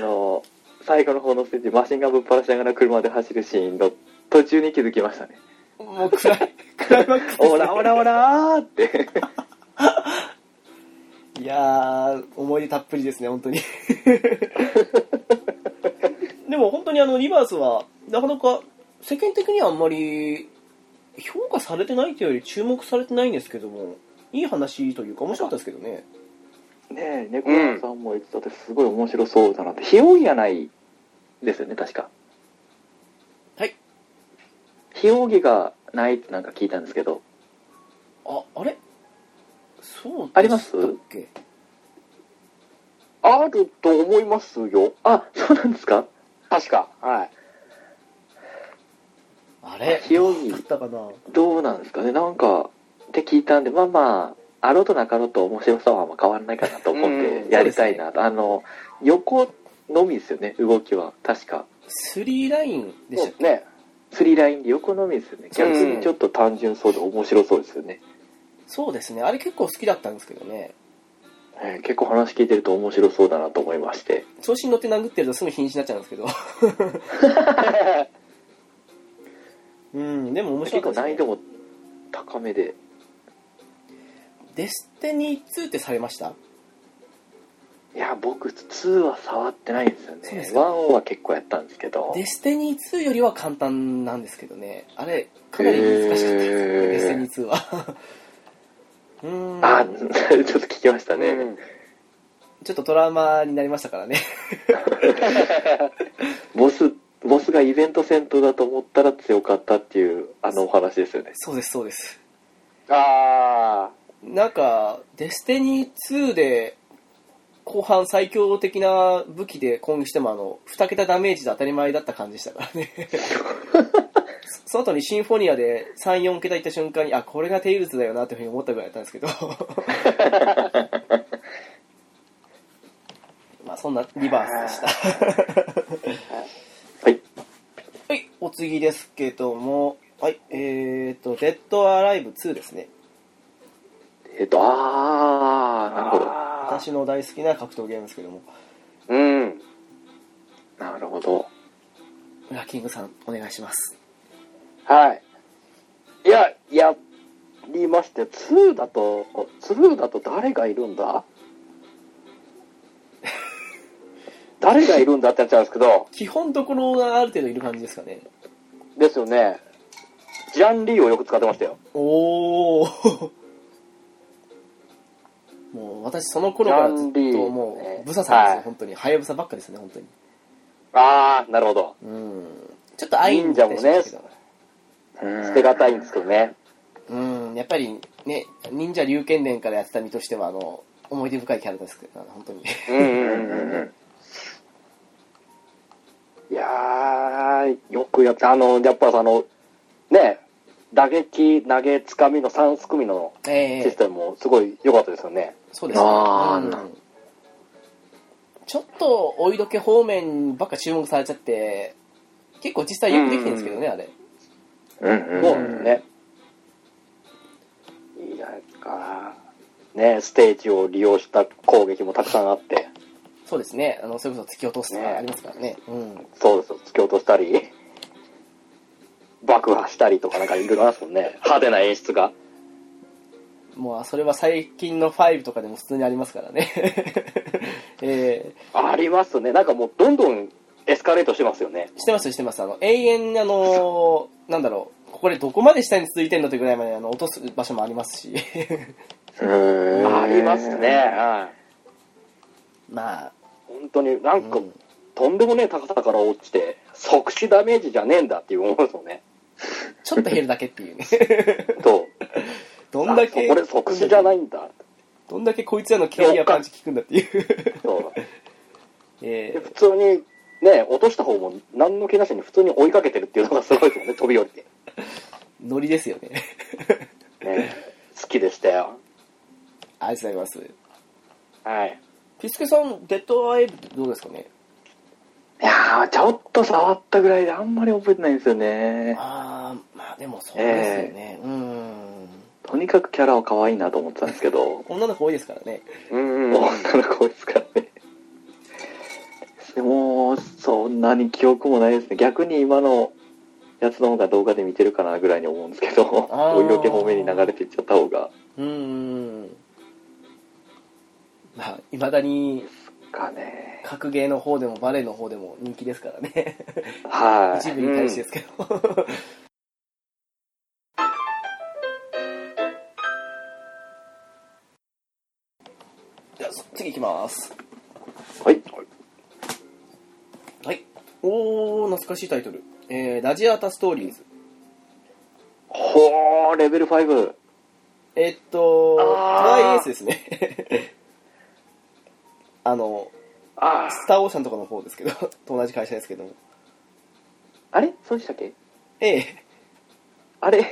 Speaker 3: の、最後の方のステージ、マシンガンぶっ放しながら車で走るシーンの途中に気づきましたね。
Speaker 1: もう暗い、暗いマックスですね
Speaker 3: オラオラオラーって。
Speaker 1: いやー、思い出たっぷりですね、本当に。 (laughs) でも本当にあの、リバースは、なかなか世間的にはあんまり評価されてないというより注目されてないんですけども、いい話というか面白かったですけどね。
Speaker 3: ねえ、猫山さんも言ってたってすごい面白そうだなって。ひよいやないですよね、確か。
Speaker 1: はい。
Speaker 3: ひよぎがないってなんか聞いたんですけど、
Speaker 1: あ、あれそう
Speaker 3: あ
Speaker 1: で
Speaker 3: りま
Speaker 1: し
Speaker 3: す
Speaker 1: たっけ
Speaker 2: あると思いますよ。
Speaker 3: あ、そうなんですか
Speaker 2: 確か。はい。
Speaker 1: あれ
Speaker 3: ひよぎ
Speaker 1: あったかな
Speaker 3: どうなんですかねなんか、って聞いたんで、まあまあ、あろうとなかろうと面白さはあんま変わらないかなと思っ
Speaker 2: うん
Speaker 3: てやりたいなと。あの、横のみですよね、動きは。確か。
Speaker 1: 3ラインでしたっけ
Speaker 2: ね。
Speaker 3: スリーラインで横のみですよね。
Speaker 2: そう
Speaker 3: 逆
Speaker 2: ですね
Speaker 3: にちょっと単純そうで面白そうですよね。
Speaker 1: そうですね、あれ結構好きだったんですけどね。
Speaker 3: えー結構話聞いてると面白そうだなと思いまして。
Speaker 1: 調子に乗って殴ってるとすぐ瀕死になっちゃうんですけど。うん、でも面白
Speaker 3: 結
Speaker 1: か
Speaker 3: 構
Speaker 1: ったですね
Speaker 3: 難易度も高めで。
Speaker 1: デスティニー2ってされました
Speaker 3: いや、僕、2は触ってないんですよね。
Speaker 1: そうですか
Speaker 3: 1は結構やったんですけど。
Speaker 1: デスティニー2よりは簡単なんですけどね。あれ、かなり難しかったです、
Speaker 3: へー
Speaker 1: デスティニー2は。う
Speaker 3: あ、
Speaker 1: ー
Speaker 3: (laughs)
Speaker 1: ん。
Speaker 3: ちょっと聞きましたね。
Speaker 2: うん
Speaker 1: ちょっとトラウマになりましたからね。
Speaker 3: ボス、ボスがイベント戦闘だと思ったら強かったっていう、あのお話ですよね。
Speaker 1: そうです、そうです。
Speaker 2: あ
Speaker 1: なんか、デスティニー2で、後半最強的な武器で攻撃しても、あの、2桁ダメージで当たり前だった感じでしたからね。そその後にシンフォニアで3、4桁いった瞬間に、あ、これがテイルズだよなっていうふうに思ったぐらいだったんですけど。まあ、そんなリバースでした。
Speaker 3: はい。
Speaker 1: はい、お次ですけども、はい、えーと、デッドアライブ2ですね。
Speaker 3: えっと、あ
Speaker 2: ー
Speaker 3: ー、なるほど。
Speaker 2: あ
Speaker 1: 私の大好きな格闘ゲームですけども。
Speaker 2: ー。うん。
Speaker 3: なるほど。
Speaker 1: ラキングさん、お願いします。
Speaker 2: はい。いや、やりまして、2だと、2だと誰がいるんだ誰がいるんだってなっちゃうんですけど、
Speaker 1: 基本どころがある程度いる感じですかね。
Speaker 2: ですよね。ジャン・リーをよく使ってましたよ。
Speaker 1: おお。もう私その頃からずっと
Speaker 2: ジャンリー
Speaker 1: も
Speaker 2: ね
Speaker 1: う、ブサさんですよ、
Speaker 2: はい
Speaker 1: 本当に。ハヤブサばっかですね、本当に。
Speaker 2: ああ、なるほど。
Speaker 1: うん。ちょっとアイン
Speaker 2: 忍者もね
Speaker 1: ですけど
Speaker 2: 捨
Speaker 3: 捨
Speaker 2: てがたいんですけどね。
Speaker 1: うん、やっぱりね、忍者龍剣伝からやってた身としては、あの、思い出深いキャラですけど、本当に。 (laughs)
Speaker 2: うん
Speaker 3: う
Speaker 2: う
Speaker 3: ん
Speaker 2: ん
Speaker 3: うんうん。
Speaker 2: いやー、よくやった。あの、やっぱその、ね、打撃、投げ、つかみの3すくみの
Speaker 1: ええ
Speaker 2: システムもすごい良かったですよね。
Speaker 1: そうですね。
Speaker 3: あー
Speaker 1: うんちょっと、おいどけ方面ばっか注目されちゃって、結構実際よくできてるんですけどね、あれ。
Speaker 3: うんうん
Speaker 2: も
Speaker 3: う
Speaker 2: うんね。いいじゃないですか。ね、ステージを利用した攻撃もたくさんあって、
Speaker 1: そうですね。あの、それこそ突き落とすと
Speaker 2: ね
Speaker 1: かありますからね。うん。
Speaker 2: そうですよ、突き落としたり、爆破したりとかなんかいろいろありますもんね。派手な演出が。
Speaker 1: もう、それは最近の5とかでも普通にありますからね。 (laughs) え
Speaker 2: ありますね。なんかもうどんどんエスカレートしてますよね。
Speaker 1: ー、してますしてます。あの、永遠にあの、なんだろう、これどこまで下に続いてんのってぐらいまで、あの、落とす場所もありますし。 (laughs)
Speaker 3: うん
Speaker 2: ありますね。はい。
Speaker 1: まあ、
Speaker 2: 本当になんか、
Speaker 1: うん
Speaker 2: とんでもねえ高さから落ちて即死ダメージじゃねえんだっていう思うんですよね
Speaker 1: ちょっと減るだけって
Speaker 2: (laughs)
Speaker 1: いうね。
Speaker 2: と
Speaker 1: どんだけ、
Speaker 2: これ即死じゃないんだ
Speaker 1: どんだけこいつらのキャリアパンチ効くんだっていう。
Speaker 2: そう
Speaker 1: え
Speaker 2: で
Speaker 1: ー
Speaker 2: 普通にね落とした方も何の気なしに普通に追いかけてるっていうのがすごいですよね飛び降りて、
Speaker 1: ノリですよね。 (laughs)
Speaker 2: ね、好きでしたよ
Speaker 1: ありがとうございます。
Speaker 2: はい
Speaker 1: ピスケさん、デッドアイブどうですかね
Speaker 3: いやーちょっと触ったぐらいであんまり覚えてないんですよね
Speaker 1: ああ、まあでもそうですよね。うーん。
Speaker 3: とにかくキャラは可愛いなと思ってたんですけど
Speaker 1: 女の子多いですからね。
Speaker 2: うんうん
Speaker 3: 女の子ですからねでもそんなに記憶もないですね逆に今のやつの方が動画で見てるかなぐらいに思うんですけど
Speaker 1: あー
Speaker 3: お色気方面に流れていっちゃった方が
Speaker 1: うーん。まあ、いまだに、
Speaker 3: かね
Speaker 1: 格ゲーの方でもバレエの方でも人気ですからね。
Speaker 3: は
Speaker 1: 一部に対してですけど。 (laughs) じゃあ、次行きます。
Speaker 3: いはい
Speaker 1: はい。おー、懐かしいタイトル。えー、ラジアータストーリーズ。
Speaker 3: ほーレベル5
Speaker 1: えっと、ト
Speaker 2: あー
Speaker 1: ライエースですね。 (laughs) あの、
Speaker 2: あ
Speaker 1: スターオーシャンとかの方ですけど、 (laughs) と同じ会社ですけども。
Speaker 3: あれそうでしたっけ
Speaker 1: ええ、
Speaker 3: あれ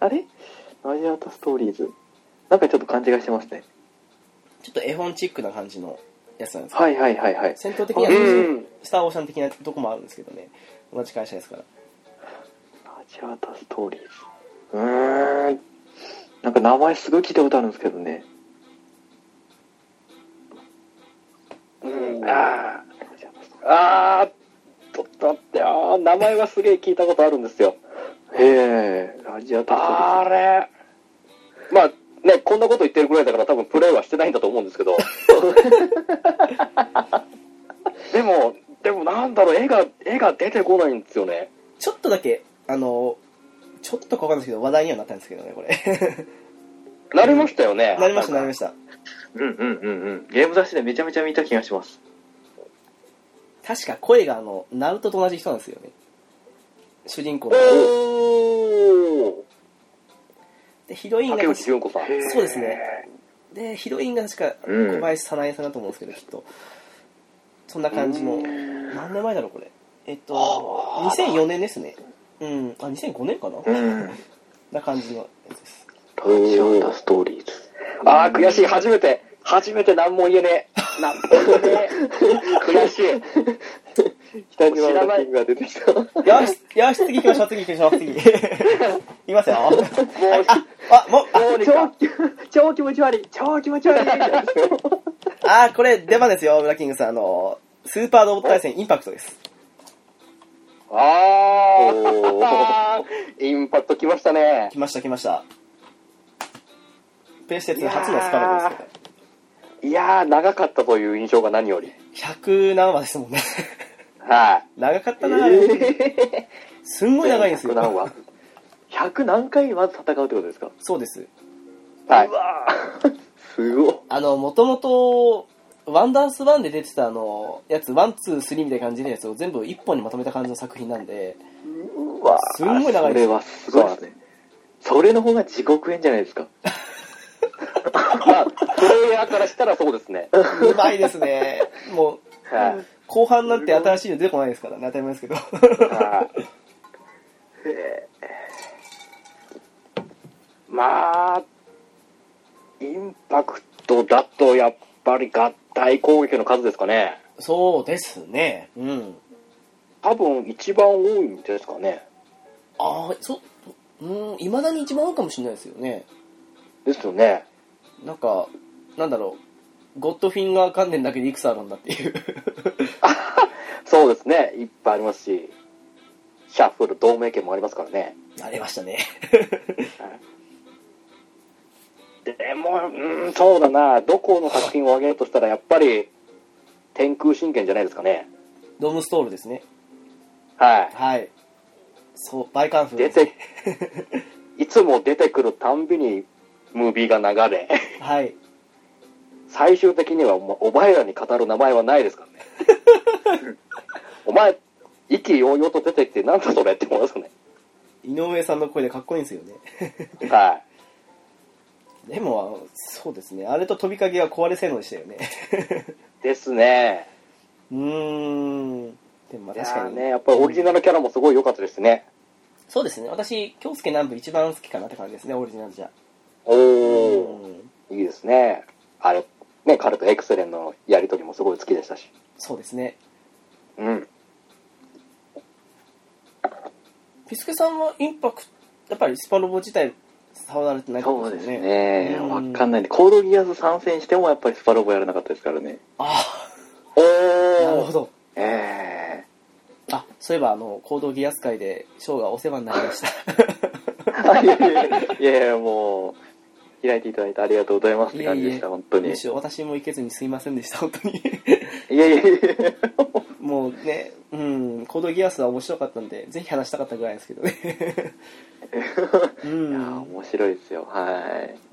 Speaker 3: あれラジアータストーリーズなんかちょっと勘違いしてますね
Speaker 1: ちょっと絵本チックな感じのやつなんですけど
Speaker 3: はいはいはいはい
Speaker 1: 戦闘的に
Speaker 2: あ
Speaker 1: は
Speaker 2: う
Speaker 1: 少し
Speaker 2: ん
Speaker 1: スターオーシャン的なとこもあるんですけどね。同じ会社ですから。
Speaker 3: ラジアータストーリーズうーんなんか名前すごい聞いたことあるんですけどね
Speaker 2: うんあーあーちょっと待ってあー名前はすげえ聞いたことあるんですよ
Speaker 3: へえラジアータストー
Speaker 2: あれまあねこんなこと言ってるぐらいだから多分プレイはしてないんだと思うんですけど (laughs) でもでもなんだろう絵が絵が出てこないんですよね
Speaker 1: ちょっとだけ、あの、ちょっとかわかんないですけど、話題にはなったんですけどね、こ
Speaker 2: (laughs)
Speaker 1: れ。
Speaker 2: なりましたよね
Speaker 1: なりました、なりました。
Speaker 3: リーズうんうんうんうんゲーム雑誌でめちゃめちゃ見た気がします
Speaker 1: 確か声があの、ナルトと同じ人なんですよね。主人公の。
Speaker 2: おお
Speaker 1: で、ヒロインが
Speaker 2: 竹
Speaker 1: 確
Speaker 2: 内
Speaker 1: か、
Speaker 2: 純子さん
Speaker 1: そうですね。で、ヒロインが確か
Speaker 3: うん
Speaker 1: 小林早苗さんだと思うんですけど、きっと。そんな感じの。何年前だろう、これ。えっと、2004年ですね。うん。あ、2005年かな
Speaker 3: うんラ
Speaker 1: な感じのやつです。
Speaker 3: ジアータストーリーズ
Speaker 2: ああ悔しい初めて初めて何も言えねえ何も言えねえ悔しい
Speaker 3: 北島のキングが出てきた
Speaker 1: よし、よし、次行きましょう、次行きましょう、次。行きますよ。
Speaker 2: もう
Speaker 1: あ、あ、もう、あ
Speaker 2: どうにか
Speaker 3: 超気持ち悪い超気持ち悪い
Speaker 1: あー、これ、出番ですよ、ブラキングさん。あの、スーパーロボット対戦、インパクトです。
Speaker 2: ああインパクトきましたね
Speaker 1: 来ました、来ました。プレステ2初のスパロボですけど。
Speaker 2: いやー、長かったという印象が何より。
Speaker 1: 100何話ですもんね。 (laughs)
Speaker 2: は
Speaker 1: 長かっ
Speaker 3: え
Speaker 1: たな、あれ
Speaker 3: ー
Speaker 1: すんごい長いんですよ
Speaker 3: 100。何話100何回まず戦うってことですか。
Speaker 1: そうです。
Speaker 2: い。はいう
Speaker 3: わー
Speaker 2: (laughs)
Speaker 3: すごい
Speaker 1: あの、もともと、ワンダースワンで出てたあの、やつ、ワン、ツー、スリーみたいな感じのやつを全部一本にまとめた感じの作品なんで、
Speaker 3: うわ
Speaker 1: すんごい長いです
Speaker 3: それはすごいですねそれの方が地獄園じゃないですか
Speaker 2: まあ、プレイヤーからしたらそうですね。は
Speaker 1: うまいですね。もう、
Speaker 2: い。
Speaker 1: 後半になって新しいの出てこないですからね、当たり前ですけど。
Speaker 2: はい。まあ、インパクトだと、やっぱり合体攻撃の数ですかね。
Speaker 1: そうですね。うん。
Speaker 2: 多分、一番多いんですかね。
Speaker 1: ああ、そ、うん、いまだに一番多いかもしれないですよね。
Speaker 2: ですよね。
Speaker 1: なんか、なんだろう、ゴッドフィンガー関連だけでいくつあるんだっていう。 (laughs)
Speaker 2: そうですね。いっぱいありますし、シャッフル同盟権もありますからね。
Speaker 1: ありましたね。
Speaker 2: でも、うん、そうだな、どこの作品を挙げるとしたら、やっぱり、天空神拳じゃないですかね。
Speaker 1: ドムストールですね。
Speaker 2: は
Speaker 1: はい。そう、バイカンフ
Speaker 2: い。
Speaker 1: で
Speaker 2: 出
Speaker 1: すね
Speaker 2: て、いつも出てくるたんびに、ムービーが流れ、
Speaker 1: はい。
Speaker 2: 最終的にはおお前らに語る名前はないですからね。お前、意気揚々と出てきて、なんだそれって思いますよね。
Speaker 1: 井上さんの声でかっこいいんですよね。 (laughs)
Speaker 2: はい。
Speaker 1: でも、そうですね。あれと飛びかけが壊れ性能でしたよね。 (laughs)
Speaker 2: ですね。
Speaker 1: うーん。でもまあ
Speaker 2: いや
Speaker 1: 確か
Speaker 2: ー
Speaker 1: に
Speaker 2: ね、やっぱりオリジナルキャラもすごい良かったですね。
Speaker 1: そうですね。私、京介南部一番好きかなって感じですね、オリジナルじゃ。
Speaker 2: おー、
Speaker 1: うん
Speaker 2: いいですね。あれ、ね、彼とエクセレンのやりとりもすごい好きでしたし。
Speaker 1: そうですね。
Speaker 2: うん。
Speaker 1: ピスケさんはインパクト、やっぱりスパロボ自体、触られてないってこ
Speaker 3: そ
Speaker 1: と
Speaker 3: うで
Speaker 1: ですすよ
Speaker 3: ね
Speaker 1: う。ん
Speaker 3: わかんない。コードギアス参戦してもやっぱりスパロボやらなかったですからね。
Speaker 1: あ
Speaker 2: お
Speaker 1: あ、なる
Speaker 2: ー
Speaker 1: ほど。
Speaker 3: え
Speaker 1: あ、そういえば、あの、行動ギアス会で、ショーがお世話になりました。
Speaker 3: えいやいやいや、もう、開いていただいてありがとうございますって感じでし
Speaker 1: いえいえ
Speaker 3: た、本当に。い
Speaker 1: むしろ私も行けずにすいませんでした、本当に。
Speaker 3: やいやいや。
Speaker 1: もうね、うん、行動ギアスは面白かったんで、ぜひ話したかったぐらいですけどね。う
Speaker 3: いや
Speaker 1: ん、
Speaker 3: 面白いですよ。は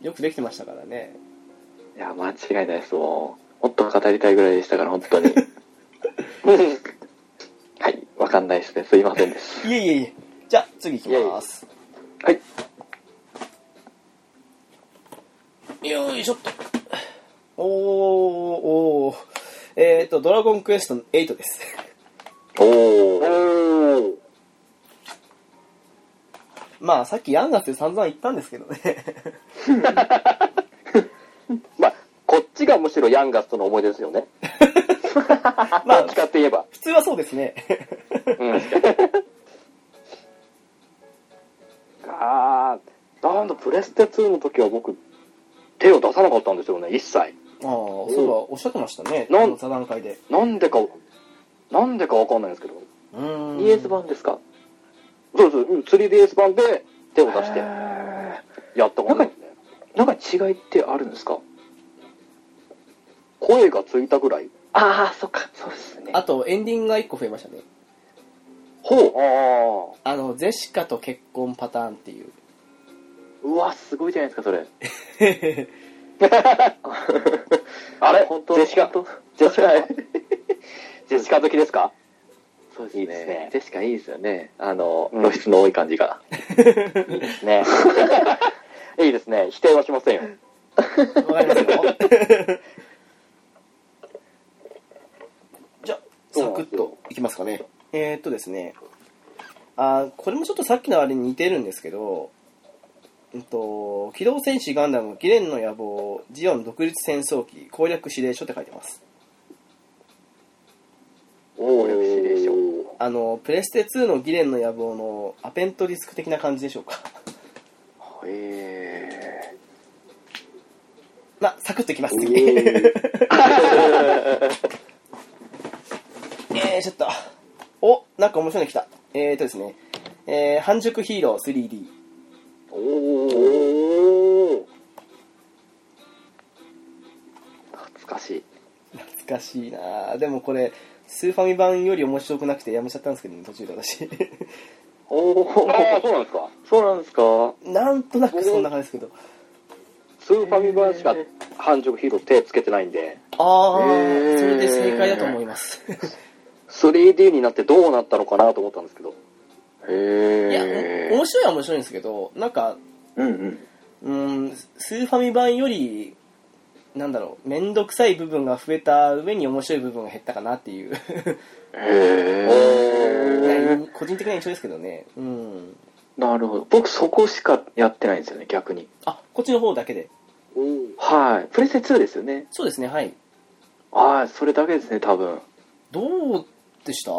Speaker 3: い。
Speaker 1: よくできてましたからね。
Speaker 3: いや、間違いないです、もう。もっと語りたいぐらいでしたから、本当に。 (laughs) はい、わかんないですね。すいませんです。
Speaker 1: いえいえいえ。じゃあ、次行きます。
Speaker 3: はい。
Speaker 1: よいしょっと。おー、おー。えっ、ー、と、ドラゴンクエスト8です。
Speaker 3: お
Speaker 2: お
Speaker 3: ー。
Speaker 2: ー
Speaker 1: まあ、さっきヤンガスで散々言ったんですけどね。
Speaker 2: まあ、こっちがむしろヤンガスとの思い出ですよね。
Speaker 1: ま
Speaker 2: まあ、
Speaker 1: あ
Speaker 2: どっ、ちかって言えば。
Speaker 1: 普通はそうですね。
Speaker 2: うん。あー、なんだ、プレステ2の時は僕、手を出さなかったんですよね、一切。
Speaker 1: ああ、そういえばおっしゃってましたね。
Speaker 2: なん
Speaker 1: この座談会で。
Speaker 2: なんでか、なんでかわかんないんですけど。
Speaker 1: うーん。
Speaker 3: ES 版ですか
Speaker 2: そうそううん、3DS 版で手を出して
Speaker 3: へー
Speaker 2: やったことないですね。
Speaker 3: なんか違いってあるんですか
Speaker 2: 声がついたぐらい。
Speaker 3: ああ、そっか、そうですね
Speaker 1: あと、エンディングが1個増えましたね。
Speaker 2: ほう。ああ。
Speaker 1: あの、ゼシカと結婚パターンっていう。
Speaker 3: うわ、すごいじゃないですか、そ (laughs) れ。
Speaker 2: あれ
Speaker 3: 本当
Speaker 2: ジェシカ
Speaker 3: 本
Speaker 2: ジェシカ、ジェシカ好きですか
Speaker 3: 当そうです
Speaker 2: い
Speaker 3: ね。
Speaker 2: いですね
Speaker 3: ジェシカいいですよね。あの、
Speaker 2: うん
Speaker 3: 露出の多い感じが。
Speaker 2: いいですね。 (laughs) いいですね。否定はしませんよ。
Speaker 1: わかりますよ。 (laughs) じゃあ、サクッといきますかね。えー、っとですね。あーこれもちょっとさっきのあれに似てるんですけど、うんと、機動戦士ガンダム、ギレンの野望、ジオン独立戦争記、攻略指令書って書いてます。
Speaker 2: お
Speaker 3: 攻略指令書
Speaker 1: あの、プレステ2のギレンの野望のアペントリスク的な感じでしょうか。 (laughs)
Speaker 3: へ
Speaker 1: まあ、サクッといきます、
Speaker 3: え
Speaker 1: 次。 (laughs) えー、ちょっと。お、なんか面白いの来た。えーとですね、えー、半熟ヒーロー 3D。
Speaker 2: おお。
Speaker 3: 懐かしい。
Speaker 1: 懐かしいなぁでもこれ、スーファミ版より面白くなくてやめちゃったんですけどね、途中で私。 (laughs)
Speaker 3: おお
Speaker 2: ああ、そうなんですか。
Speaker 3: そうなんですか
Speaker 1: なんとなくそんな感じですけど。
Speaker 2: スーファミ版しか
Speaker 3: へー
Speaker 2: 半熟ヒーロー手つけてないんで、
Speaker 1: あー、
Speaker 3: えー
Speaker 1: それで正解だと思います。
Speaker 2: 3D になってどうなったのかなと思ったんですけど。
Speaker 1: いや、
Speaker 3: へえ
Speaker 1: 面白いは面白いんですけど、なんか、
Speaker 3: うん
Speaker 1: う
Speaker 3: うん
Speaker 1: ーん、スーファミ版より、なんだろう、めんどくさい部分が増えた上に面白い部分が減ったかなっていう。 (laughs)
Speaker 3: へえ
Speaker 1: 個人的な印象ですけどね。うん。
Speaker 3: なるほど僕そこしかやってないんですよね逆に
Speaker 1: あ、こっちの方だけで。
Speaker 2: うん。
Speaker 3: はいプレステ2ですよね
Speaker 1: そうですね、はい。
Speaker 3: はいそれだけですね多分
Speaker 1: どうでした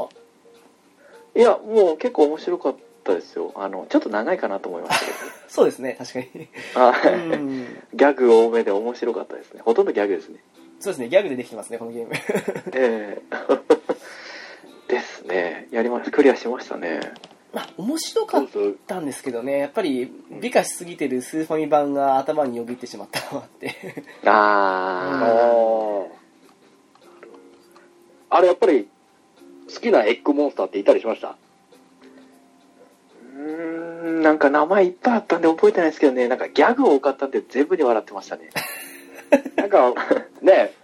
Speaker 3: いやもう結構面白かったですよあのちょっと長いかなと思いましたけ
Speaker 1: そうですね、確かに。
Speaker 3: どはい、
Speaker 1: うん。
Speaker 3: ギャグ多めで面白かったですねほとんどギャグですね
Speaker 1: そうですね、ギャグでできてますね、このゲーム。
Speaker 3: え (laughs) えですねやりましたクリアしましたね
Speaker 1: まあ、面白か
Speaker 2: そ
Speaker 1: っ
Speaker 2: うそう。
Speaker 1: たんですけどね、やっぱり美化しすぎてるスーファミ版が頭によぎってしまったのもあって。
Speaker 2: あ
Speaker 3: あ
Speaker 2: ーあれやっぱり好きなエッグモンスターっていたりしました
Speaker 3: ーうーんうんなんか名前いっぱいあったんで覚えてないですけどね、なんかギャグ多かったんで全部に笑ってましたね。
Speaker 2: なん (laughs) か、ね、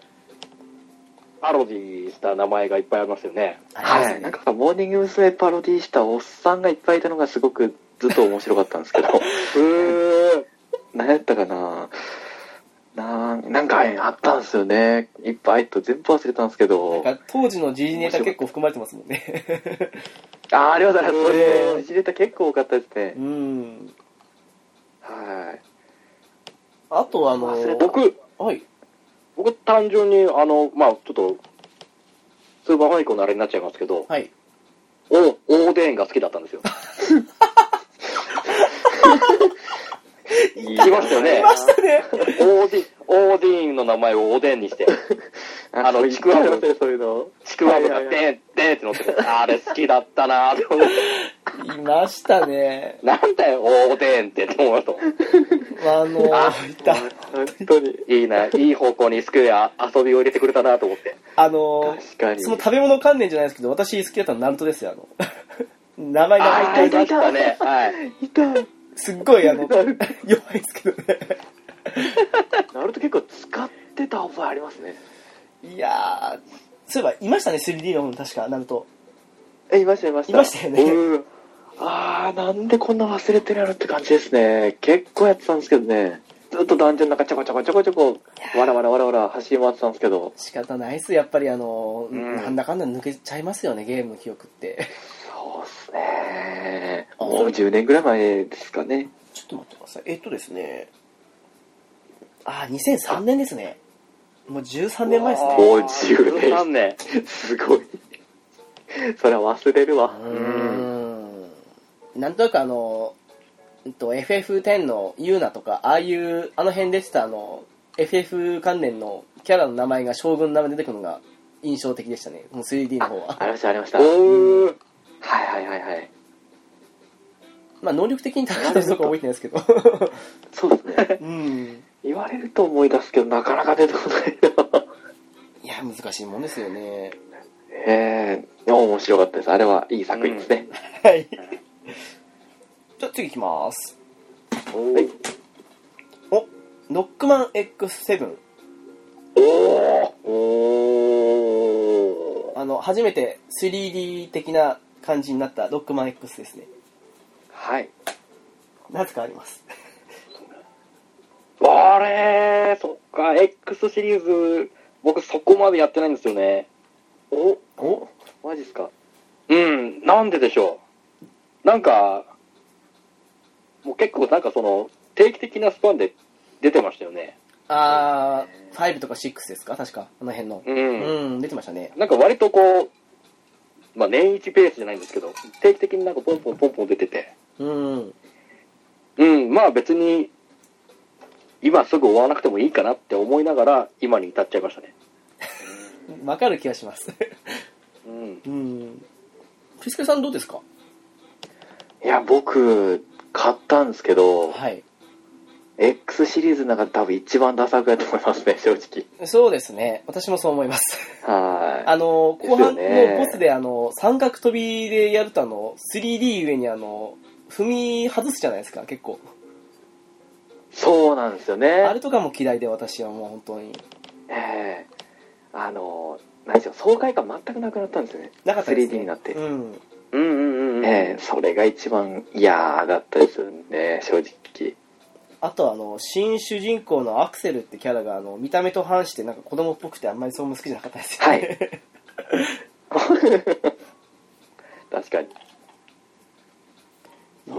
Speaker 2: パロディした名前がいっぱいありますよね。
Speaker 1: ありま
Speaker 3: は
Speaker 1: す (laughs)
Speaker 3: い。
Speaker 1: ね
Speaker 3: なんかモーニング娘。パロディしたおっさんがいっぱいいたのがすごくずっと面白かったんですけど、
Speaker 2: うーん。
Speaker 3: 何やったかななんなんかねあったんですよね。いっぱいと全部忘れたんですけど。
Speaker 1: なんか当時の時事ネタ結構含まれてますもんね。
Speaker 3: ああ、ありがとうございます。そうです
Speaker 2: う
Speaker 3: ね。
Speaker 2: ん
Speaker 3: 時事ネタ結構多かったですね
Speaker 1: う。ん。
Speaker 3: はい。
Speaker 1: あとあの
Speaker 3: 忘れた
Speaker 2: 僕、
Speaker 1: はい。
Speaker 2: 僕単純に、あの、まあちょっと、スーパーファミコンのあれになっちゃいますけど、
Speaker 1: はい。
Speaker 2: お、オーデーンが好きだったんですよ。
Speaker 3: い
Speaker 2: た (laughs) いましたよね
Speaker 1: いましたね。
Speaker 2: オーディ、オーディーンの名前をおでんにして、
Speaker 3: あ
Speaker 2: あの
Speaker 3: の、ちくわ
Speaker 2: ちくわぶ
Speaker 3: そういうの。
Speaker 2: ちくわぶが
Speaker 3: はいはいはい
Speaker 2: でん、でんって乗ってて、あれ好きだったなぁって思って、
Speaker 1: いましたね。
Speaker 2: なんだよ、おでんってって思うと。
Speaker 1: まあ、あの
Speaker 2: あ
Speaker 1: いた。
Speaker 3: 本当に。
Speaker 2: いいな、いい方向にスクエア遊びを入れてくれたなと思って。
Speaker 1: あの
Speaker 3: 確かに
Speaker 1: そ。の食べ物関連じゃないですけど、私好きだったのナ (laughs) ルトですよ、あの。名前が
Speaker 2: あ
Speaker 1: 入
Speaker 2: ー、
Speaker 1: っ
Speaker 2: い
Speaker 1: てる
Speaker 2: ましたね。はい。
Speaker 3: いた。ナ
Speaker 1: すっごい、あの、 (laughs)
Speaker 3: ナ
Speaker 1: 弱い
Speaker 3: ル
Speaker 1: ですけどね。
Speaker 3: ルト結構使ってた覚えありますね。
Speaker 1: いやー、そういえば、いましたね、3D の方に確か、ナルト。
Speaker 3: え、いました、いました。
Speaker 1: いましたよね
Speaker 3: うんあー、なんでこんな忘れてるやろって感じですね。結構やってたんですけどね。ずっとダンジョンの中ちょこちょこちょこちょこ、わらわらわらわら走り回ってたんですけど。
Speaker 1: 仕方ないっす、やっぱり、あの、
Speaker 3: うん
Speaker 1: なんだかんだ抜けちゃいますよね、ゲームの記憶って。
Speaker 3: そうっすね。もう10年ぐらい前ですかね。
Speaker 1: (laughs) ちょっと待ってください。えっとですね、あー、2003年ですね。もう13年前ですね。
Speaker 3: もう10年
Speaker 2: 13年。
Speaker 3: すごい。それは忘れるわ。
Speaker 1: うんなんとなくあの、えっと、FF10 のユーナとか、ああいう、あの辺でしたあの、FF 関連のキャラの名前が将軍の名前で出てくるのが印象的でしたね。この 3D の方は。 (laughs)
Speaker 3: ありました、ありました。はい
Speaker 2: おー。
Speaker 3: はいはいはい。
Speaker 1: まあ、能力的に高かったとか覚えてないですけど。
Speaker 3: そうですね。
Speaker 1: (laughs) うん。
Speaker 3: 言われると思い出すけど、なかなか出てこないな。
Speaker 1: いや、難しいもんですよね。
Speaker 3: ええ面白かったです。あれはいい作品ですね。
Speaker 1: はい。じゃあ次行きます。
Speaker 2: お
Speaker 3: はい
Speaker 2: ー。
Speaker 1: お、ノックマン X7。
Speaker 2: おー。
Speaker 1: あの、初めて 3D 的な感じになったロックマン X ですね。
Speaker 3: はい。
Speaker 1: なぜかあります。
Speaker 2: あれー、そっか、X シリーズ、僕そこまでやってないんですよね。
Speaker 3: お
Speaker 1: お
Speaker 3: マジっすか
Speaker 2: うん、なんででしょう。なんか、もう結構なんかその、定期的なスパンで出てましたよね。
Speaker 1: あ (laughs) ー、5とか6ですか確か。あの辺の。
Speaker 2: う。
Speaker 1: うんん、出てましたね。
Speaker 2: なんか割とこう、まあ年一ペースじゃないんですけど、定期的になんかポンポンポンポン出てて、
Speaker 1: うん。
Speaker 2: うん、まあ別に、今すぐ終わらなくてもいいかなって思いながら、今に至っちゃいましたね。
Speaker 1: わかる気がします。 (laughs)
Speaker 2: うん。
Speaker 1: うん。ピスケさんどうですか
Speaker 3: いや、僕、買ったんですけど、
Speaker 1: はい。
Speaker 3: X シリーズの中で多分一番ダサくやと思いますね、 (laughs) 正直。
Speaker 1: そうですね。私もそう思います。
Speaker 3: (laughs) は
Speaker 1: あの、
Speaker 3: ですよ
Speaker 1: 後半
Speaker 3: ね
Speaker 1: のボスで、あの、三角飛びでやると、あの、3D 上に、あの、踏み外すじゃないですか、結構。
Speaker 3: い。そうなんですよ
Speaker 1: あ
Speaker 3: ね
Speaker 1: れ。とかも嫌いで、私はもう本当に。
Speaker 3: ええあの、何でしょう、爽快感全くなくなったんですよね。
Speaker 1: なかったです、ね。
Speaker 3: 3D になって
Speaker 1: うん。
Speaker 2: うんうんうん。
Speaker 3: ええそれが一番嫌だったですよね、正直。
Speaker 1: あとあの新主人公のアクセルってキャラがあの見た目と反してなんか子供っぽくてあんまりそうも好きじゃなかったですよね、
Speaker 3: 確かに。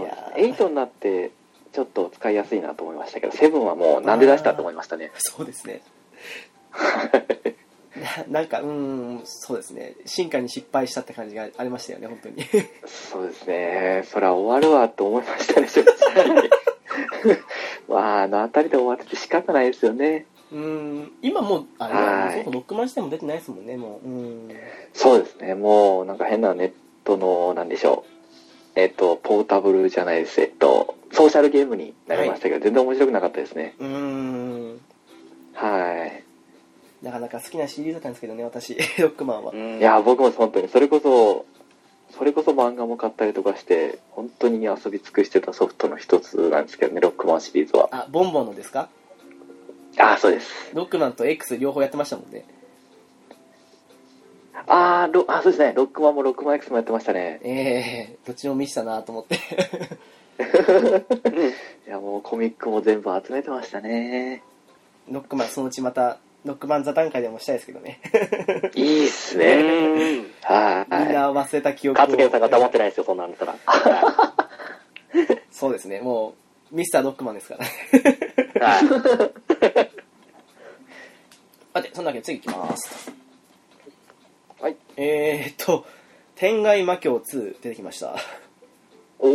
Speaker 1: (laughs) いやー
Speaker 3: 8になってちょっと使いやすいなと思いましたけど7はもうなんで出したと思いましたね
Speaker 1: そうです
Speaker 3: (laughs)
Speaker 1: ねななんかうーんそうですね進化に失敗したって感じがありましたよね本当に (laughs)
Speaker 3: そうですねそりゃ終わるわと思いましたね正 (laughs) 直まああの辺りで終わってて仕方ないですよね
Speaker 1: うーん今もうあ
Speaker 3: は
Speaker 1: 今そ
Speaker 3: い
Speaker 1: うかロックマン自体も出てないですもんねもううーん
Speaker 3: そうですねもうなんか変なネットのなんでしょうえっとポータブルじゃないですえっとソーシャルゲームになりましたけど、全然面白くなかったですね
Speaker 1: うーん
Speaker 3: はい
Speaker 1: (laughs) なかなか好きなシリーズだったんですけどね私ロックマンは
Speaker 2: うん
Speaker 3: いや僕も本当にそれこそそれこそ漫画も買ったりとかして本当に遊び尽くしてたソフトの一つなんですけどねロックマンシリーズは
Speaker 1: あボンボンのですか
Speaker 3: ああそうです
Speaker 1: ロックマンと X 両方やってましたもんね
Speaker 3: あーロあそうですねロックマンもロックマン X もやってましたね
Speaker 1: ええどっちも見したなと思って (laughs)
Speaker 3: いやもうコミックも全部集めてましたね
Speaker 1: (laughs) ロックマンそのうちまたロックマン座談会でもしたいですけどね
Speaker 3: いいっす
Speaker 2: う
Speaker 3: ね
Speaker 2: ーん。
Speaker 3: は
Speaker 1: みん
Speaker 3: い
Speaker 1: な忘れた記憶を
Speaker 2: 勝元さんが黙ってないですよ、そんなんだったら。は
Speaker 1: そうですねもうミスターロックマンですからね (laughs)
Speaker 2: いは
Speaker 1: 待ってそんなわけで次いきます
Speaker 3: はい
Speaker 1: えー、っと「天外魔境2」出てきました
Speaker 2: い。お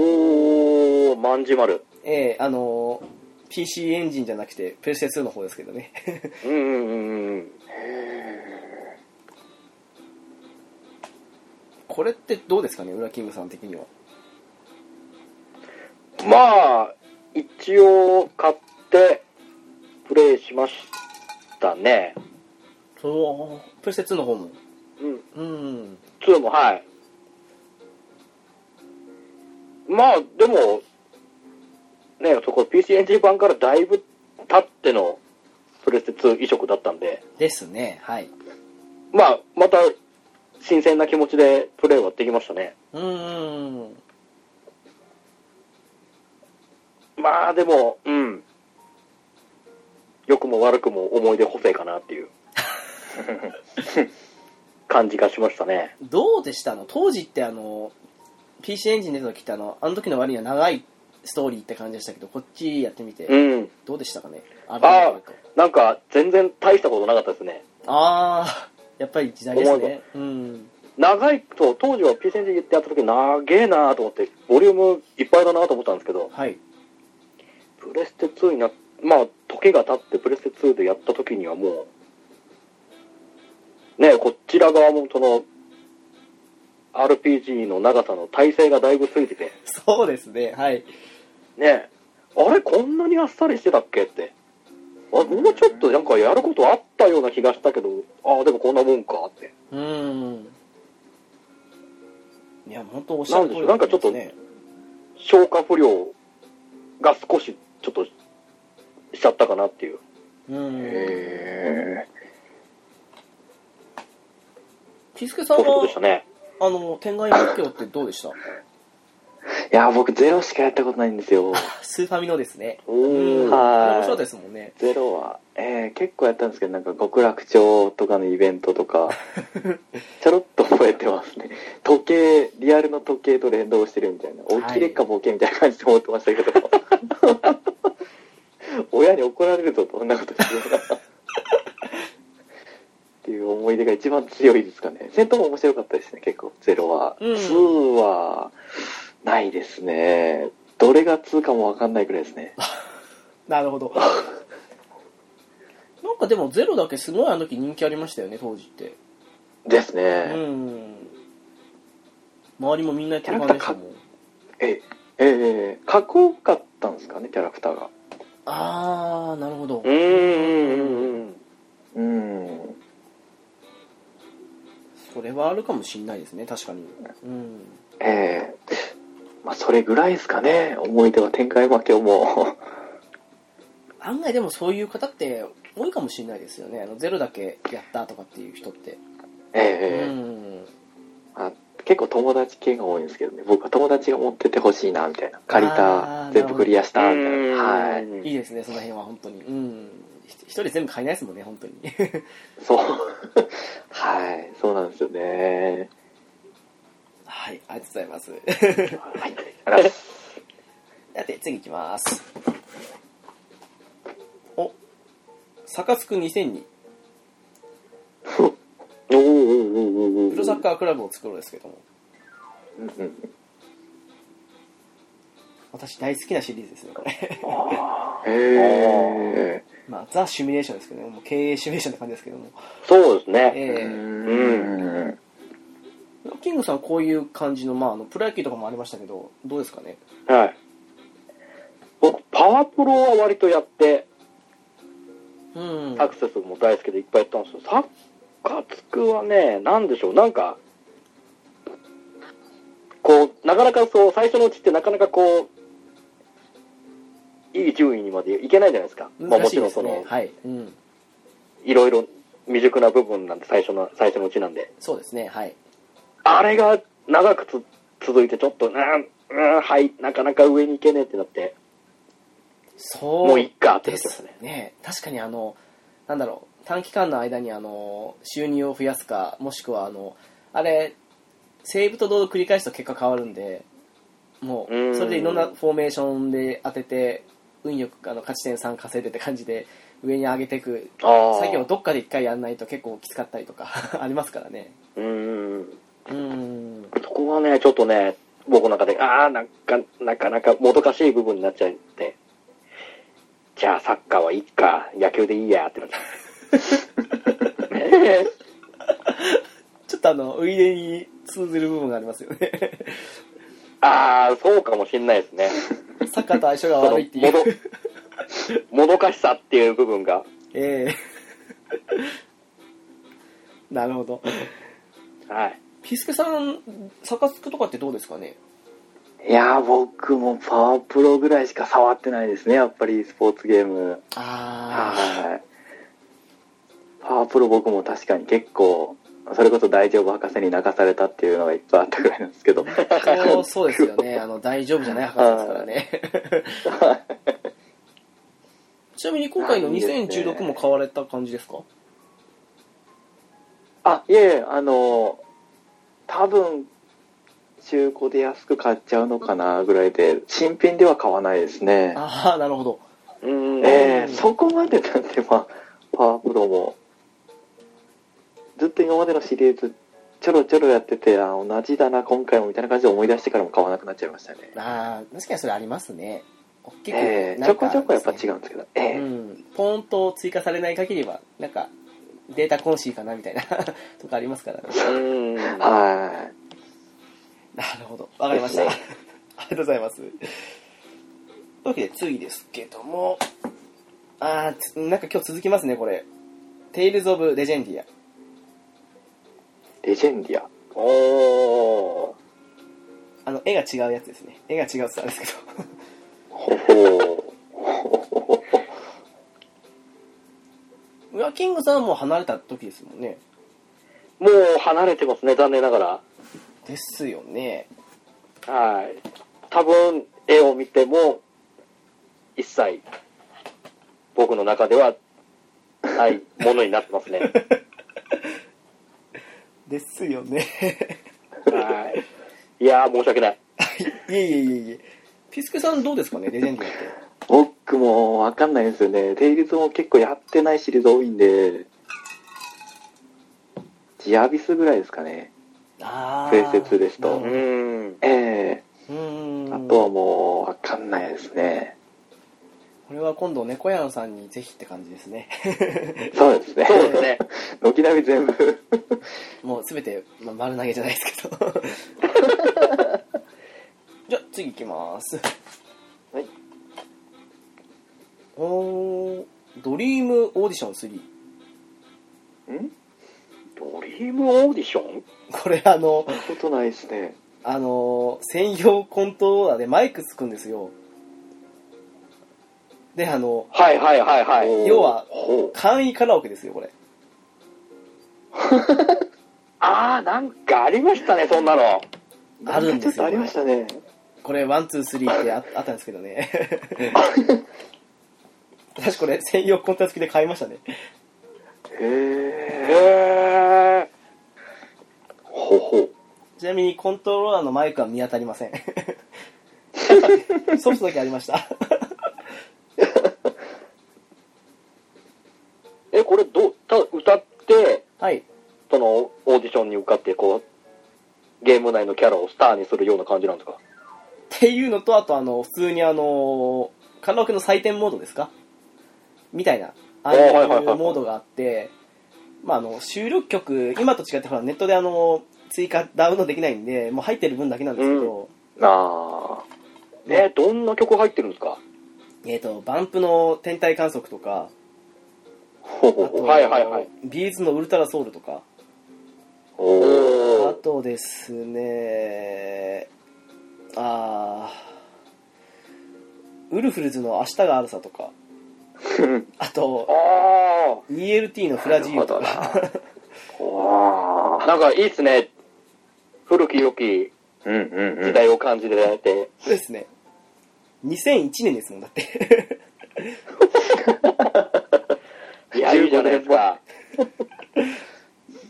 Speaker 2: ー、まんじまる。
Speaker 1: ええあのー PC エンジンじゃなくてプレステ2の方ですけどね (laughs)
Speaker 2: うんうんうんうん。
Speaker 1: これってどうですかねウラキングさん的には
Speaker 2: まあ、一応買って、プレイしましたね。
Speaker 1: そうプレステ2の方も
Speaker 2: うん。
Speaker 1: うん
Speaker 2: 2も、はい。まあ、でも、ね、そこ PC エンジン版からだいぶ経ってのプレステ2移植だったんで、
Speaker 1: ですねはい
Speaker 2: まあ、また、新鮮な気持ちでプレイはできましたね。
Speaker 1: うーん
Speaker 2: まあ、でも、うん。良くも悪くも思い出補正かなっていう感じがしましたね。
Speaker 1: どうでしたの当時ってあの PC エンジン出た時ってあのあの時の割には長いストーリーって感じでしたけどこっちやってみて、
Speaker 2: うん。
Speaker 1: どうでしたかねあ
Speaker 2: なんか、全然大したことなかったですね。
Speaker 1: あーやっぱり時代です
Speaker 2: 思え
Speaker 1: ねうん
Speaker 2: 長いと、当時は PC エンジンやってやった時、長えなと思って、ボリュームいっぱいだなと思ったんですけど、
Speaker 1: はい
Speaker 2: プレステ2になっまあ、時が経ってプレステ2でやった時にはもう、ね、こちら側もその、RPG の長さの耐性がだいぶついてて、
Speaker 1: そうですねはい
Speaker 2: ね、あれこんなにあっさりしてたっけって。あもうちょっとなんかやることあったような気がしたけど、ああ、でもこんなもんかって。
Speaker 1: うーんいや本当おっしゃ
Speaker 2: な
Speaker 1: る
Speaker 2: ん
Speaker 1: 通
Speaker 2: で
Speaker 1: り
Speaker 2: しょう、なんかちょっと
Speaker 1: ですね
Speaker 2: 消化不良が少しちょっとしちゃったかなっていう。
Speaker 1: うん
Speaker 3: へ
Speaker 1: キスケさん
Speaker 2: ソフト
Speaker 1: は
Speaker 2: でしたね。
Speaker 1: あの天外魔境ってどうでした
Speaker 3: えいや僕ゼロしかやったことないんですよ
Speaker 1: スーファミのですね
Speaker 2: お
Speaker 1: うん
Speaker 2: ー
Speaker 3: はい
Speaker 1: 面白いですもんね
Speaker 3: ゼロは、えー結構やったんですけどなんか極楽鳥とかのイベント
Speaker 1: (laughs)
Speaker 3: とかちょろっと覚えてますね時計リアルの時計と連動してるみたいな
Speaker 1: はい
Speaker 3: 起きれっかボケみたいな感じで思ってましたけ
Speaker 1: (laughs)
Speaker 3: ど親に怒られるぞそんなことしてるなっていう思い出が一番強いですかね戦闘も面白かったですね結構ゼロは、
Speaker 1: うん
Speaker 3: 2はないですねどれが2かも分かんないくらいですね
Speaker 1: (laughs) なるほどなんかでもゼロだけすごいあの時人気ありましたよね当時って
Speaker 3: ですね、
Speaker 1: うん周りもみんなやってる感じでしたもん
Speaker 3: えええかっこよかったんですかねキャラクターが
Speaker 1: あーなるほど
Speaker 2: うーんうんうんうん。
Speaker 3: うん
Speaker 1: それはあるかもしんないですね確かにうん
Speaker 3: ええまあそれぐらいですかね思い出は展開負けをも
Speaker 1: 案外でもそういう方って多いかもしんないですよねあのゼロだけやったとかっていう人って
Speaker 3: (laughs)
Speaker 1: う
Speaker 3: ええ
Speaker 1: ん
Speaker 3: あ結構友達系が多いんですけどね僕は友達が持っててほしいなみたいな借り
Speaker 1: あ
Speaker 3: た
Speaker 1: ー
Speaker 3: 全部クリアしたみたい
Speaker 2: うん
Speaker 3: なはい
Speaker 1: いいですねその辺は本当にうんひ一人全部買えないですもんね本当に (laughs)
Speaker 3: そう (laughs) はいそうなんですよね
Speaker 1: はいありがとうございます
Speaker 3: はい
Speaker 1: (laughs)
Speaker 3: ありがとうございます
Speaker 1: さて、次行きます。お、サカツク2002、
Speaker 2: おーおーおーおーおー
Speaker 1: プロサッカークラブを作ろうですけども、
Speaker 3: うんうん
Speaker 1: 私大好きなシリーズですね、これ。 (laughs)
Speaker 3: へえ
Speaker 1: まあ、ザ・シミュレーションですけどね、もう経営シミュレーションって感じですけども。
Speaker 2: そうですね。
Speaker 1: ええ
Speaker 3: うん
Speaker 1: キングさんはこういう感じの、まあ、あのプロ野球とかもありましたけど、どうですかね。
Speaker 2: はい。僕、パワプロは割とやって、
Speaker 1: うん。
Speaker 2: アクセスも大好きでいっぱいやったんですよ。サッカーつくはね、なんでしょう、なんか、なかなかそう、最初のうちってなかなかこう、いい順位にまでいけないじゃないですか。まあ
Speaker 1: 難
Speaker 2: も
Speaker 1: し
Speaker 2: ち
Speaker 1: い
Speaker 2: ろ
Speaker 1: で
Speaker 2: んそ
Speaker 1: すね
Speaker 2: の、。
Speaker 1: はい。うん。
Speaker 2: いろいろ未熟な部分なんて最初の、最初のうちなんで。
Speaker 1: そうですね。はい。
Speaker 2: あれが長くつ続いてちょっと、うん、うん、はい、なかなか上に行けねえってなって、
Speaker 1: そう。
Speaker 2: もういっかって
Speaker 1: で
Speaker 2: なってます
Speaker 1: す
Speaker 2: ね。
Speaker 1: ね。確かにあの、なんだろう、短期間の間にあの、収入を増やすか、もしくはあの、あれ、セーブと同繰り返すと結果変わるんで、も
Speaker 2: うー
Speaker 1: う、
Speaker 2: ん
Speaker 1: それでいろんなフォーメーションで当てて、運よくあの勝ち点3稼いでって感じで、上に上げていく
Speaker 2: ああ
Speaker 1: 作業をどっかで一回やんないと結構きつかったりとか (laughs) ありますからね。
Speaker 2: うん。
Speaker 1: うーん。
Speaker 2: そこはね、ちょっとね、僕の中で、ああ、なんか、なかなかもどかしい部分になっちゃって、じゃあサッカーはいいか、野球でいいやってなっちゃ
Speaker 1: (laughs)
Speaker 2: う。ねえ
Speaker 1: ちょっとあの、ウイレに通ずる部分がありますよね。 (laughs)
Speaker 2: ああ、そうかもしんないですね。
Speaker 1: サッカーと相性が
Speaker 2: その
Speaker 1: 悪いってい
Speaker 2: もど
Speaker 1: う。、
Speaker 2: もどかしさっていう部分が。
Speaker 1: ええ (laughs) なるほど。
Speaker 2: はい。
Speaker 1: ピスケさん、サカスクとかってどうですかね
Speaker 3: いやー僕もパワープロぐらいしか触ってないですねやっぱりスポーツゲーム
Speaker 1: あ
Speaker 3: はいパワープロ僕も確かに結構それこそ大丈夫博士に泣かされたっていうのがいっぱいあったぐらいなんですけど
Speaker 1: そうそうですよね。あの、大丈夫じゃない博士ですからね。 (laughs) ちなみに今回の
Speaker 3: いいですね
Speaker 1: 2016も買われた感じですか
Speaker 3: (laughs) あいえいえあの多分中古で安く買っちゃうのかなぐらいで新品では買わないですね
Speaker 1: ああ、なるほど。
Speaker 2: うん
Speaker 3: ええそこまでなんで、まあ、パワープロも、ずっと今までのシリーズ、ちょろちょろやってて、あ同じだな、今回もみたいな感じで思い出してからも買わなくなっちゃいましたね。
Speaker 1: ああ、確かにそれありますね。大きくなんか
Speaker 3: ええちょこちょこやっぱ違
Speaker 1: う。
Speaker 3: うんですけど、ええ
Speaker 1: うん。ポーンと追加されない限りは、なんか、データコンシーかなみたいな (laughs) とかありますからね。
Speaker 2: うん。
Speaker 3: は
Speaker 1: なるほど。わかりました。
Speaker 3: で
Speaker 1: (laughs) ありが
Speaker 3: す
Speaker 1: とうございます。というわけで次ですけども、あーつ、なんか今日続きますね、これ。テイルズ・オブ・レジェンディア。
Speaker 3: い。レジェンディア。
Speaker 2: おー。
Speaker 1: あの、絵が違うやつですね。絵が違うって言ったんですけど。 (laughs)
Speaker 3: ほほ
Speaker 1: ウラキングさんはもう離れた時ですもんね。
Speaker 2: もう離れてますね、残念ながら。
Speaker 1: ですよね。
Speaker 2: はい。多分、絵を見ても、一切、僕の中では、ないものになってますね。
Speaker 1: ですよね。 (laughs)
Speaker 2: はい。いやー、申し訳ない。
Speaker 1: いえいえいえいえ。ピスケさんどうですかね、レジェンディアって。
Speaker 3: 僕もわかんないんですよね。テイルズも結構やってないシリーズ多いんで、ジアビスぐらいですかね。
Speaker 1: あ
Speaker 3: ー定説ですと
Speaker 2: うーん。
Speaker 3: ええ
Speaker 1: うーん。
Speaker 3: あとはもうわかんないですね。
Speaker 1: これは今度、猫やんさんにぜひって感じですね。
Speaker 3: そうですね。
Speaker 2: そうですね。
Speaker 3: (laughs) 軒並み全部
Speaker 1: もうすべて、まあ、丸投げじゃないですけど。
Speaker 3: (laughs)
Speaker 1: じゃあ、次行きます。
Speaker 2: はい。
Speaker 1: おー、ドリームオーディション3。
Speaker 3: ん
Speaker 2: ドリームオーディション
Speaker 1: これ、あの、
Speaker 3: ことないですね
Speaker 1: あの、専用コントローラーでマイクつくんですよ。で、あの、
Speaker 2: はいはいはいはい。
Speaker 1: 要は
Speaker 3: ほ
Speaker 1: 簡易カラオケですよ、これ。
Speaker 2: あー、なんかありましたね、そんなの。
Speaker 3: う
Speaker 1: あるんですよ
Speaker 3: ちょっとありましたね
Speaker 1: これ、ワン、ツー、スリーって
Speaker 3: (laughs)
Speaker 1: ああったんですけどね。 (laughs) 私、これ、専用コントローラー付きで買いましたね。
Speaker 3: へえ
Speaker 2: へー。
Speaker 3: ほほ
Speaker 1: ちなみにコントローラーのマイクは見当たりませ
Speaker 2: (laughs)
Speaker 1: ん。ソフトだけありました。
Speaker 2: え、これどう、た歌って、
Speaker 1: はい。
Speaker 2: そのオーディションに受かって、こう、ゲーム内のキャラをスターにするような感じなんですか
Speaker 1: っていうのと、あとあの、普通にあの、カラオケの採点モードですかみたいな、ああいう
Speaker 2: おーはいはいはいはい
Speaker 1: モードがあって、まああの、収録曲、今と違ってほら、ネットであの、追加ダウンロードできないんで、もう入ってる分だけなんですけど、
Speaker 3: あ
Speaker 2: えーどんな曲入ってるんですか
Speaker 1: えっ、と、バンプの天体観測とか、
Speaker 3: ーほほ
Speaker 1: あと、
Speaker 2: はいはいはい
Speaker 1: ビーズのウルトラソウルとか、
Speaker 3: ほ
Speaker 1: あとですね、あーウルフルズの「明日があるさ」とかあと
Speaker 2: あ
Speaker 1: ELT の「フラジーユ」と
Speaker 3: なる
Speaker 1: か (laughs)
Speaker 3: ほわ
Speaker 2: あ。
Speaker 3: あ
Speaker 2: なんかいいっすね。古き良き
Speaker 3: うんうんう
Speaker 2: 時
Speaker 3: ん
Speaker 2: 代を感じられて。
Speaker 1: そうですね2001年ですもんだって (laughs)
Speaker 2: いや、いいじゃないですか。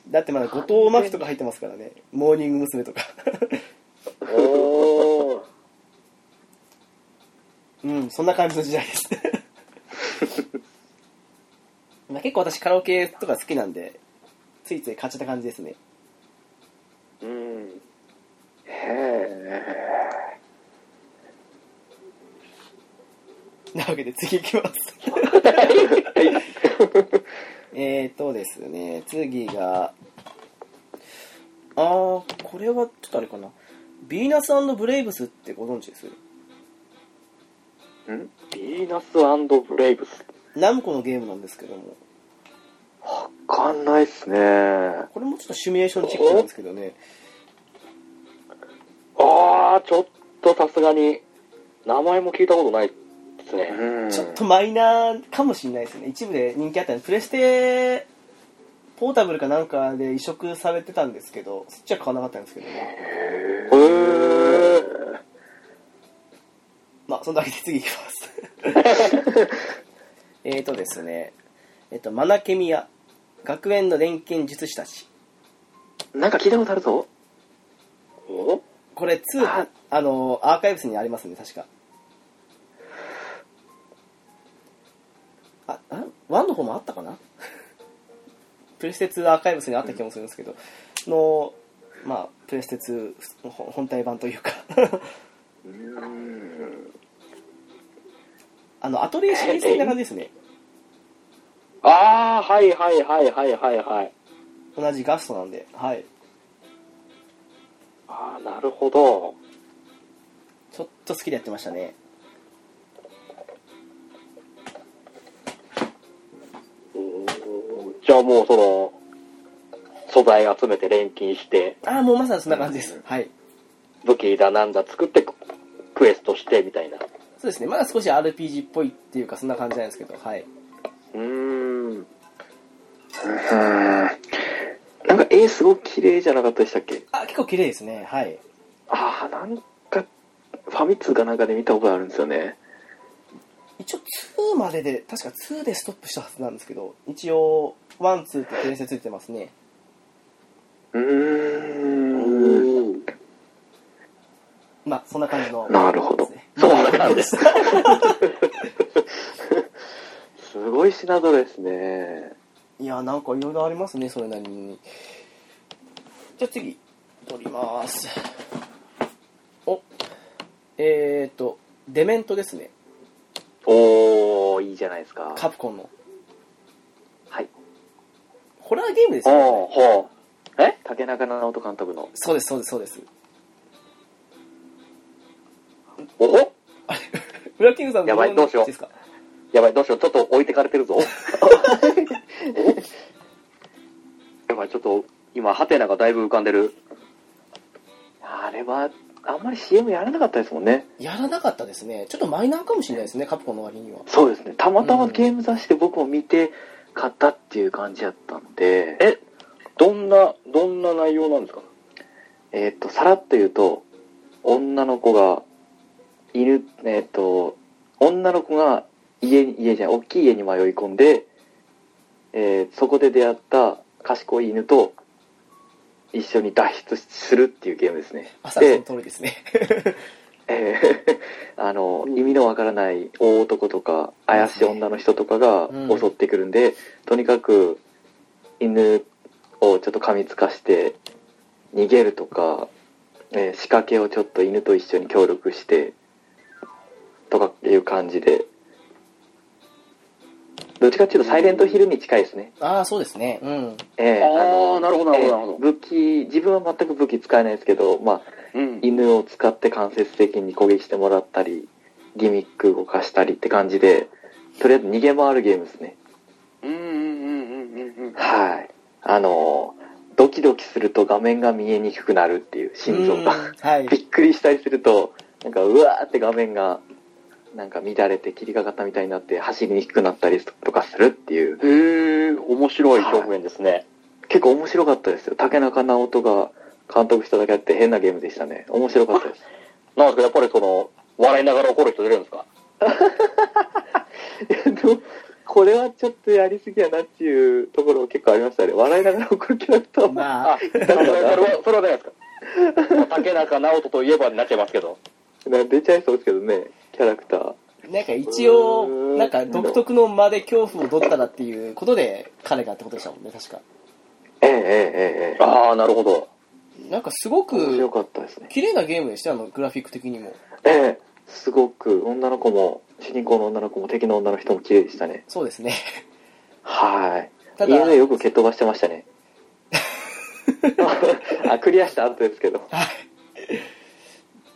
Speaker 1: だってまだ後藤真希とか入ってますからねモーニング娘。とか
Speaker 2: おー。
Speaker 1: うんそんな感じの時代です
Speaker 2: (laughs)
Speaker 1: まあ結構私カラオケとか好きなんでついつい買っちゃった感じですね
Speaker 2: うん。
Speaker 3: へ
Speaker 1: なわけで次行きます (laughs) えーとですね、次が、あー、これはちょっとあれかな。ビーナスブレイブスってご存知です
Speaker 3: えん
Speaker 2: ビーナスブレイブス。
Speaker 1: ナムコのゲームなんですけども、
Speaker 3: わかんないっすねあ
Speaker 1: これもちょっとシミュレーションチックなんですけどね、
Speaker 2: ああ、ちょっとさすがに、名前も聞いたことないですね。
Speaker 1: ちょっとマイナーかもしれないですね。一部で人気あったのプレステ、ポータブルかなんかで移植されてたんですけど、そっちは買わなかったんですけどね。
Speaker 2: へえ。
Speaker 1: まあ、そんなわけで次行きます。えーとですね、えっと、マナケミア、学園の錬金術師たち。
Speaker 3: なんか聞いたことあるぞ
Speaker 2: お
Speaker 1: これ2
Speaker 3: あ
Speaker 1: あのアーカイブスにありますね確かああ1の方もあったかな (laughs) プレステ2アーカイブスにあった気もするんですけど、のまあプレステ2のほ本体版というかあのアトリエシリーズ的な感じですね
Speaker 2: ああ、はいはいはいはいはいはい。
Speaker 1: 同じガストなんではい
Speaker 2: ああ、なるほど。
Speaker 1: ちょっと好きでやってましたね
Speaker 2: うんじゃあもうその、素材集めて錬金して、
Speaker 1: ああもうまさにそんな感じです、はい
Speaker 2: 武器だなんだ作って、クエストしてみたいな。
Speaker 1: そうですねまだ少し RPG っぽいっていうかそんな感じなんですけどはいう
Speaker 2: ーん。
Speaker 3: うんなんか絵すごく綺麗じゃなかったでしたっけ
Speaker 1: あ結構綺麗ですねはい
Speaker 3: ああなんかファミ通かなんかで見た覚えあるんですよね
Speaker 1: 一応2までで確か2でストップしたはずなんですけど一応12って訂正ついてますね
Speaker 3: うーん
Speaker 2: うん。
Speaker 1: まあそんな感じの
Speaker 3: なるほ
Speaker 1: で
Speaker 3: ど
Speaker 1: すね
Speaker 3: そうな感じですすごい品揃えですね
Speaker 1: (laughs) いやなんかいろいろありますねそれなりにじゃあ次取りますおえーとデメントですね
Speaker 3: おおいいじゃないですか
Speaker 1: カプコンの
Speaker 3: はい
Speaker 1: ホラーゲームです
Speaker 2: ああ、
Speaker 1: よね
Speaker 2: は
Speaker 3: 竹中直人監督の
Speaker 1: そうですそうですそうです
Speaker 2: あ。おほ
Speaker 1: ブラッキングさん
Speaker 2: やばいどうしよう
Speaker 1: ですか
Speaker 2: やばい、どうしよう。ちょっと置いてかれてるぞ。やばい、ちょっと、今、ハテナがだいぶ浮かんでる。
Speaker 3: あれはあんまり CM やらなかったですもんね
Speaker 1: やらなかったですねちょっとマイナーかもしれないですねカプコンの割には
Speaker 3: そうですねたまたま
Speaker 1: うん
Speaker 3: ゲーム雑誌で僕も見て買ったっていう感じやったんで、
Speaker 2: えどんな、どんな内容なんですか
Speaker 3: えーっとさらっと言うと女の子が犬えーっと女の子が家に家じゃない大きい家に迷い込んで、えーそこで出会った賢い犬と一緒に脱出するっていうゲームですね
Speaker 1: 朝その
Speaker 3: で、
Speaker 1: 通りですね (laughs)
Speaker 3: えー (laughs) あの意味のわからない大男とか怪しい女の人とかが
Speaker 1: うん
Speaker 3: 襲ってくるんで、とにかく犬をちょっと噛みつかして逃げるとか、えー仕掛けをちょっと犬と一緒に協力してとかっていう感じでどっちかっていうとサイレントヒルに近いですね、
Speaker 1: ああそうですねうん
Speaker 3: えー
Speaker 2: ああ、なるほど、なるほど、なる
Speaker 3: えー
Speaker 2: ほど。
Speaker 3: 武器自分は全く武器使えないですけどまあ
Speaker 2: うん。
Speaker 3: 犬を使って間接的に攻撃してもらったりギミック動かしたりって感じでとりあえず逃げ回るゲームですね
Speaker 2: うんうんうんうんうんうん。
Speaker 3: はいあのードキドキすると画面が見えにくくなるっていう心臓が、
Speaker 1: うんはい
Speaker 3: (laughs) びっくりしたりするとなんかうわーって画面がなんか乱れて霧がかったみたいになって走りにくくなったりとかするっていう
Speaker 4: へえ、面白い表現ですね。
Speaker 3: 結構面白かったですよ竹中直人が監督しただけあって変なゲームでしたね面白かったです
Speaker 4: なんですか、やっぱりその、笑いながら怒る人出るんですか
Speaker 3: えっと、これはちょっとやりすぎやなっていうところ結構ありましたね。笑いながら怒るキャラクターも。
Speaker 1: ま
Speaker 4: あ、
Speaker 1: あ、
Speaker 4: それは、それはないですか。竹中直人といえばになっちゃいますけど。
Speaker 3: な出ちゃいそうですけどね、キャラクター。
Speaker 1: なんか一応、なんか独特の間で恐怖を取ったらっていうことで、彼がってことでしたもんね、確か。
Speaker 3: えええええええ
Speaker 4: ああ、なるほど。
Speaker 1: なんかすご
Speaker 3: え面白
Speaker 1: く、
Speaker 3: かったですね。
Speaker 1: 綺麗なゲームでしたよ、あの、グラフィック的にも。
Speaker 3: ええすごく女の子も、主人公の女の子も敵の女の人も綺麗でしたね。
Speaker 1: そうですね。 (laughs)
Speaker 3: はい。
Speaker 1: ただ
Speaker 3: 家でよく蹴っ飛ばしてまし
Speaker 1: (laughs)
Speaker 3: たね。あ、クリアした後ですけど。
Speaker 1: い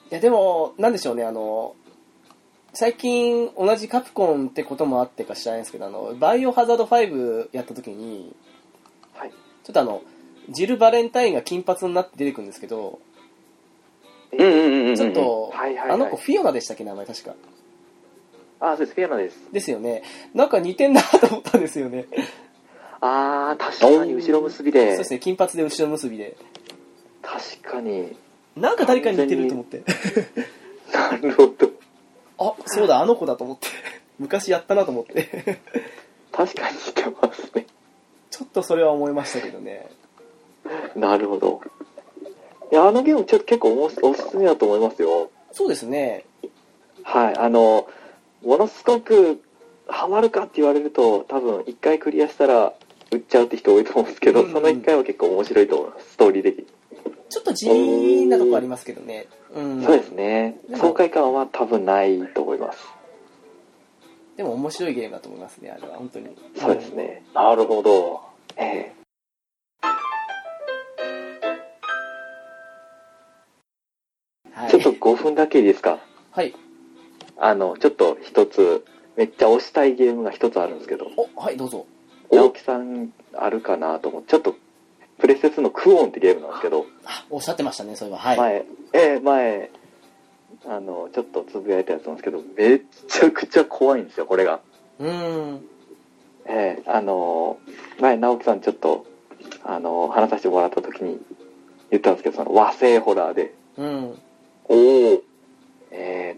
Speaker 1: やでも、なんでしょうね、あの、最近同じカプコンってこともあってか知らないんですけど、あの、バイオハザード5やった時に、
Speaker 3: はい。
Speaker 1: ちょっとあの、ジル・バレンタインが金髪になって出てくるんですけど、
Speaker 4: うんうんうんうん。
Speaker 1: ちょっと、
Speaker 3: はいはいはい
Speaker 1: あの子フィオナでしたっけ、名前確か。
Speaker 3: あ、そうです。ピアノです。
Speaker 1: ですよね。なんか似てんなと思ったんですよね。
Speaker 3: あー、確かに後ろ結び
Speaker 1: そう
Speaker 3: で
Speaker 1: で。すね、金髪で後ろ結びで。
Speaker 3: 確かに。
Speaker 1: なんか誰かに似てると思って。
Speaker 3: なるほど。
Speaker 1: あ、そうだ、あの子だと思って。昔やったなと思って。
Speaker 3: 確かに似てますね。 (laughs)
Speaker 1: ちょっとそれは思いましたけどね。
Speaker 3: なるほど。いや、あのゲーム、ちょっと結構おもしおすすめだと思いますよ。
Speaker 1: そうですね。
Speaker 3: はい、あの、ものすごくハマるかって言われると、多分一回クリアしたら売っちゃうって人多いと思うんですけど、
Speaker 1: うんうん
Speaker 3: その一回は結構面白いと思います、ストーリー的に。
Speaker 1: ちょっと地味なとこありますけどね。うん。
Speaker 3: そうですね
Speaker 1: で。も
Speaker 3: 爽快感は多分ないと思います。
Speaker 1: でも面白いゲームだと思いますね、あれは、本当に。
Speaker 3: そうですね。
Speaker 4: なるほど。
Speaker 3: ええ
Speaker 1: はい。
Speaker 3: ちょっと5分だけいいですか。
Speaker 1: はい。
Speaker 3: あの、ちょっと一つ、めっちゃ推したいゲームが一つあるんですけど。
Speaker 1: お、はい、どうぞ。
Speaker 3: 直樹さんあるかなと思ってちょっとプレステ2のクオンってゲームなんですけど、
Speaker 1: あ、おっしゃってましたね、そういえば。はい。
Speaker 3: 前ええ前あのちょっとつぶやいたやつなんですけどめっちゃくちゃ怖いんですよこれが
Speaker 1: うーん。
Speaker 3: ええあの前直樹さんちょっとあの話させてもらった時に言ったんですけどその和製ホラーで
Speaker 1: うん。
Speaker 4: おお。
Speaker 3: ええ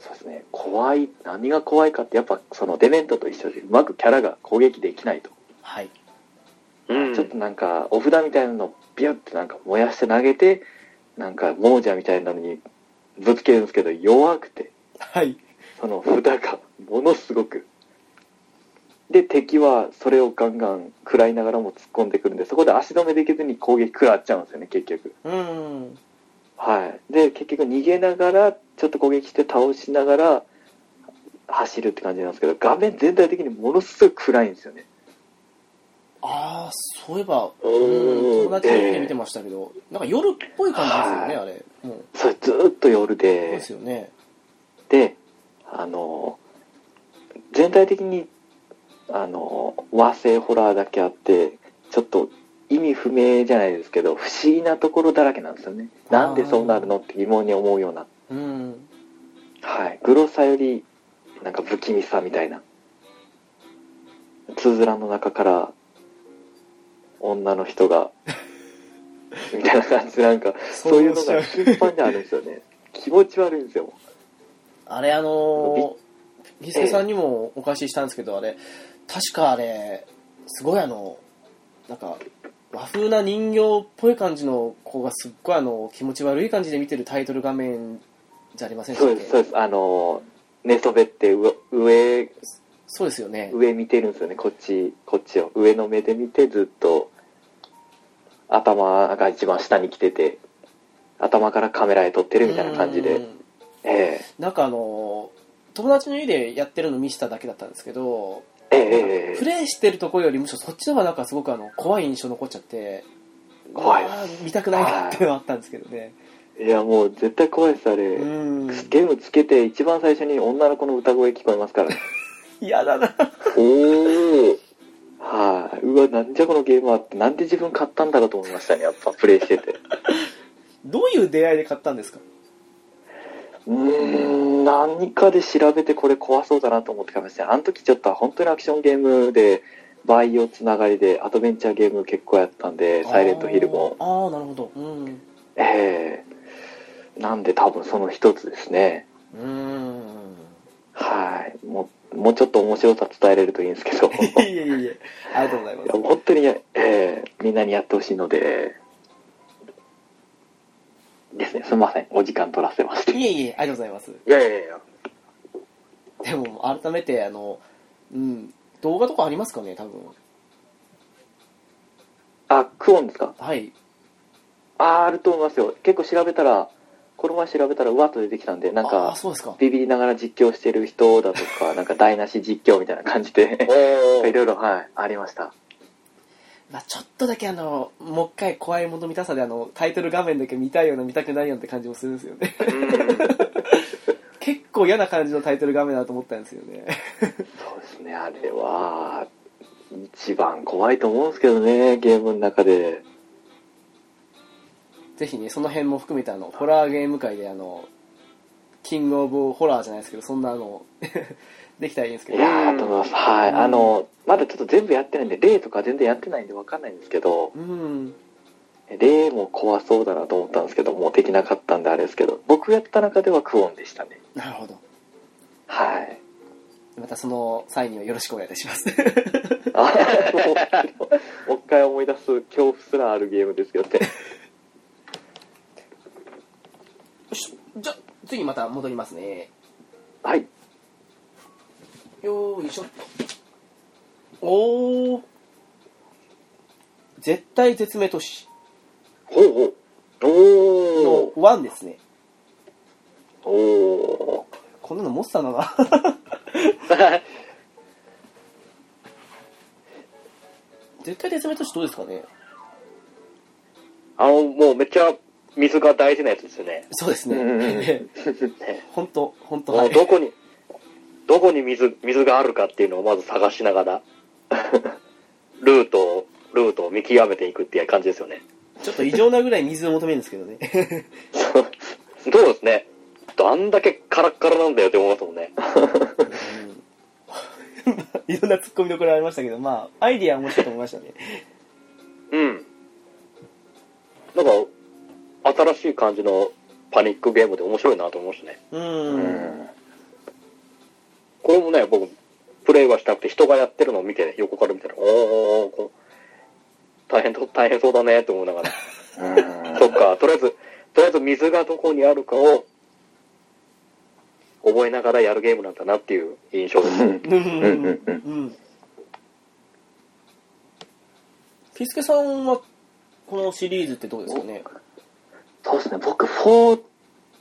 Speaker 3: そうですね怖い何が怖いかってやっぱそのデメントと一緒でうまくキャラが攻撃できないと
Speaker 1: はい。
Speaker 4: うん。
Speaker 3: ちょっとなんか、お札みたいなのをビュってなんか燃やして投げて、なんか亡者みたいなのにぶつけるんですけど、弱くて、
Speaker 1: はい。
Speaker 3: その札がものすごく。で、敵はそれをガンガン食らいながらも突っ込んでくるんで、そこで足止めできずに攻撃食らっちゃうんですよね、結局。
Speaker 1: うーん。
Speaker 3: はい。で、結局逃げながら、ちょっと攻撃して倒しながら、走るって感じなんですけど、画面全体的にものすごく暗いんですよね。
Speaker 1: あー、そういえば、
Speaker 4: う
Speaker 1: うん。
Speaker 4: ーん
Speaker 1: 友達の家見てましたけど、なんか夜っぽい感じですよね、
Speaker 3: は
Speaker 1: あれ。もう。
Speaker 3: それずーっと夜
Speaker 1: そう
Speaker 3: で
Speaker 1: で、すよね。
Speaker 3: であの全体的にあの和製ホラーだけあってちょっと意味不明じゃないですけど不思議なところだらけなんですよねなんでそうなるのって疑問に思うような、
Speaker 1: うん。
Speaker 3: はい、グロさよりなんか不気味さみたいなつづらの中から女の人がみたいな感じでなんかそういうのが頻繁にあるんですよね気持ち悪いんですよ
Speaker 1: あれ、あのー、ひすけさんにもお貸ししたんですけど、あれ、確かあれ、すごいあの、なんか、和風な人形っぽい感じの子がすっごいあの、気持ち悪い感じで見てるタイトル画面じゃありませんでし
Speaker 3: そ
Speaker 1: た
Speaker 3: う
Speaker 1: っ
Speaker 3: で
Speaker 1: け
Speaker 3: す、そうです。あの、寝そべって上、上、
Speaker 1: そうですよね。
Speaker 3: 上見てるんですよね。こっち、こっちを。上の目で見て、ずっと、頭が一番下に来てて、頭からカメラへ撮ってるみたいな感じ
Speaker 1: う
Speaker 3: で。
Speaker 1: ん
Speaker 3: え
Speaker 1: なんかあの、友達の家でやってるの見せただけだったんですけど、
Speaker 3: ええええ
Speaker 1: プ
Speaker 3: え
Speaker 1: レイしてるところよりむしろそっちの方がなんかすごくあの、怖い印象残っちゃって、
Speaker 3: 怖い
Speaker 1: あー見たくないなっていうのはあったんですけどね。
Speaker 3: いや、もう絶対怖いです、あれ
Speaker 1: う。ん。
Speaker 3: ゲームつけて一
Speaker 1: (laughs)
Speaker 3: 番最初に女の子の歌声聞こえますからね。
Speaker 1: 嫌だな。
Speaker 4: おー
Speaker 3: はい、うわ、なんじゃこのゲームはって、なんで自分買ったんだろうと思いましたね、やっぱプレイしてて。
Speaker 1: どういう出会いで買ったんですか
Speaker 3: うーん、何かで調べてこれ怖そうだなと思って買いましたね。あの時ちょっと本当にアクションゲームで、バイオつながりでアドベンチャーゲーム結構やったんで、サイレントヒルも。
Speaker 1: あーあーなるほどうんう
Speaker 3: ええなんで多分その一つですね。
Speaker 1: ーん
Speaker 3: はい。もう、もうちょっと面白さ伝えれるといいんですけど。
Speaker 1: いえいえいえありがとうございます
Speaker 3: 本当に、ええみんなにやってほしいので、ですね、すみません、お時間取らせまして。
Speaker 1: いえいえありがとうございます
Speaker 2: いやいやいや。
Speaker 1: でも改めてあのうん動画とかありますかね多分
Speaker 3: あ、クオンですか
Speaker 1: はい
Speaker 3: あ、あると思いますよ。結構調べたら、この前調べたら、うわっと出てきたんで、なん
Speaker 1: ああ
Speaker 3: か、
Speaker 1: そうですか
Speaker 3: ビビりながら実況してる人だとか、
Speaker 1: (laughs)
Speaker 3: なんか台無し実況みたいな感じで、
Speaker 2: お
Speaker 3: い
Speaker 2: ー。
Speaker 3: ろいろ、はい、ありました。
Speaker 1: まあ、ちょっとだけあのもう一回怖いもの見たさであのタイトル画面だけ見たいような見たくないようなって感じもするんですよね
Speaker 2: うん
Speaker 1: (laughs) 結構嫌な感じのタイトル画面だと思ったんですよね
Speaker 3: そうですね、あれは、一番怖いと思うんですけどね、ゲームの中で。
Speaker 1: ぜひねその辺も含めてあのホラーゲーム界であのキングオブホラーじゃないですけどそんなあの (laughs) できたらいいんですけ
Speaker 3: い
Speaker 1: ど
Speaker 3: やーと思います。はい。
Speaker 1: うん
Speaker 3: あの、まだちょっと全部やってないんで、例とか全然やってないんでわかんないんですけど、
Speaker 1: うん
Speaker 3: 例も怖そうだなと思ったんですけど、もうできなかったんであれですけど、僕やった中ではクオンでしたね。
Speaker 1: なるほど
Speaker 3: はい。
Speaker 1: またその際にはよろしくお願いいたします
Speaker 3: あもうもう一回思い出す恐怖すらあるゲームですけどね。
Speaker 1: (laughs) じゃあ次また戻りますね
Speaker 3: はい。
Speaker 1: よーいしょっとおお絶対絶命都市
Speaker 2: ほうほう。お
Speaker 1: の
Speaker 2: ー。
Speaker 1: 1ですね
Speaker 2: お
Speaker 1: こんなの持ってたんだな
Speaker 4: (laughs)
Speaker 2: ー。
Speaker 1: (laughs) 絶対絶命都市どうですかね
Speaker 2: あの、もうめっちゃ水が大事なやつですよね。
Speaker 1: そうです
Speaker 3: うんうん
Speaker 1: ね (laughs) 本当本当
Speaker 2: も
Speaker 1: は
Speaker 2: う
Speaker 1: い
Speaker 2: どこに、どこに水、水があるかっていうのをまず探しながら、 (laughs) ルートを、ルートを見極めていくっていう感じですよね。
Speaker 1: ちょっと異常なぐらい水を求めるんですけどね (laughs)
Speaker 3: そう
Speaker 2: そうですね。あんだけカラッカラなんだよって思いますもんね。
Speaker 1: うんいろんなツッコミどころありましたけどまあアイディアは面白いと思いましたね
Speaker 2: うん。なんか、新しい感じのパニックゲームで面白いなと思いましたね。
Speaker 1: うん
Speaker 3: うん
Speaker 2: これもね、僕、プレイはしなくて人がやってるのを見て、ね、横から見たら、おーおーおーこう大変と、大変そうだねと思いながら。そっか、とりあえず、とりあえず水がどこにあるかを、覚えながらやるゲームなんだなっていう印象です。
Speaker 1: うん
Speaker 3: うんうんうん
Speaker 1: うんピスケさんはこのシリーズってどうですかね
Speaker 3: そうですね、僕4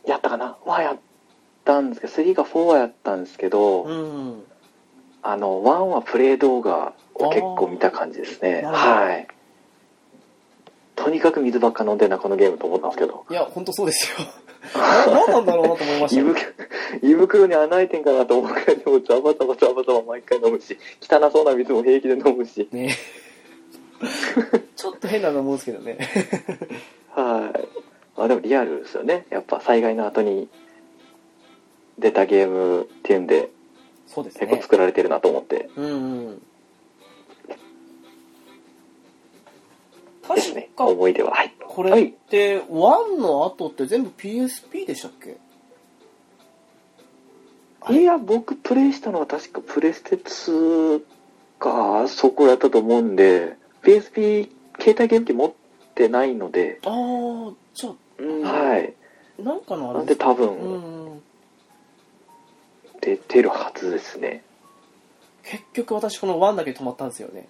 Speaker 3: やったかなはやったんですけど、3が4はやったんですけど、
Speaker 1: うん
Speaker 3: あの、1はプレイ動画を結構見た感じですね。
Speaker 1: あー
Speaker 3: はい。とにかく水ばっか飲んでんな、このゲームと思ったんですけど。
Speaker 1: いや本当そうですよ (laughs) な何なんだろうなと思いました
Speaker 3: 胃
Speaker 1: よ
Speaker 3: 袋 (laughs) 胃袋に穴開いてんかなと思うくらいでもざばざばざばざば毎回飲むし汚そうな水も平気で飲むし
Speaker 1: ねちょっと変なの思うんですけどね (laughs)
Speaker 3: はいあでもリアルですよねやっぱ災害の後に出たゲームっていうんで
Speaker 1: そうです
Speaker 3: 結構
Speaker 1: ね
Speaker 3: 作られてるなと思って、
Speaker 1: うんうん
Speaker 3: ですね
Speaker 1: 確か
Speaker 3: 思い出ははい
Speaker 1: こ
Speaker 3: は
Speaker 1: れっ
Speaker 3: い
Speaker 1: て1の後って全部 PSP でしたっけはい
Speaker 3: いや僕プレイしたのは確かプレステ2かそこやったと思うんで PSP 携帯ゲーム機持ってないので、
Speaker 1: ああじゃ
Speaker 2: うん
Speaker 3: はい
Speaker 1: あなんかのあ
Speaker 3: な
Speaker 1: れ
Speaker 3: んで
Speaker 1: か
Speaker 3: 多
Speaker 1: う
Speaker 3: 分
Speaker 1: んうん
Speaker 3: 出てるはずですね、
Speaker 1: 結局私この1だけ止まったんですよ (laughs) ね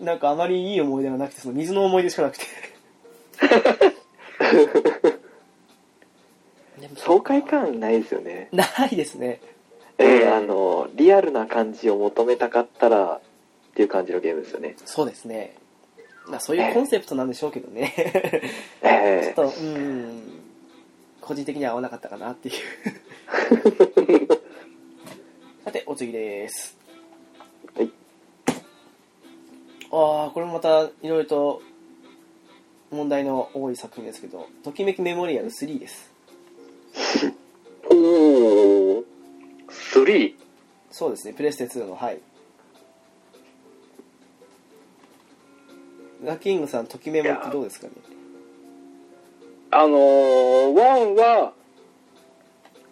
Speaker 1: なんかあまりいい思い出がなくてその水の思い出しかなく (laughs) てでも
Speaker 3: 爽快感ないですよね、
Speaker 1: ないですね
Speaker 3: え
Speaker 2: うん
Speaker 3: あのリアルな感じを求めたかったらっていう感じのゲームですよね
Speaker 1: そうですねまあそういうコンセプトなんでしょうけどねちょ
Speaker 3: え
Speaker 1: っとうん個人的には合わなかったかなっていう
Speaker 3: (laughs)
Speaker 1: さてお次です
Speaker 3: はい
Speaker 1: もまたいろいろと問題の多い作品ですけど「ときめきメモリアル3」です
Speaker 2: おー、3。
Speaker 1: そうですねプレステ2のはいラッキングさん「ときメモ」ってどうですかね
Speaker 2: あのー、1は、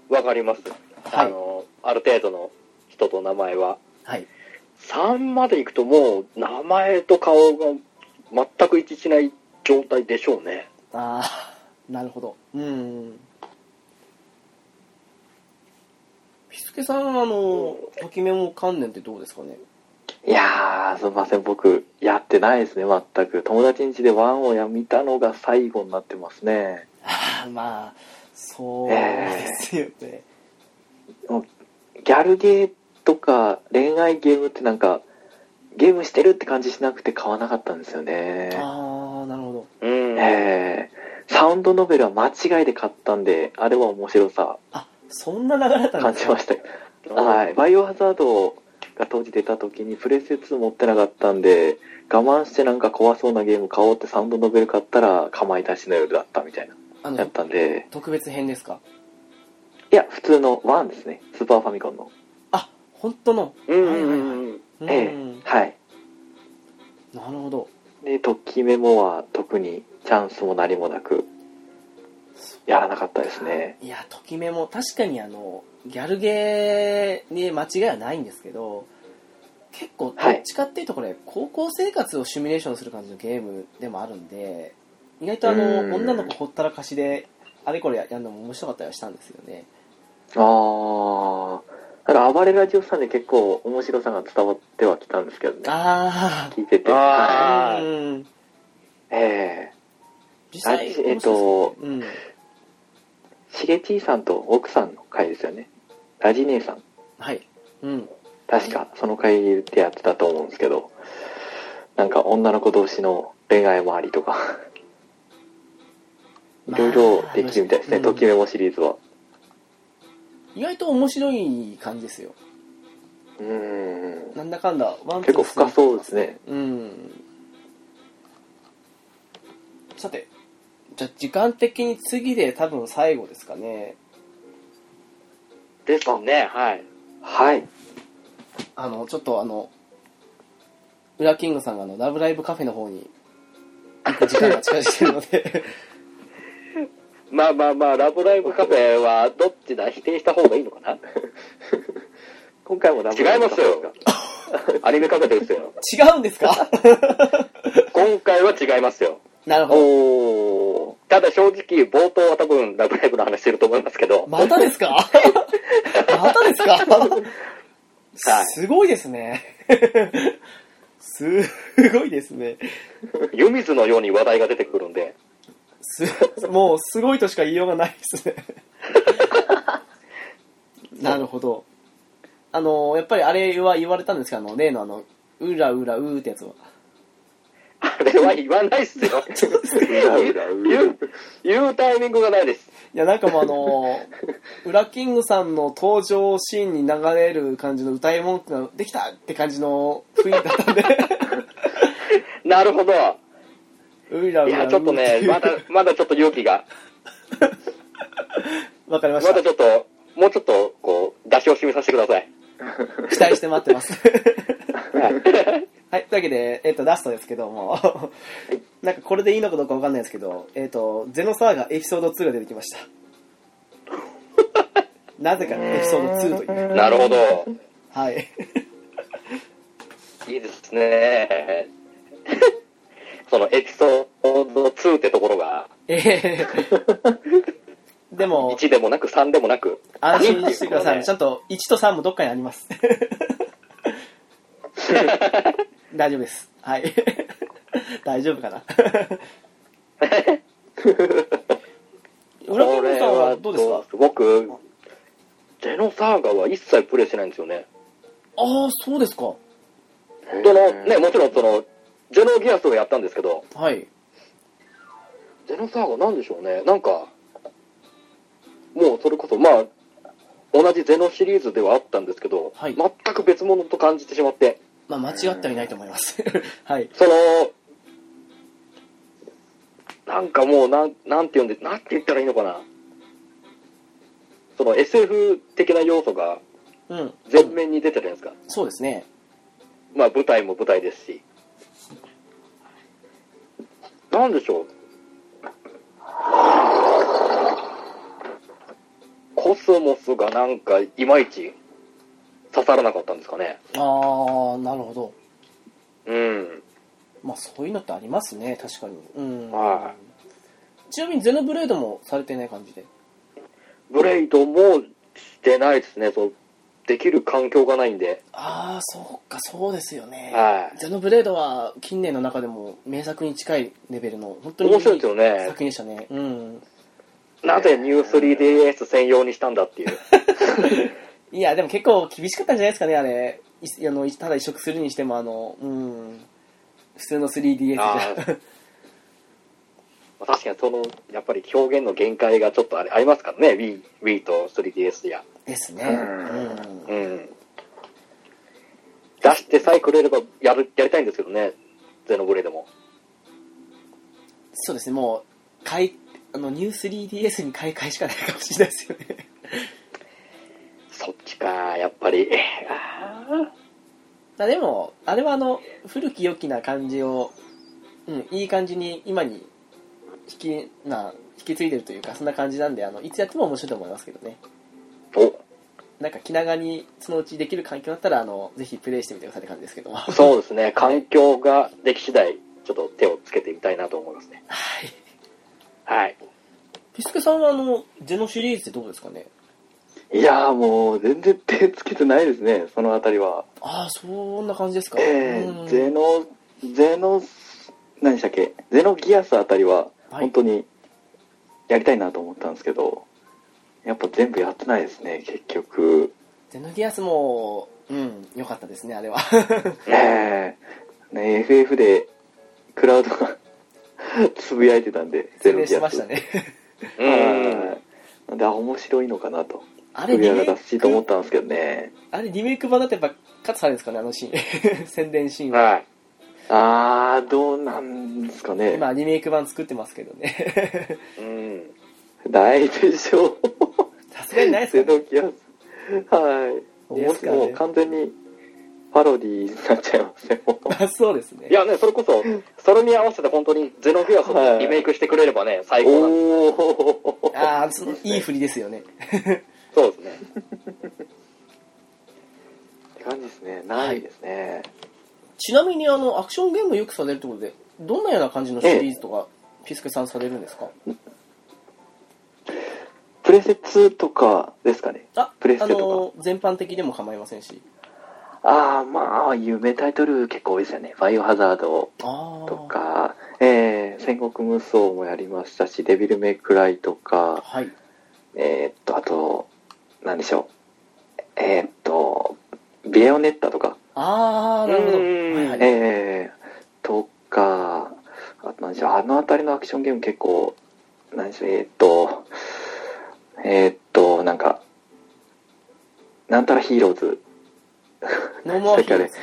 Speaker 2: わかります。
Speaker 1: はい
Speaker 2: あのー、ある程度の人と名前は。
Speaker 1: はい
Speaker 2: 3まで行くともう、名前と顔が全く一致しない状態でしょうね。
Speaker 1: ああなるほどうんピスケさんあの「ときメモ」関連ってどうですかね
Speaker 3: いやー、すみません、僕、やってないですね、全く。友達ん家でワンをや見たのが最後になってますね。
Speaker 1: ああ (laughs) まあそうですよね、
Speaker 3: ギャルゲーとか恋愛ゲームってなんか、ゲームしてるって感じしなくて買わなかったんですよね。
Speaker 1: ああなるほど
Speaker 2: うん。
Speaker 3: えー、サウンドノベルは間違いで買ったんで、あれは面白さ
Speaker 1: あそんな流れだったん
Speaker 3: 感
Speaker 1: です
Speaker 3: じ
Speaker 1: か
Speaker 3: ましたよ。はい。バイオハザードが当時出た時にプレステ2持ってなかったんで、我慢してなんか怖そうなゲーム買おうってサウンドノベル買ったら、かまいたちの夜だったみたいな、
Speaker 1: あ
Speaker 3: や
Speaker 1: の
Speaker 3: ったんで、
Speaker 1: 特別編ですか
Speaker 3: いや、普通の1ですね。スーパーファミコンの。
Speaker 1: あ本当の
Speaker 2: うんう
Speaker 1: はいはい
Speaker 2: ん
Speaker 1: は
Speaker 2: うん。
Speaker 1: うん、
Speaker 3: ええはい。
Speaker 1: なるほど
Speaker 3: で、ときメモは特にチャンスも何もなく、やらなかったですね。
Speaker 1: いやときめも確かにあのギャルゲーに間違いはないんですけど結構ど
Speaker 3: はい
Speaker 1: っちかっていうとこれ、高校生活をシミュレーションする感じのゲームでもあるんで意外とあの
Speaker 3: うん
Speaker 1: 女の子ほったらかしであれこれやるのも面白かったりはしたんですよね
Speaker 3: あー。だから、暴れラジオさんで結構面白さが伝わってはきたんですけどね。
Speaker 1: あ
Speaker 3: 聞いてて。
Speaker 2: あ
Speaker 1: あ
Speaker 2: ー
Speaker 1: うん
Speaker 3: い。ええ
Speaker 1: 実際
Speaker 3: あえ
Speaker 1: 面白いで
Speaker 3: っと
Speaker 1: すよね
Speaker 3: しげちいさんと奥さんの会ですよね。ラジ姉さん。
Speaker 1: うんはいうん
Speaker 3: 確か、その会でやってたと思うんですけど、なんか女の子同士の恋愛もありとか、いろいろできるみたいですね。
Speaker 1: うん
Speaker 3: ときメモシリーズは。
Speaker 1: 意外と面白い感じですよ
Speaker 3: うーん。
Speaker 1: なんだかんだワン
Speaker 3: 結構深そうですね。
Speaker 1: うんさてじゃあ時間的に次で多分最後ですかね
Speaker 2: ですね、はい。
Speaker 3: はい。
Speaker 1: あのちょっとあの裏キングさんがあの「ラブライブカフェ」の方に行く時間が近づいてるので
Speaker 2: まあまあまあ、ラブライブカフェはどっちだ否定した方がいいの
Speaker 1: (laughs)
Speaker 2: かな
Speaker 3: 今回もラブ
Speaker 2: 違いますよ。アニメカフェですよ。
Speaker 1: (laughs) 違うんですか
Speaker 2: 今回は違いますよ。
Speaker 1: (laughs) なるほど
Speaker 2: おただ正直、冒頭は多分、ラブライブの話してると思いますけど、
Speaker 1: また (laughs) ですかまたですか
Speaker 2: はい
Speaker 1: すごいですねすごいですね
Speaker 2: 湯水のように話題が出てくるんで、
Speaker 1: す (laughs) もうすごいとしか言いようがないです
Speaker 2: (laughs)
Speaker 1: ねなるほどあのやっぱりあれは言われたんですけどあの例のあのうらうらうーってやつは
Speaker 2: あれは言わないっすよ。
Speaker 3: うらうら
Speaker 2: 言う、言うタイミングがないです。
Speaker 1: いやなんかもうあ
Speaker 2: (laughs)
Speaker 1: のウラキングさんの登場シーンに流れる感じの歌い文句ができたって感じの雰囲気だったん
Speaker 2: (laughs)
Speaker 1: で
Speaker 2: なるほ
Speaker 1: う
Speaker 2: ど。
Speaker 1: らう
Speaker 2: い
Speaker 1: らうー
Speaker 2: や、ちょっとね
Speaker 1: てい、う
Speaker 2: まだ、まだちょっと勇気が、
Speaker 1: わかりま
Speaker 2: ま
Speaker 1: した
Speaker 2: だちょっと、もうちょっと、こう、出し惜しみさせてください。
Speaker 1: 期待して待ってます
Speaker 2: (laughs) はい
Speaker 1: (laughs) はい、というわけで、えっ、と、ラストですけども、なんかこれでいいのかどうかわかんないですけど、えっ、と、ゼノサーガエピソード2が出てきました。なぜかエピソード2という。
Speaker 2: なるほど。
Speaker 1: はい。
Speaker 2: いいですね。 (laughs) そのエピソード2ってところが、
Speaker 1: ええでも、
Speaker 2: 1でもなく3でもなく、
Speaker 1: 安心してくださ
Speaker 2: いい
Speaker 1: い。
Speaker 2: です
Speaker 1: ちゃんと1と3もどっかにあります。大丈夫です。はい。大丈夫かな。裏キングさんはどうですか
Speaker 2: 僕、ゼノサーガは一切プレイしてないんですよね。
Speaker 1: ああ、そうですか。
Speaker 2: その、ね、もちろんその、ゼノギアスをやったんですけど、
Speaker 1: はい。
Speaker 2: ゼノサーガなんでしょうね。なんか、もうそれこそ、まあ、同じゼノシリーズではあったんですけど、
Speaker 1: はい
Speaker 2: 全く別物と感じてしまって、
Speaker 1: まあ、間違ってはいないと思います。 (laughs) はい。
Speaker 2: その、なんかもう、なん、なんて呼んで、なんて言ったらいいのかな。その SF 的な要素が
Speaker 1: うん。
Speaker 2: 全面に出てるじゃないですか。
Speaker 1: そうですね。
Speaker 2: まあ舞台も舞台ですし。なんでしょう。コスモスがなんかいまいち刺さらなかったんですかね。
Speaker 1: あー、なるほど。
Speaker 2: うん。
Speaker 1: まあ、そういうのってありますね、確かに。うん。
Speaker 2: は
Speaker 1: ちなみに、ゼノブレードもされてない感じで。
Speaker 2: ブレイドもしてないですね。そうできる環境がないんで。
Speaker 1: あー、そうか、そうですよね。
Speaker 2: は
Speaker 1: ゼノブレードは近年の中でも名作に近いレベルの本当
Speaker 2: い。
Speaker 1: に
Speaker 2: 面白いですよね
Speaker 1: 作。品でしたね。うん。
Speaker 2: なぜニュー 3DS 専用にしたんだっ
Speaker 1: (laughs)
Speaker 2: ていう。
Speaker 1: いや、でも結構厳しかったんじゃないですかね、あれ。いあのいただ移植するにしても、あの、うん。普通の 3DS じ
Speaker 2: あ
Speaker 1: ゃ。
Speaker 2: ー確かにその、やっぱり表現の限界がちょっとあれありますからね、Wii, Wii と 3DS や。
Speaker 1: (laughs) ですね。
Speaker 2: うん
Speaker 1: うん
Speaker 2: うん。出してさえくれればやる、やりたいんですけどね、ゼノブレでも。
Speaker 1: そうですね、もう、買い、あの、ニュー 3DS に買い替えしかないかもしれないですよね。
Speaker 2: そっちか、やっぱり。あ
Speaker 1: (laughs) まあでも、あれはあの、古き良きな感じを、うん、いい感じに今に引き、な、引き継いでるというか、そんな感じなんで、あの、いつやっても面白いと思いますけどね。
Speaker 2: ーお、
Speaker 1: なんか気長にそのうちできる環境だったらあのぜひプレイしてみてくださいって感じですけども (laughs) はい
Speaker 2: そうですね、環境ができ次第、ちょっと手をつけてみたいなと思いますね。はい。
Speaker 1: ピスケさんはあのゼノシリーズってどうですかね
Speaker 3: いやーもう全然手つけてないですね、そのあたりは。
Speaker 1: ああそんな感じですか
Speaker 3: え
Speaker 1: う
Speaker 3: ー、
Speaker 1: ん
Speaker 3: ゼノ、ゼノ、何でしたっけゼノギアスあたりは、
Speaker 1: はい
Speaker 3: 本当にやりたいなと思ったんですけど、やっぱ全部やってないですね、結局。
Speaker 1: ゼノギアスもうん良かったですねあれは
Speaker 3: ねえ、ね FF でクラウドが (laughs) つぶやいてたんで、
Speaker 1: 説
Speaker 3: ゼロ
Speaker 1: 明
Speaker 3: ギ
Speaker 1: し
Speaker 3: ア
Speaker 1: ま
Speaker 3: ス。
Speaker 1: したね
Speaker 2: う
Speaker 3: は
Speaker 2: ん。
Speaker 3: いなんで、あ面白いのかなと。
Speaker 1: あれ
Speaker 3: ク
Speaker 1: リ
Speaker 3: リア
Speaker 1: メ
Speaker 3: が
Speaker 1: イ
Speaker 3: 出しいと思っ
Speaker 1: ク
Speaker 3: たんですけどね。
Speaker 1: あれリメイク版だとやっぱカットされるんですかねあのシーン (laughs) 宣伝シーンは
Speaker 2: はい。
Speaker 3: あー、どうなんですかね。
Speaker 1: 今リメイク版作ってますけどね (laughs)
Speaker 2: うん。
Speaker 3: ない (laughs) でしょう。
Speaker 1: さすがにないです
Speaker 3: ゼ
Speaker 1: かね
Speaker 3: ノギアス。はい。
Speaker 1: で
Speaker 3: も
Speaker 1: す
Speaker 3: う
Speaker 1: かね
Speaker 3: もう完全にパロディーになっちゃいますね、もう
Speaker 1: まあ (laughs) そうですね
Speaker 2: いやね、それこそ、それに合わせて本当にゼノギアスをリメイクしてくれればね、最高なんで
Speaker 3: おー。
Speaker 1: ああそのいい振りですよね
Speaker 2: そうですね。
Speaker 3: って感じですね。ないですね。
Speaker 1: ちなみにあのアクションゲームよくされるってことでどんなような感じのシリーズとか、ピスケさんされるんですか
Speaker 3: プレセ2とかですかね。
Speaker 1: あ
Speaker 3: プレステとか
Speaker 1: あの全般的でも構いませんし
Speaker 3: ああ、まあ、有名タイトル結構多いですよね。バイオハザード
Speaker 1: ああ
Speaker 3: とか、えー、戦国無双もやりましたし、デビルメイクライとか、
Speaker 1: はい
Speaker 3: えー、っと、あと、なんでしょう。えー、っと、ビエオネッタとか、
Speaker 1: ああなるほど
Speaker 2: う
Speaker 1: はい
Speaker 2: ん
Speaker 1: はい、
Speaker 3: えー、とか、あとなんでしょう、あの辺りのアクションゲーム結構、なんでしょう、えー、っと、えー、っと、なんか、なんたらヒーローズ
Speaker 1: ノーモアヒーローズ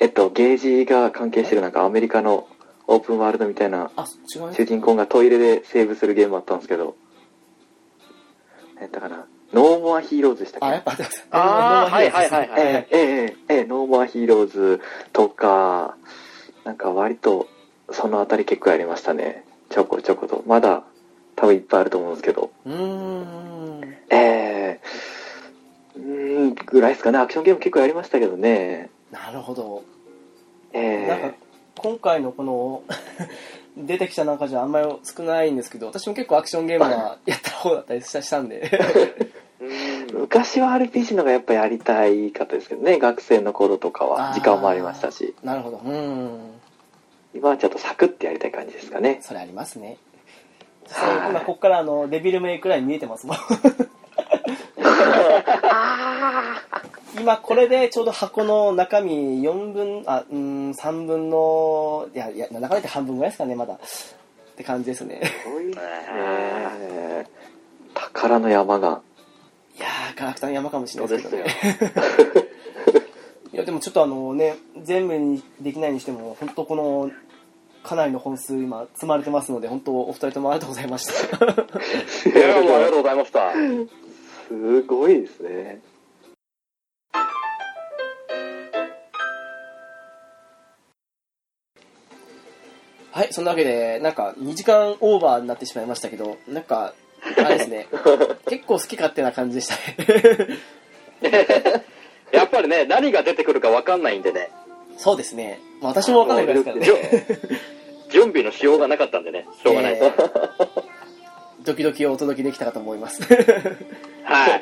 Speaker 3: えっと、ゲージが関係してるなんかアメリカのオープンワールドみたいな
Speaker 1: あ違います
Speaker 3: 主人公がトイレでセーブするゲームあったんですけど、えったかな、ノーモアヒーローズでしたっけ
Speaker 1: あやっぱり
Speaker 2: ああ、はいはいはい
Speaker 3: え
Speaker 2: はい。
Speaker 3: えええええノーモアヒーローズとか、なんか割とそのあたり結構やりましたね。ちょこちょこと。まだ多分いっぱいあると思うんですけど。
Speaker 1: うーん
Speaker 3: ええうーん、ぐらいですかね。アクションゲーム結構やりましたけどね。
Speaker 1: なるほど
Speaker 3: え
Speaker 1: なんか
Speaker 3: え
Speaker 1: 今回のこの (laughs) 出てきた中じゃあんまり少ないんですけど私も結構アクションゲームはやった方だったりしたしたんで
Speaker 2: うん
Speaker 3: 昔は RPG の方がやっぱやりたいかったですけどね。学生の頃とか
Speaker 1: あ
Speaker 3: は
Speaker 1: ー
Speaker 3: 時間もありましたし。
Speaker 1: (laughs) なるほどうーん
Speaker 3: 今はちょっとサクッてやりたい感じですかね。
Speaker 1: それありますね
Speaker 3: はい
Speaker 1: 今ここからあのデビルメイクライン見えてますも (laughs) ん今これでちょうど箱の中身4分あうーん3分のいやいや中身って半分ぐらいですかねまだって感じですね
Speaker 3: ええ宝の山が。
Speaker 1: (laughs) いやーガラクタの山かもしれないですけどねいやでもちょっとあのね、全部にできないにしても、本当この、かなりの本数今積まれてますので、本当お二人ともありがとうございました。 (laughs)
Speaker 2: いや、もうありがとうございました。
Speaker 3: すごいですね。
Speaker 1: はい、そんなわけで、なんか2時間オーバーになってしまいましたけど、なんか、あれです
Speaker 2: (laughs)
Speaker 1: ね、結構好き勝手な感じでしたね。 (laughs)
Speaker 2: やっぱりね、何が出てくるか分かんないんでね、
Speaker 1: そうですね。まあ、私もわかんないですからね。
Speaker 2: (laughs) 準備のしようがなかったんでね、しょうがないです。
Speaker 1: えードキドキをお届けできたかと思います。 (laughs)
Speaker 2: はい。
Speaker 1: は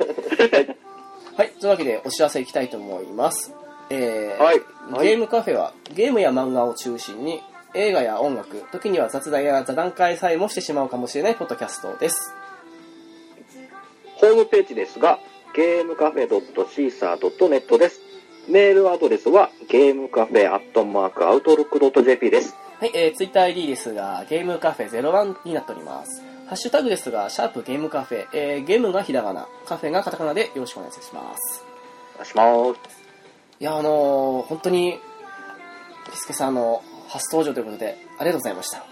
Speaker 1: い、というわけでお知らせいきたいと思います。えー
Speaker 2: はい
Speaker 1: ゲームカフェはゲームや漫画を中心に映画や音楽、時には雑談や座談会さえもしてしまうかもしれないポッドキャストです。
Speaker 2: ホームページですが、ゲームカフェ .caesar.net です。メールアドレスは、ゲームカフェアットマークアウトロック .jp です。
Speaker 1: はい、えー、TwitterID ですが、ゲームカフェ01になっております。ハッシュタグですが、シャープゲームカフェ、えーゲームがひらがな、カフェがカタカナでよろしくお願いします。
Speaker 2: お願いします。
Speaker 1: いや、あのー本当に、ピスケさん、あの、初登場ということで、ありがとうございました。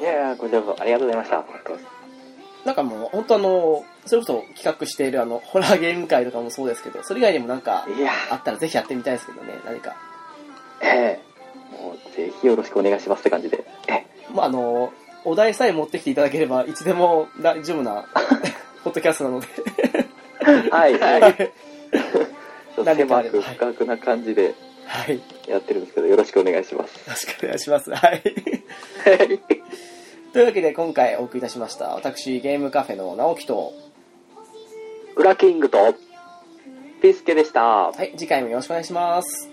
Speaker 3: いやーこちらこそありがとうございました。
Speaker 1: なんかもう、本当あのーそれこそ企画している、あの、ホラーゲーム会とかもそうですけど、それ以外にもなんか、
Speaker 3: いや
Speaker 1: あったらぜひやってみたいですけどね、何か。
Speaker 3: ーええもうぜひよろしくお願いしますって感じで。え
Speaker 1: まあ、あのーお題さえ持ってきていただければ、いつでも大丈夫
Speaker 3: (laughs)
Speaker 1: な、ポッドキャストなので、
Speaker 3: はい、はい。ちょっと
Speaker 1: 何かあ
Speaker 3: 狭
Speaker 1: れば
Speaker 3: く
Speaker 1: はい
Speaker 3: 深くな感じで
Speaker 1: はい。よ
Speaker 3: やってるんですけど、よろしくお願いします。
Speaker 1: ろしくお願いします。
Speaker 3: (laughs)
Speaker 1: はい。というわけで、今回お送りいたしました、私、ゲームカフェの直樹と、
Speaker 2: 裏キングと、
Speaker 3: ピースケでした。
Speaker 1: はい、次回もよろしくお願いします。